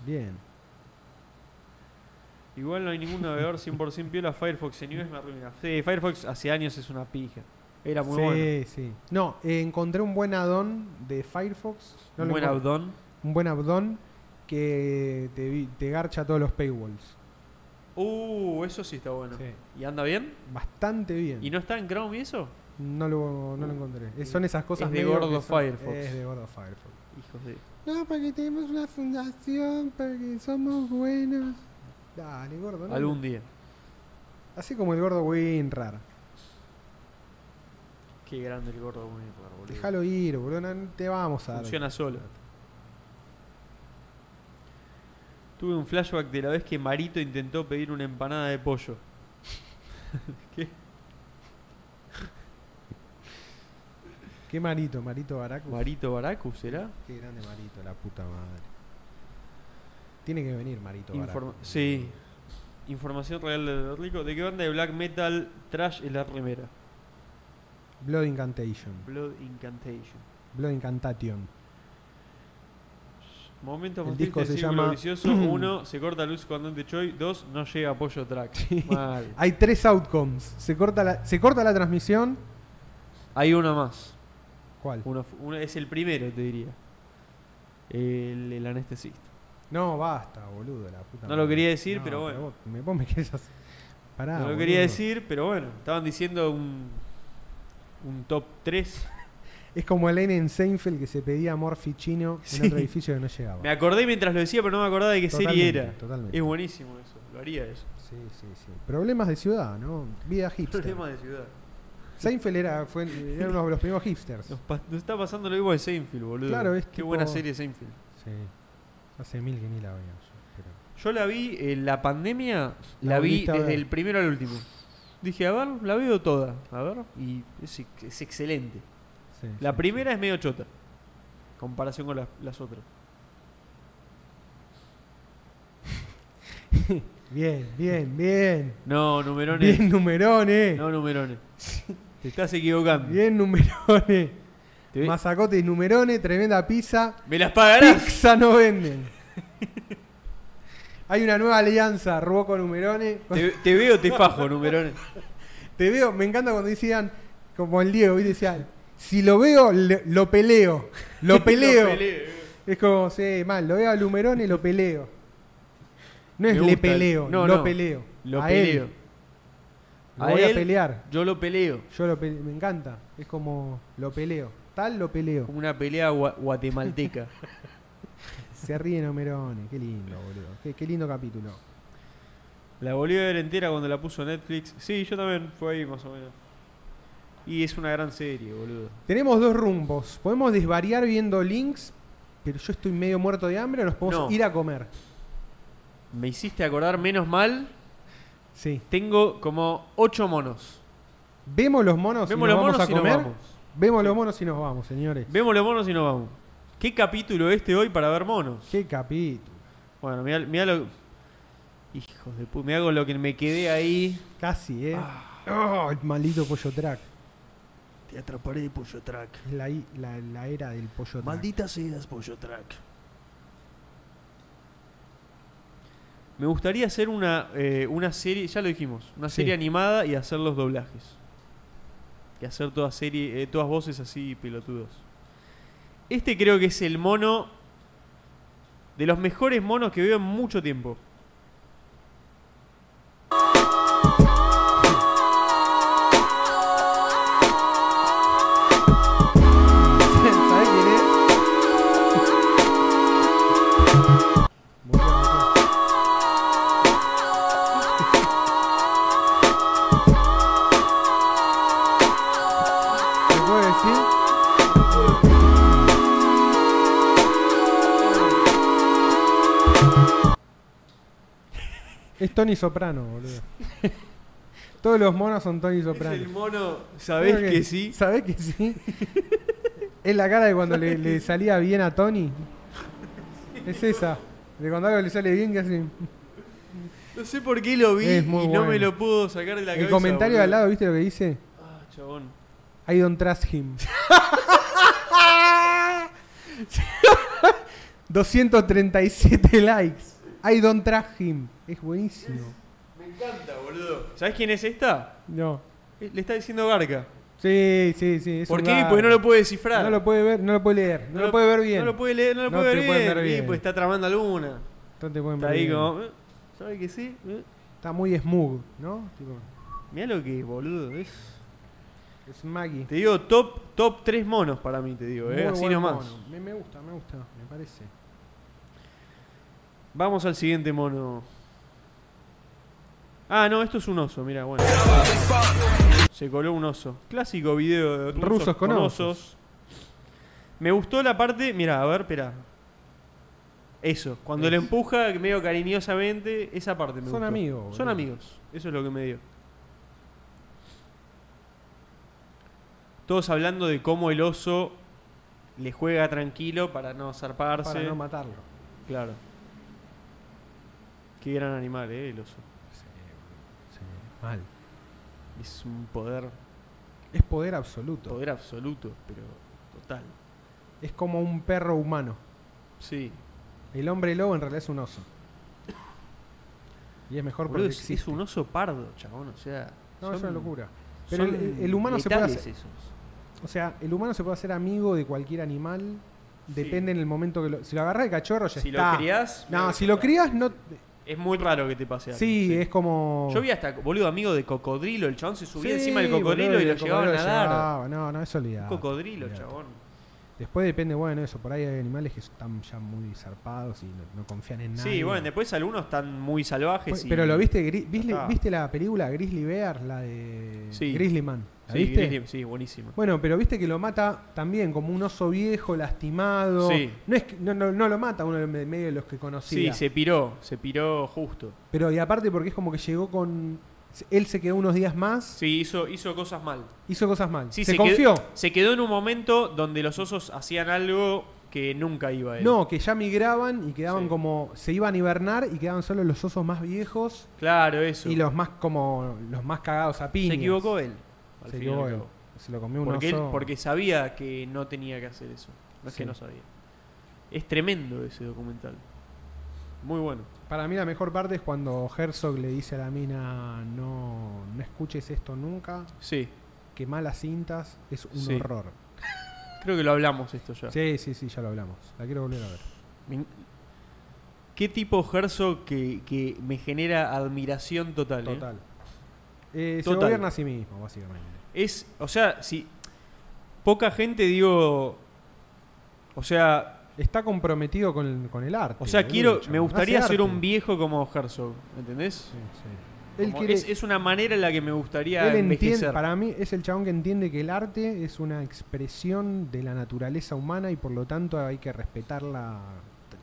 Bien.
Igual no hay ningún navegador 100% piola. Firefox en iOS me arruina. Sí, Firefox hace años es una pija. Era muy
sí,
bueno.
sí. No, eh, encontré un buen add-on de Firefox. No
Un
lo
buen
encon-
audón.
Un buen add-on que te, vi- te garcha todos los paywalls.
Uh, eso sí está bueno.
Sí.
¿Y anda bien?
Bastante bien.
¿Y no está en Chrome y eso?
No lo, no lo encontré. Eh, Son esas cosas
Es de
medio
gordo
que son-
Firefox.
Es de gordo Firefox.
Hijos de.
No, porque tenemos una fundación, porque somos buenos. Dale, gordo. ¿no?
Algún día.
Así como el gordo Winrar.
Qué grande el gordo Bonifaz, boludo.
Déjalo ir, boludo. No te vamos a dar.
Funciona solo. Tuve un flashback de la vez que Marito intentó pedir una empanada de pollo. ¿Qué?
Qué marito, marito Baracus.
¿Marito Baracu será?
Qué grande marito, la puta madre. Tiene que venir marito
Informa-
Baracus.
sí. Información real de Rico. ¿De qué banda de black metal trash es la remera?
Blood Incantation.
Blood Incantation.
Blood Incantation.
Momento
El
hostil
disco
del
se
círculo
llama-
vicioso. Uno, se corta luz cuando ante Choi. Dos, no llega apoyo track. Mal.
Hay tres outcomes. Se corta la, se corta la transmisión.
Hay uno más.
¿Cuál?
Uno, fu- uno- es el primero, te diría. El, el anestesista.
No, basta, boludo. La puta
No lo
madre.
quería decir, pero bueno.
vos me, vos me querés hacer- Pará,
no lo
Ah, boludo.
quería decir, pero bueno. Estaban diciendo un, un top 3.
Es como el N en Seinfeld que se pedía Morphy chino en
Sí.
otro edificio que no llegaba.
Me acordé mientras lo decía, pero no me acordaba de qué serie
Totalmente,
era.
Totalmente.
Es buenísimo eso. Lo haría eso.
Sí, sí, sí. Problemas de ciudad, ¿no? Vida hipster.
Problema de ciudad.
Seinfeld era, fue, era uno de los primeros hipsters.
Nos, pa- nos está pasando lo mismo de Seinfeld, boludo.
Claro, es
Qué
tipo-
buena serie Seinfeld.
Sí. Hace mil que ni la veía yo, pero-
Yo la vi en la pandemia, la,
La
vi
volviste a
desde
ver.
el primero al último. Dije, a ver, la veo toda. A ver, y es, ex- es excelente.
sí,
La
sí,
primera es medio chota, comparación con las, las otras.
sí. Bien, bien, bien.
No, numerones.
Bien, numerones.
No, numerones. Te estás equivocando.
Bien, numerones.
Te-
Mazacote y numerones, tremenda pizza.
Me las pagarás.
Pizza no venden. Hay una nueva alianza, Ruoco Numerone.
te, te veo, te fajo, numerones.
Te veo, me encanta cuando decían, como el Diego, ¿viste? decía, si lo veo, le- lo peleo. Lo peleo.
Lo peleo.
Es como, sí, mal, lo veo a Lumerone, lo peleo. No
Me
es le
gusta.
peleo,
No,
lo
no.
peleo.
Lo
a
peleo.
Él, lo
A
voy
él,
a pelear.
Yo lo peleo.
Yo lo peleo, me encanta. Es como, lo peleo. Tal, lo peleo.
Como una pelea gua- guatemalteca.
Se ríen Numerone, qué lindo, boludo. Qué, qué lindo capítulo.
La volví a ver entera cuando la puso Netflix. Sí, yo también, fue ahí más o menos. Y es una gran serie, boludo.
Tenemos dos rumbos. Podemos desvariar viendo links, pero yo estoy medio muerto de hambre, o nos podemos
No.
ir a comer.
Me hiciste acordar, menos mal,
Sí.
tengo como ocho monos.
Vemos los monos
Vemos
y
los
nos vamos
monos
a
y nos
comer.
vamos.
Vemos los monos y nos vamos, señores.
Vemos los monos y nos vamos. ¿Qué capítulo este hoy para ver monos?
Qué capítulo.
Bueno, mirá, mirá lo... Hijos de puta, me hago lo que me quedé ahí.
Casi, ¿eh?
Ah.
Oh, el maldito pollo track.
Te atraparé, Pollo Track.
Es la, i- la- la era del pollo track.
Maldita seas, Pollo Track.
Me gustaría hacer una, eh, una serie, ya lo dijimos, una
Sí.
serie animada y hacer los doblajes. Y hacer toda serie, eh, todas voces así pelotudos. Este creo que es el mono de los mejores monos que veo en mucho tiempo.
¿Sabés quién es? Boludo, boludo. ¿Te puedo decir? Es Tony Soprano, boludo. Todos los monos son Tony Soprano.
mono, ¿sabés
Creo
que, sí?
¿Sabés que sí? es la cara de cuando le, le salía bien a Tony. Es esa. De cuando algo le sale bien, que hace.
No sé por qué lo vi y
Es muy
no me
bueno.
lo puedo sacar de la cabeza.
El comentario de
boludo.
al lado, ¿viste lo que dice?
Ah, chabón.
I don't trust him. 237 likes. I don't trust him. Es buenísimo.
Me encanta, boludo. ¿Sabés quién es esta?
No.
Eh, Le está diciendo Garca.
Sí, sí, sí. es
¿Por
un
qué?
vago.
Porque no lo puede descifrar.
No lo puede ver, no lo puede leer, no, lo puede ver bien.
No lo puede leer, no lo
No
puede
te
ver
pueden
bien.
ver
Y
bien.
pues está tramando alguna.
No te pueden
Está
ver
ahí
bien.
como. eh, ¿Sabe que sí? Eh,
Está muy smooth, ¿no? Tipo,
Mirá lo que es, boludo. es-
es Maggie.
Te digo, top, top 3 monos para mí, te digo, eh,
Muy
así
buen
nomás. Ah,
mono. Me, me gusta, me gusta, me parece.
Vamos al siguiente mono. Ah, no, esto es un oso, mira, bueno. Se coló un oso. Clásico video de rusos,
Rusos con osos.
Me gustó la parte. Mira, a ver, espera. Eso, cuando le empuja medio cariñosamente, esa parte me
Son
gustó.
amigos, boludo.
Son amigos. Eso es lo que me dio. Todos hablando de cómo el oso le juega tranquilo para no zarparse.
Para no matarlo.
Claro. Qué gran animal, eh, el oso.
mal.
Es un poder,
Es poder absoluto.
poder absoluto, pero total.
Es como un perro humano.
Sí.
El hombre lobo en realidad es un oso. Y es mejor
Boludo,
porque
es, es
existe.
un oso pardo, chabón. O sea.
No, es
son-
una locura. Pero
son
el- el humano se puede
letales
hacer-
esos.
O sea, el humano se puede hacer amigo de cualquier animal. Depende en el momento que lo. Si lo agarras de cachorro, ya
Si
está.
lo crías.
no, si lo crías, no.
Es muy raro que te pase
Sí,
algo.
es como.
Yo vi hasta, boludo, amigo de cocodrilo. El chabón se subía
Sí,
encima del cocodrilo
boludo,
y lo
el
llevaba a
cocodrilo lo
nadar.
llevaba. No, no, eso
Un
olvidaba.
cocodrilo, chabón.
Después depende, bueno, eso. Por ahí hay animales que están ya muy zarpados y no, no confían en nada.
Sí, bueno, después algunos están muy salvajes. y-
Pero lo viste, Gri- viste,
está.
viste la película Grizzly Bear, la de
Ah. Sí.
Grizzly Man. ¿La
Sí,
viste?
Grizzly- sí, buenísimo.
Bueno, pero viste que lo mata también como un oso viejo, lastimado.
Sí.
No, es que- no, no- no lo mata uno de medio de los que
Sí,
conocía.
se piró, se piró justo.
Pero y aparte porque es como que llegó con... Él se quedó unos días más,
Sí, hizo, hizo cosas mal.
hizo cosas mal.
Sí,
se,
qued-
confió.
se quedó en un momento donde los osos hacían algo que nunca iba a él.
No, que ya migraban y quedaban
Sí.
como... Se iban a hibernar y quedaban solo los osos más viejos
Claro, eso.
y los más como... Los más cagados a piñas.
se equivocó él. al
Se
fin y al
equivocó él.
cabo.
Se lo comió un
Porque, él-
oso.
porque sabía que no tenía que hacer eso. No es
Sí.
que no sabía. Es tremendo ese documental. Muy bueno.
Para mí la mejor parte es cuando Herzog le dice a la mina no, no escuches esto nunca,
Sí,
que malas cintas es un
Sí.
horror.
creo que lo hablamos esto ya.
Sí, sí, sí, ya lo hablamos. La quiero volver a ver.
Me- Qué tipo Herzog que, que me genera admiración total. ¿eh?
Total. Eh, Se
Total.
gobierna a sí mismo, básicamente.
Es, o sea, si poca gente digo, o sea,
Está comprometido con, con el arte.
o sea,
boludo,
quiero,
chabón.
me gustaría
Hace
ser
arte.
un viejo como Herzog, ¿entendés?
Sí, sí. Él,
Como
quiere-
es, es una manera en la que me gustaría
él entiende,
envejecer.
para mí es el chabón que entiende que el arte es una expresión de la naturaleza humana y por lo tanto hay que respetarla t-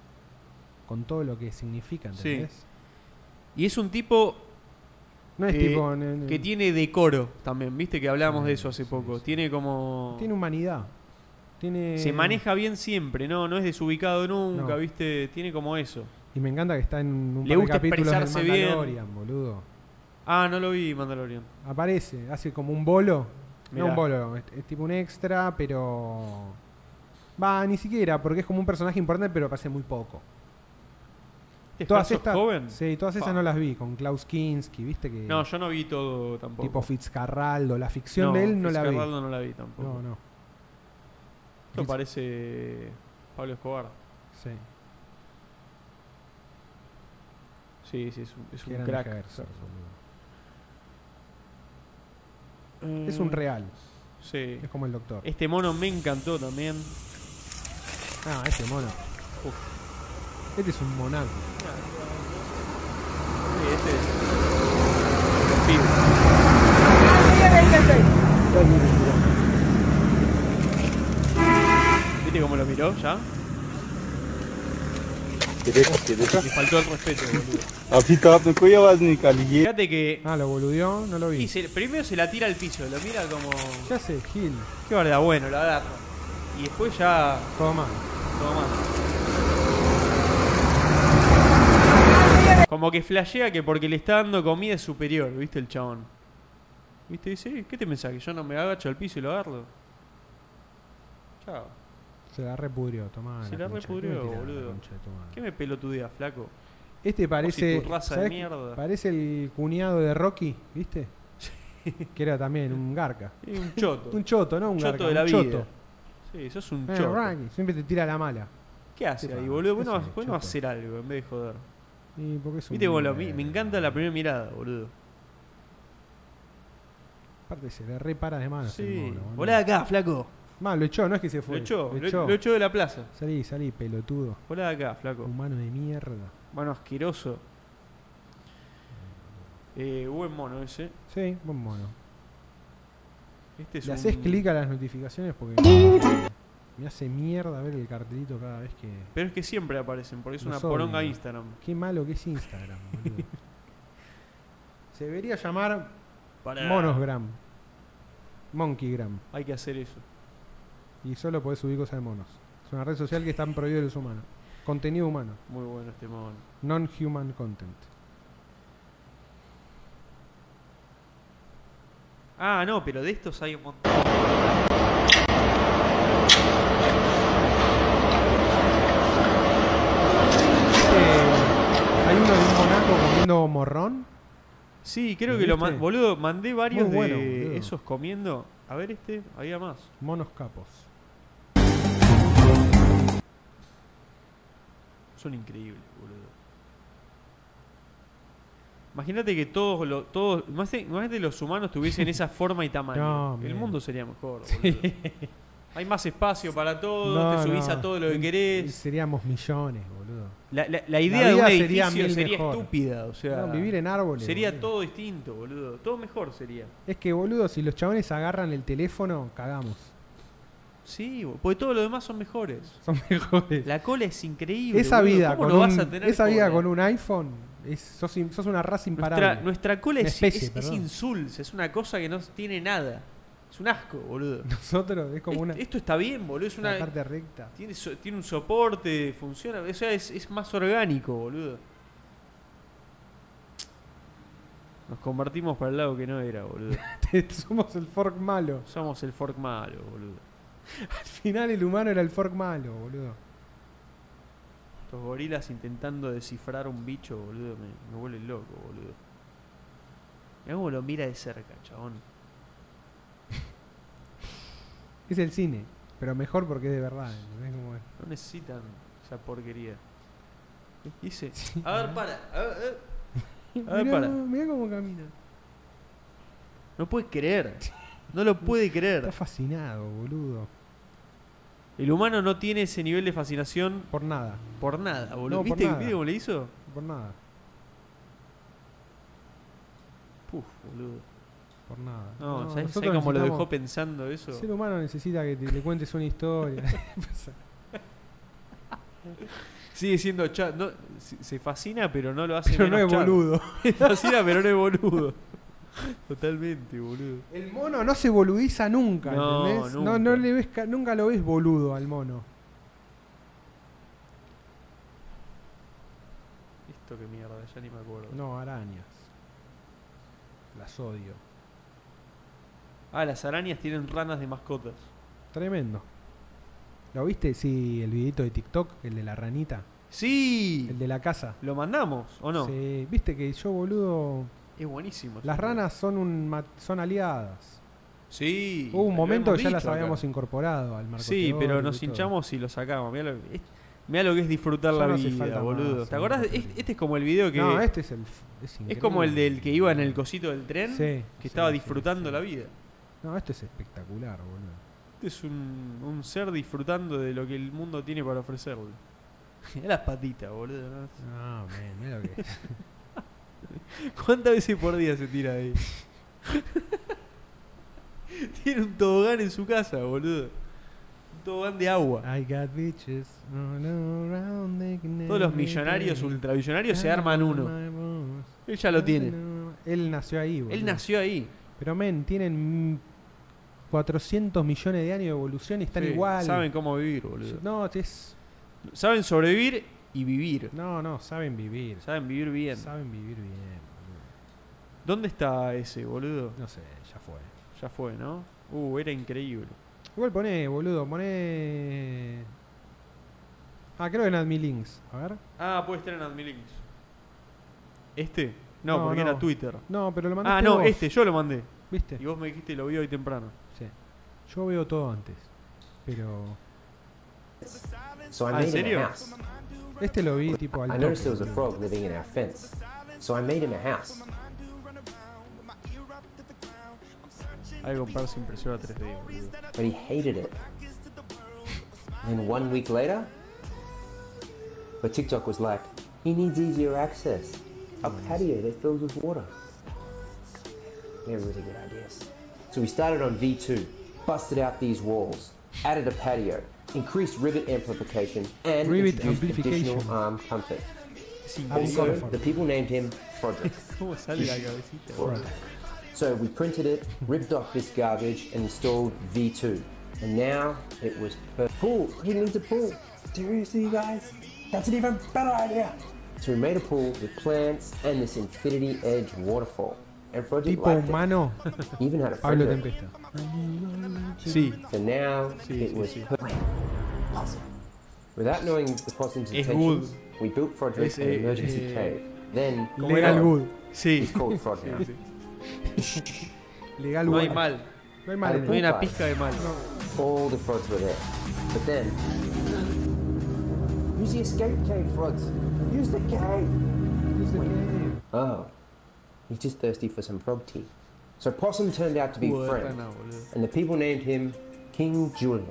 con todo lo que significa,
Sí.
¿entendés?
Y es un tipo
No es
Eh,
tipo. no, no.
que tiene decoro también, viste que hablábamos de eso hace
Sí,
poco.
sí.
Tiene como
Tiene humanidad. Tiene...
se maneja bien siempre, no, no es desubicado nunca,
No.
viste, tiene como eso.
Y me encanta que está en un par
Le
de
gusta
capítulos del
expresarse bien.
Mandalorian, boludo.
Ah, no lo vi Mandalorian.
Aparece, hace como un bolo.
Mirá.
No un bolo, es, es tipo un extra, pero. Va, ni siquiera, porque es como un personaje importante, pero aparece muy poco.
¿Este es
Todas
Herzog
estas.
joven?
Sí, todas esas
Pa.
no las vi, con Klaus Kinski, viste que.
No, yo no vi todo tampoco.
tipo Fitzcarraldo, la ficción de él no la vi.
Fitzcarraldo no la vi tampoco.
No, no.
Esto
Fitz-
parece Pablo Escobar.
Sí,
Sí, sí, es un, es
qué
un
grande
crack.
Herzog, boludo.
Eh,
Es un real,
Sí.
es como el doctor.
Este mono me encantó también.
Ah, este mono. Este es un monaco.
Sí, este es- Sí. ¿Viste cómo lo miró ya? Le faltó el respeto, boludo. Fíjate que.
Ah, lo boludeó, no lo
y
vi.
se- primero se la tira al piso, lo mira como.
¿Qué hace Gil?
Qué barda, bueno, la agarra. Y después ya.
Todo mal.
Todo mal. Como que flashea que porque le está dando comida es superior, ¿viste el chabón? ¿Viste? Dice, "Eh, ¿qué te pensás? ¿Que yo no me agacho al piso y lo agarro? Chao.
Se la repudrió, tomá.
Se la
concha, ¿qué
repudrió,
me tirás la
boludo.
concha de tu madre?
¿Qué me pelotudeas, flaco?
Este parece.
Vos y tu raza de
¿sabés qué?
mierda.
Parece el cuñado de Rocky, ¿viste? que era también un garca.
Es un choto.
Un choto, ¿no? Un
Un choto
garca,
de la
un
vida.
choto.
Sí, sos un
Eh,
choto.
Rocky, Eh, siempre te tira la mala.
¿Qué hace
Sí,
ahí,
pa,
boludo? ¿Por
es
qué no,
un
por qué no va a
choto.
hacer algo en vez de joder?
Y porque es un-
¿Viste cómo lo mi- Me encanta la primera mirada, boludo.
Aparte se le repara de manos. el
Sí.
mono, boludo.
Volá de acá, flaco.
Más, lo echó, no es que se fue.
Lo echó, lo lo echó de la plaza.
Salí, salí, pelotudo.
Volá de acá, flaco.
Humano de mierda.
Mano asqueroso. Eh, buen mono ese.
Sí, buen mono.
Este es
Le haces
un-
clic a las notificaciones porque me hace mierda ver el cartelito cada vez que.
Pero es que siempre aparecen, porque es
Los
una poronga
odio.
Instagram.
Qué malo que es Instagram, boludo. Se debería llamar
Para...
Monosgram. Monkeygram.
Hay que hacer eso.
Y solo podés subir cosas de monos. Es una red social que está en prohibido los humanos. Contenido humano.
Muy bueno este mono.
Non-human content.
Ah, no, pero de estos hay un montón.
Eh, hay uno de un monaco comiendo morrón.
Sí, creo
¿Lo
que lo
viste?
man- boludo, mandé varios
este? Muy bueno,
de
boludo.
esos comiendo. A ver este, había más.
Monos capos.
Son increíbles, boludo. Imagínate que todos los todos, más de- imagínate los humanos tuviesen esa forma y tamaño.
No,
el
man.
mundo sería mejor, boludo. Hay más espacio para todo,
No,
te subís
no.
a todo lo que querés.
Seríamos millones, boludo.
La, la- la idea de un
vida sería
edificio sería,
mil mejor.
estúpida, o sea,
No, vivir en árboles.
sería
boludo.
todo distinto, boludo. Todo mejor sería.
Es que, boludo, si los chabones agarran el teléfono, cagamos.
Sí, bo- porque todos los demás son mejores.
Son mejores.
La cola es increíble.
esa
boludo.
vida,
¿Cómo
con
no
un,
vas a tener
esa vida
cola?
con un iPhone, es, sos, im- sos una raza imparable.
Nuestra, nuestra cola
Una
es,
especie,
es- es
perdón.
insulsa, es una cosa que no tiene nada. Es un asco, boludo.
Nosotros es como
Es-
una,
Esto está bien, boludo. Es
una
una,
parte recta.
tiene, so- tiene un soporte, funciona. O sea, es, es más orgánico, boludo. Nos convertimos para el lado que no era, boludo.
Somos el fork malo.
Usamos el fork malo, boludo.
Al final el humano era el fork malo, boludo.
Estos gorilas intentando descifrar un bicho, boludo. Me, me vuelve loco, boludo. Mirá cómo lo mira de cerca, chabón.
Es el cine, pero mejor porque es de verdad. ¿entendés cómo es?
No necesitan esa porquería. Dice.
Sí.
A ver, para. A ver, a ver. A ver,
mirá,
para.
mirá cómo camina.
No puede creer. No lo puede
Está
creer.
fascinado, boludo.
El humano no tiene ese nivel de fascinación
Por nada,
por nada, boludo.
No, por
¿Viste,
nada.
viste cómo le hizo?
por nada,
Puf, boludo.
por nada.
No,
No,
¿sabes,
nosotros
sabés cómo lo
necesitamos-
dejó pensando eso?
El ser humano necesita que te- le cuentes una historia.
Sigue siendo chat. No, se se fascina, pero no lo hace
pero no es
menos Chad.
boludo.
Se fascina, pero no es boludo. Totalmente, boludo.
El mono no se boludiza nunca,
No,
¿entendés? No,
nunca.
no le ves, ca- nunca lo ves boludo al mono.
Esto que mierda, ya ni me acuerdo.
No, arañas. Las odio.
Ah, las arañas tienen ranas de mascotas.
Tremendo. ¿Lo viste? Sí, el videito de TikTok, el de la ranita,
¡Sí!
el de la casa.
¿Lo mandamos o no?
Sí, viste que yo, boludo.
Es buenísimo.
Las
Sí.
ranas son un ma- son aliadas.
Sí.
Hubo un
lo
momento
hemos
que ya las
dicho acá.
habíamos incorporado al marco.
Sí, pero
teórico y
nos
todo.
hinchamos y lo sacamos. Mirá lo, es- mirá lo que es disfrutar
Ya
la
no hace
vida,
falta
boludo.
más,
¿Te acordás?
boludo.
Es- este es como el video que.
No, este es el. f- Es,
es
increíble.
como el del que iba en el cosito del tren,
Sí,
que
sí,
estaba
sí,
disfrutando
sí.
la vida.
No, esto es espectacular, boludo.
Este es un, un ser disfrutando de lo que el mundo tiene para ofrecerle. Mirá las patitas, boludo. ¿no?
No, man, mirá lo que es.
¿Cuántas veces por día se tira ahí? Tiene un tobogán en su casa, boludo. Un tobogán de agua.
I got bitches all around the Canary
Todos los millonarios,
Bay.
ultramillonarios se arman uno. Él ya lo tiene.
Él nació ahí, boludo.
Él nació ahí.
Pero, men, tienen mm, 400 millones de años de evolución y están
Sí,
igual.
Saben cómo vivir, boludo.
No, es.
Saben sobrevivir y vivir.
No, no, saben vivir.
Saben vivir bien.
Saben vivir bien, boludo.
¿Dónde está ese, boludo?
No sé, ya fue.
Ya fue, ¿no? Uh, era increíble.
Igual poné, boludo, poné. Ah, creo que en AdmiLinks. A ver.
Ah, puede estar en AdmiLinks. ¿Este? No,
No,
porque
no.
era Twitter.
No, pero lo
Ah,
mandaste
no,
vos,
este, yo lo mandé.
¿Viste?
Y vos me dijiste, lo vi hoy temprano.
Sí. Yo veo todo antes. Pero.
So
Ah, ¿en
I made him
serio?
a house.
Este lo vi tipo al
I noticed there
toque.
was a frog living in our fence. So I made him a house.
Hay que comprarse impresora 3D, boludo.
But he hated it. And then one week later, but TikTok was like, he needs easier access. A patio that fills with water. They're really good ideas. So So we started on V2, busted out these walls, added a patio, increased rivet amplification, and
Rivet
introduced
amplification.
additional arm comfort.
Es
ah,
Also,
Amplifier.
increíble.
the people named him Frodrick.
¿Cómo sale la cabecita?
Right.
So we printed it, ripped off this garbage, and installed V2. And now it was per pool. He needs a pool. Seriously, you guys? That's an even better idea. So we made a pool with plants and this Infinity Edge waterfall. And Project
Tipo
liked it.
humano,
He even had a friend.
Pablo
of it.
Tempesta.
Sí,
So now
Sí,
it
sí,
was
sí.
perfect. Possum. Without knowing the possum's
Es
intentions, we built Frederick
Es,
an
eh,
emergency
eh,
cave. Then
Legal good.
sí.
He's called Frederick.
Sí, sí.
Legal
No hay
bueno.
mal,
No hay mal.
no hay una pizca de mal.
All the frogs were there. But then. Use the escape cave, frogs. Use the cave. Oh. He's just thirsty for some frog tea. So Possum turned out to be
Jugo de
Frank,
rana, boludo.
and the people named him King Julian.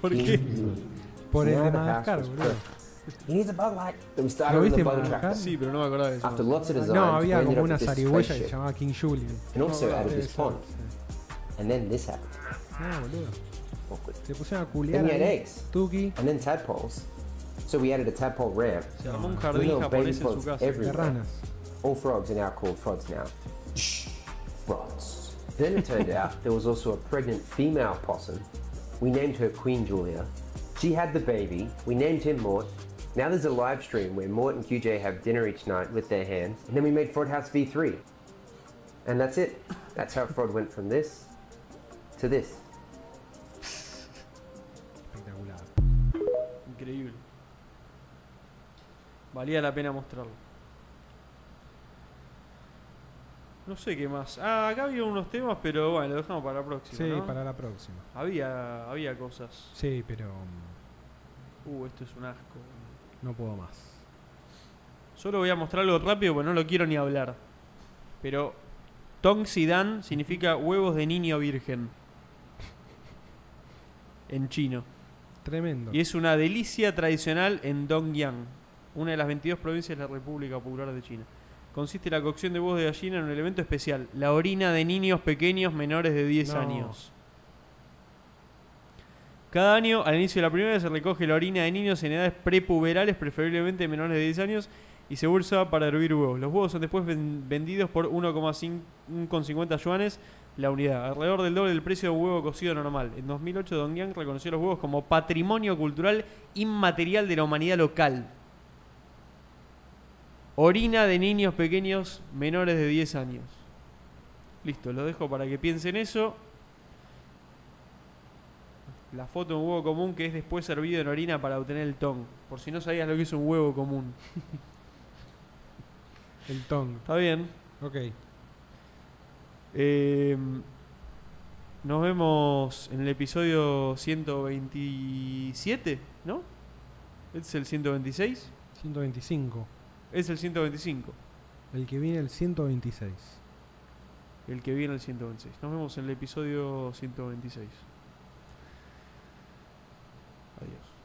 ¿Por
King
qué?
Julian.
Por el
Now
de
the house
Madagascar,
was
boludo.
perfect. He needs a bug light. Then we started
¿Lo
with
viste
the
en
bug
Madagascar?
tracker.
Sí, pero no me acordaba de
After
eso.
lots of designs,
No, había
we ended
como
up
una
with this
zarigüeya que se
spaceship,
llamaba King Julian.
and also out of
debe
this
ser,
pond.
sí.
And then this happened.
No, boludo.
Awkward.
Se pusieron a culiar.
Tenía
ahí.
legs.
Tuki.
And then tadpoles. So we added a tadpole ramp.
Se armó un
with
jardín
little baby
japonés en su
frogs
casa.
De
everywhere.
ranas.
All frogs are now called frogs now. Frogs. Then it turned out there was also a pregnant female possum. We named her Queen Julia. She had the baby. We named him Mort. Now there's a live stream where Mort and QJ have dinner each night with their hands. And then we made Frog House V3. And that's it. That's how Frog went from this to this.
Espectacular.
Increíble. Valía la pena mostrarlo. No sé qué más. Ah, acá había unos temas, pero bueno, lo dejamos para la próxima.
Sí,
¿no?
para la próxima.
Había, había cosas.
Sí, pero mm,
Uh, esto es un asco.
no puedo más.
Solo voy a mostrarlo rápido porque no lo quiero ni hablar. Pero Tongxidan significa huevos de niño virgen. En chino.
Tremendo.
Y es una delicia tradicional en Dongyang, una de las 22 provincias de la República Popular de China. Consiste la cocción de huevos de gallina en un elemento especial, la orina de niños pequeños menores de 10
No.
años. Cada año, al inicio de la primavera, se recoge la orina de niños en edades prepuberales, preferiblemente menores de 10 años, y se usa para hervir huevos. Los huevos son después ven- vendidos por 1,50 yuanes la unidad, alrededor del doble del precio de un huevo cocido normal. En 2008, Dongyang reconoció los huevos como patrimonio cultural inmaterial de la humanidad local. Orina de niños pequeños menores de 10 años. Listo, lo dejo para que piensen eso. La foto de un huevo común que es después servido en orina para obtener el tong. Por si no sabías lo que es un huevo común.
El tong.
Está bien.
Ok.
Eh, nos vemos en el episodio 127, ¿no? ¿Es el 126?
125.
Es el 125.
El que viene el 126.
El que viene el 126. Nos vemos en el episodio 126. Adiós.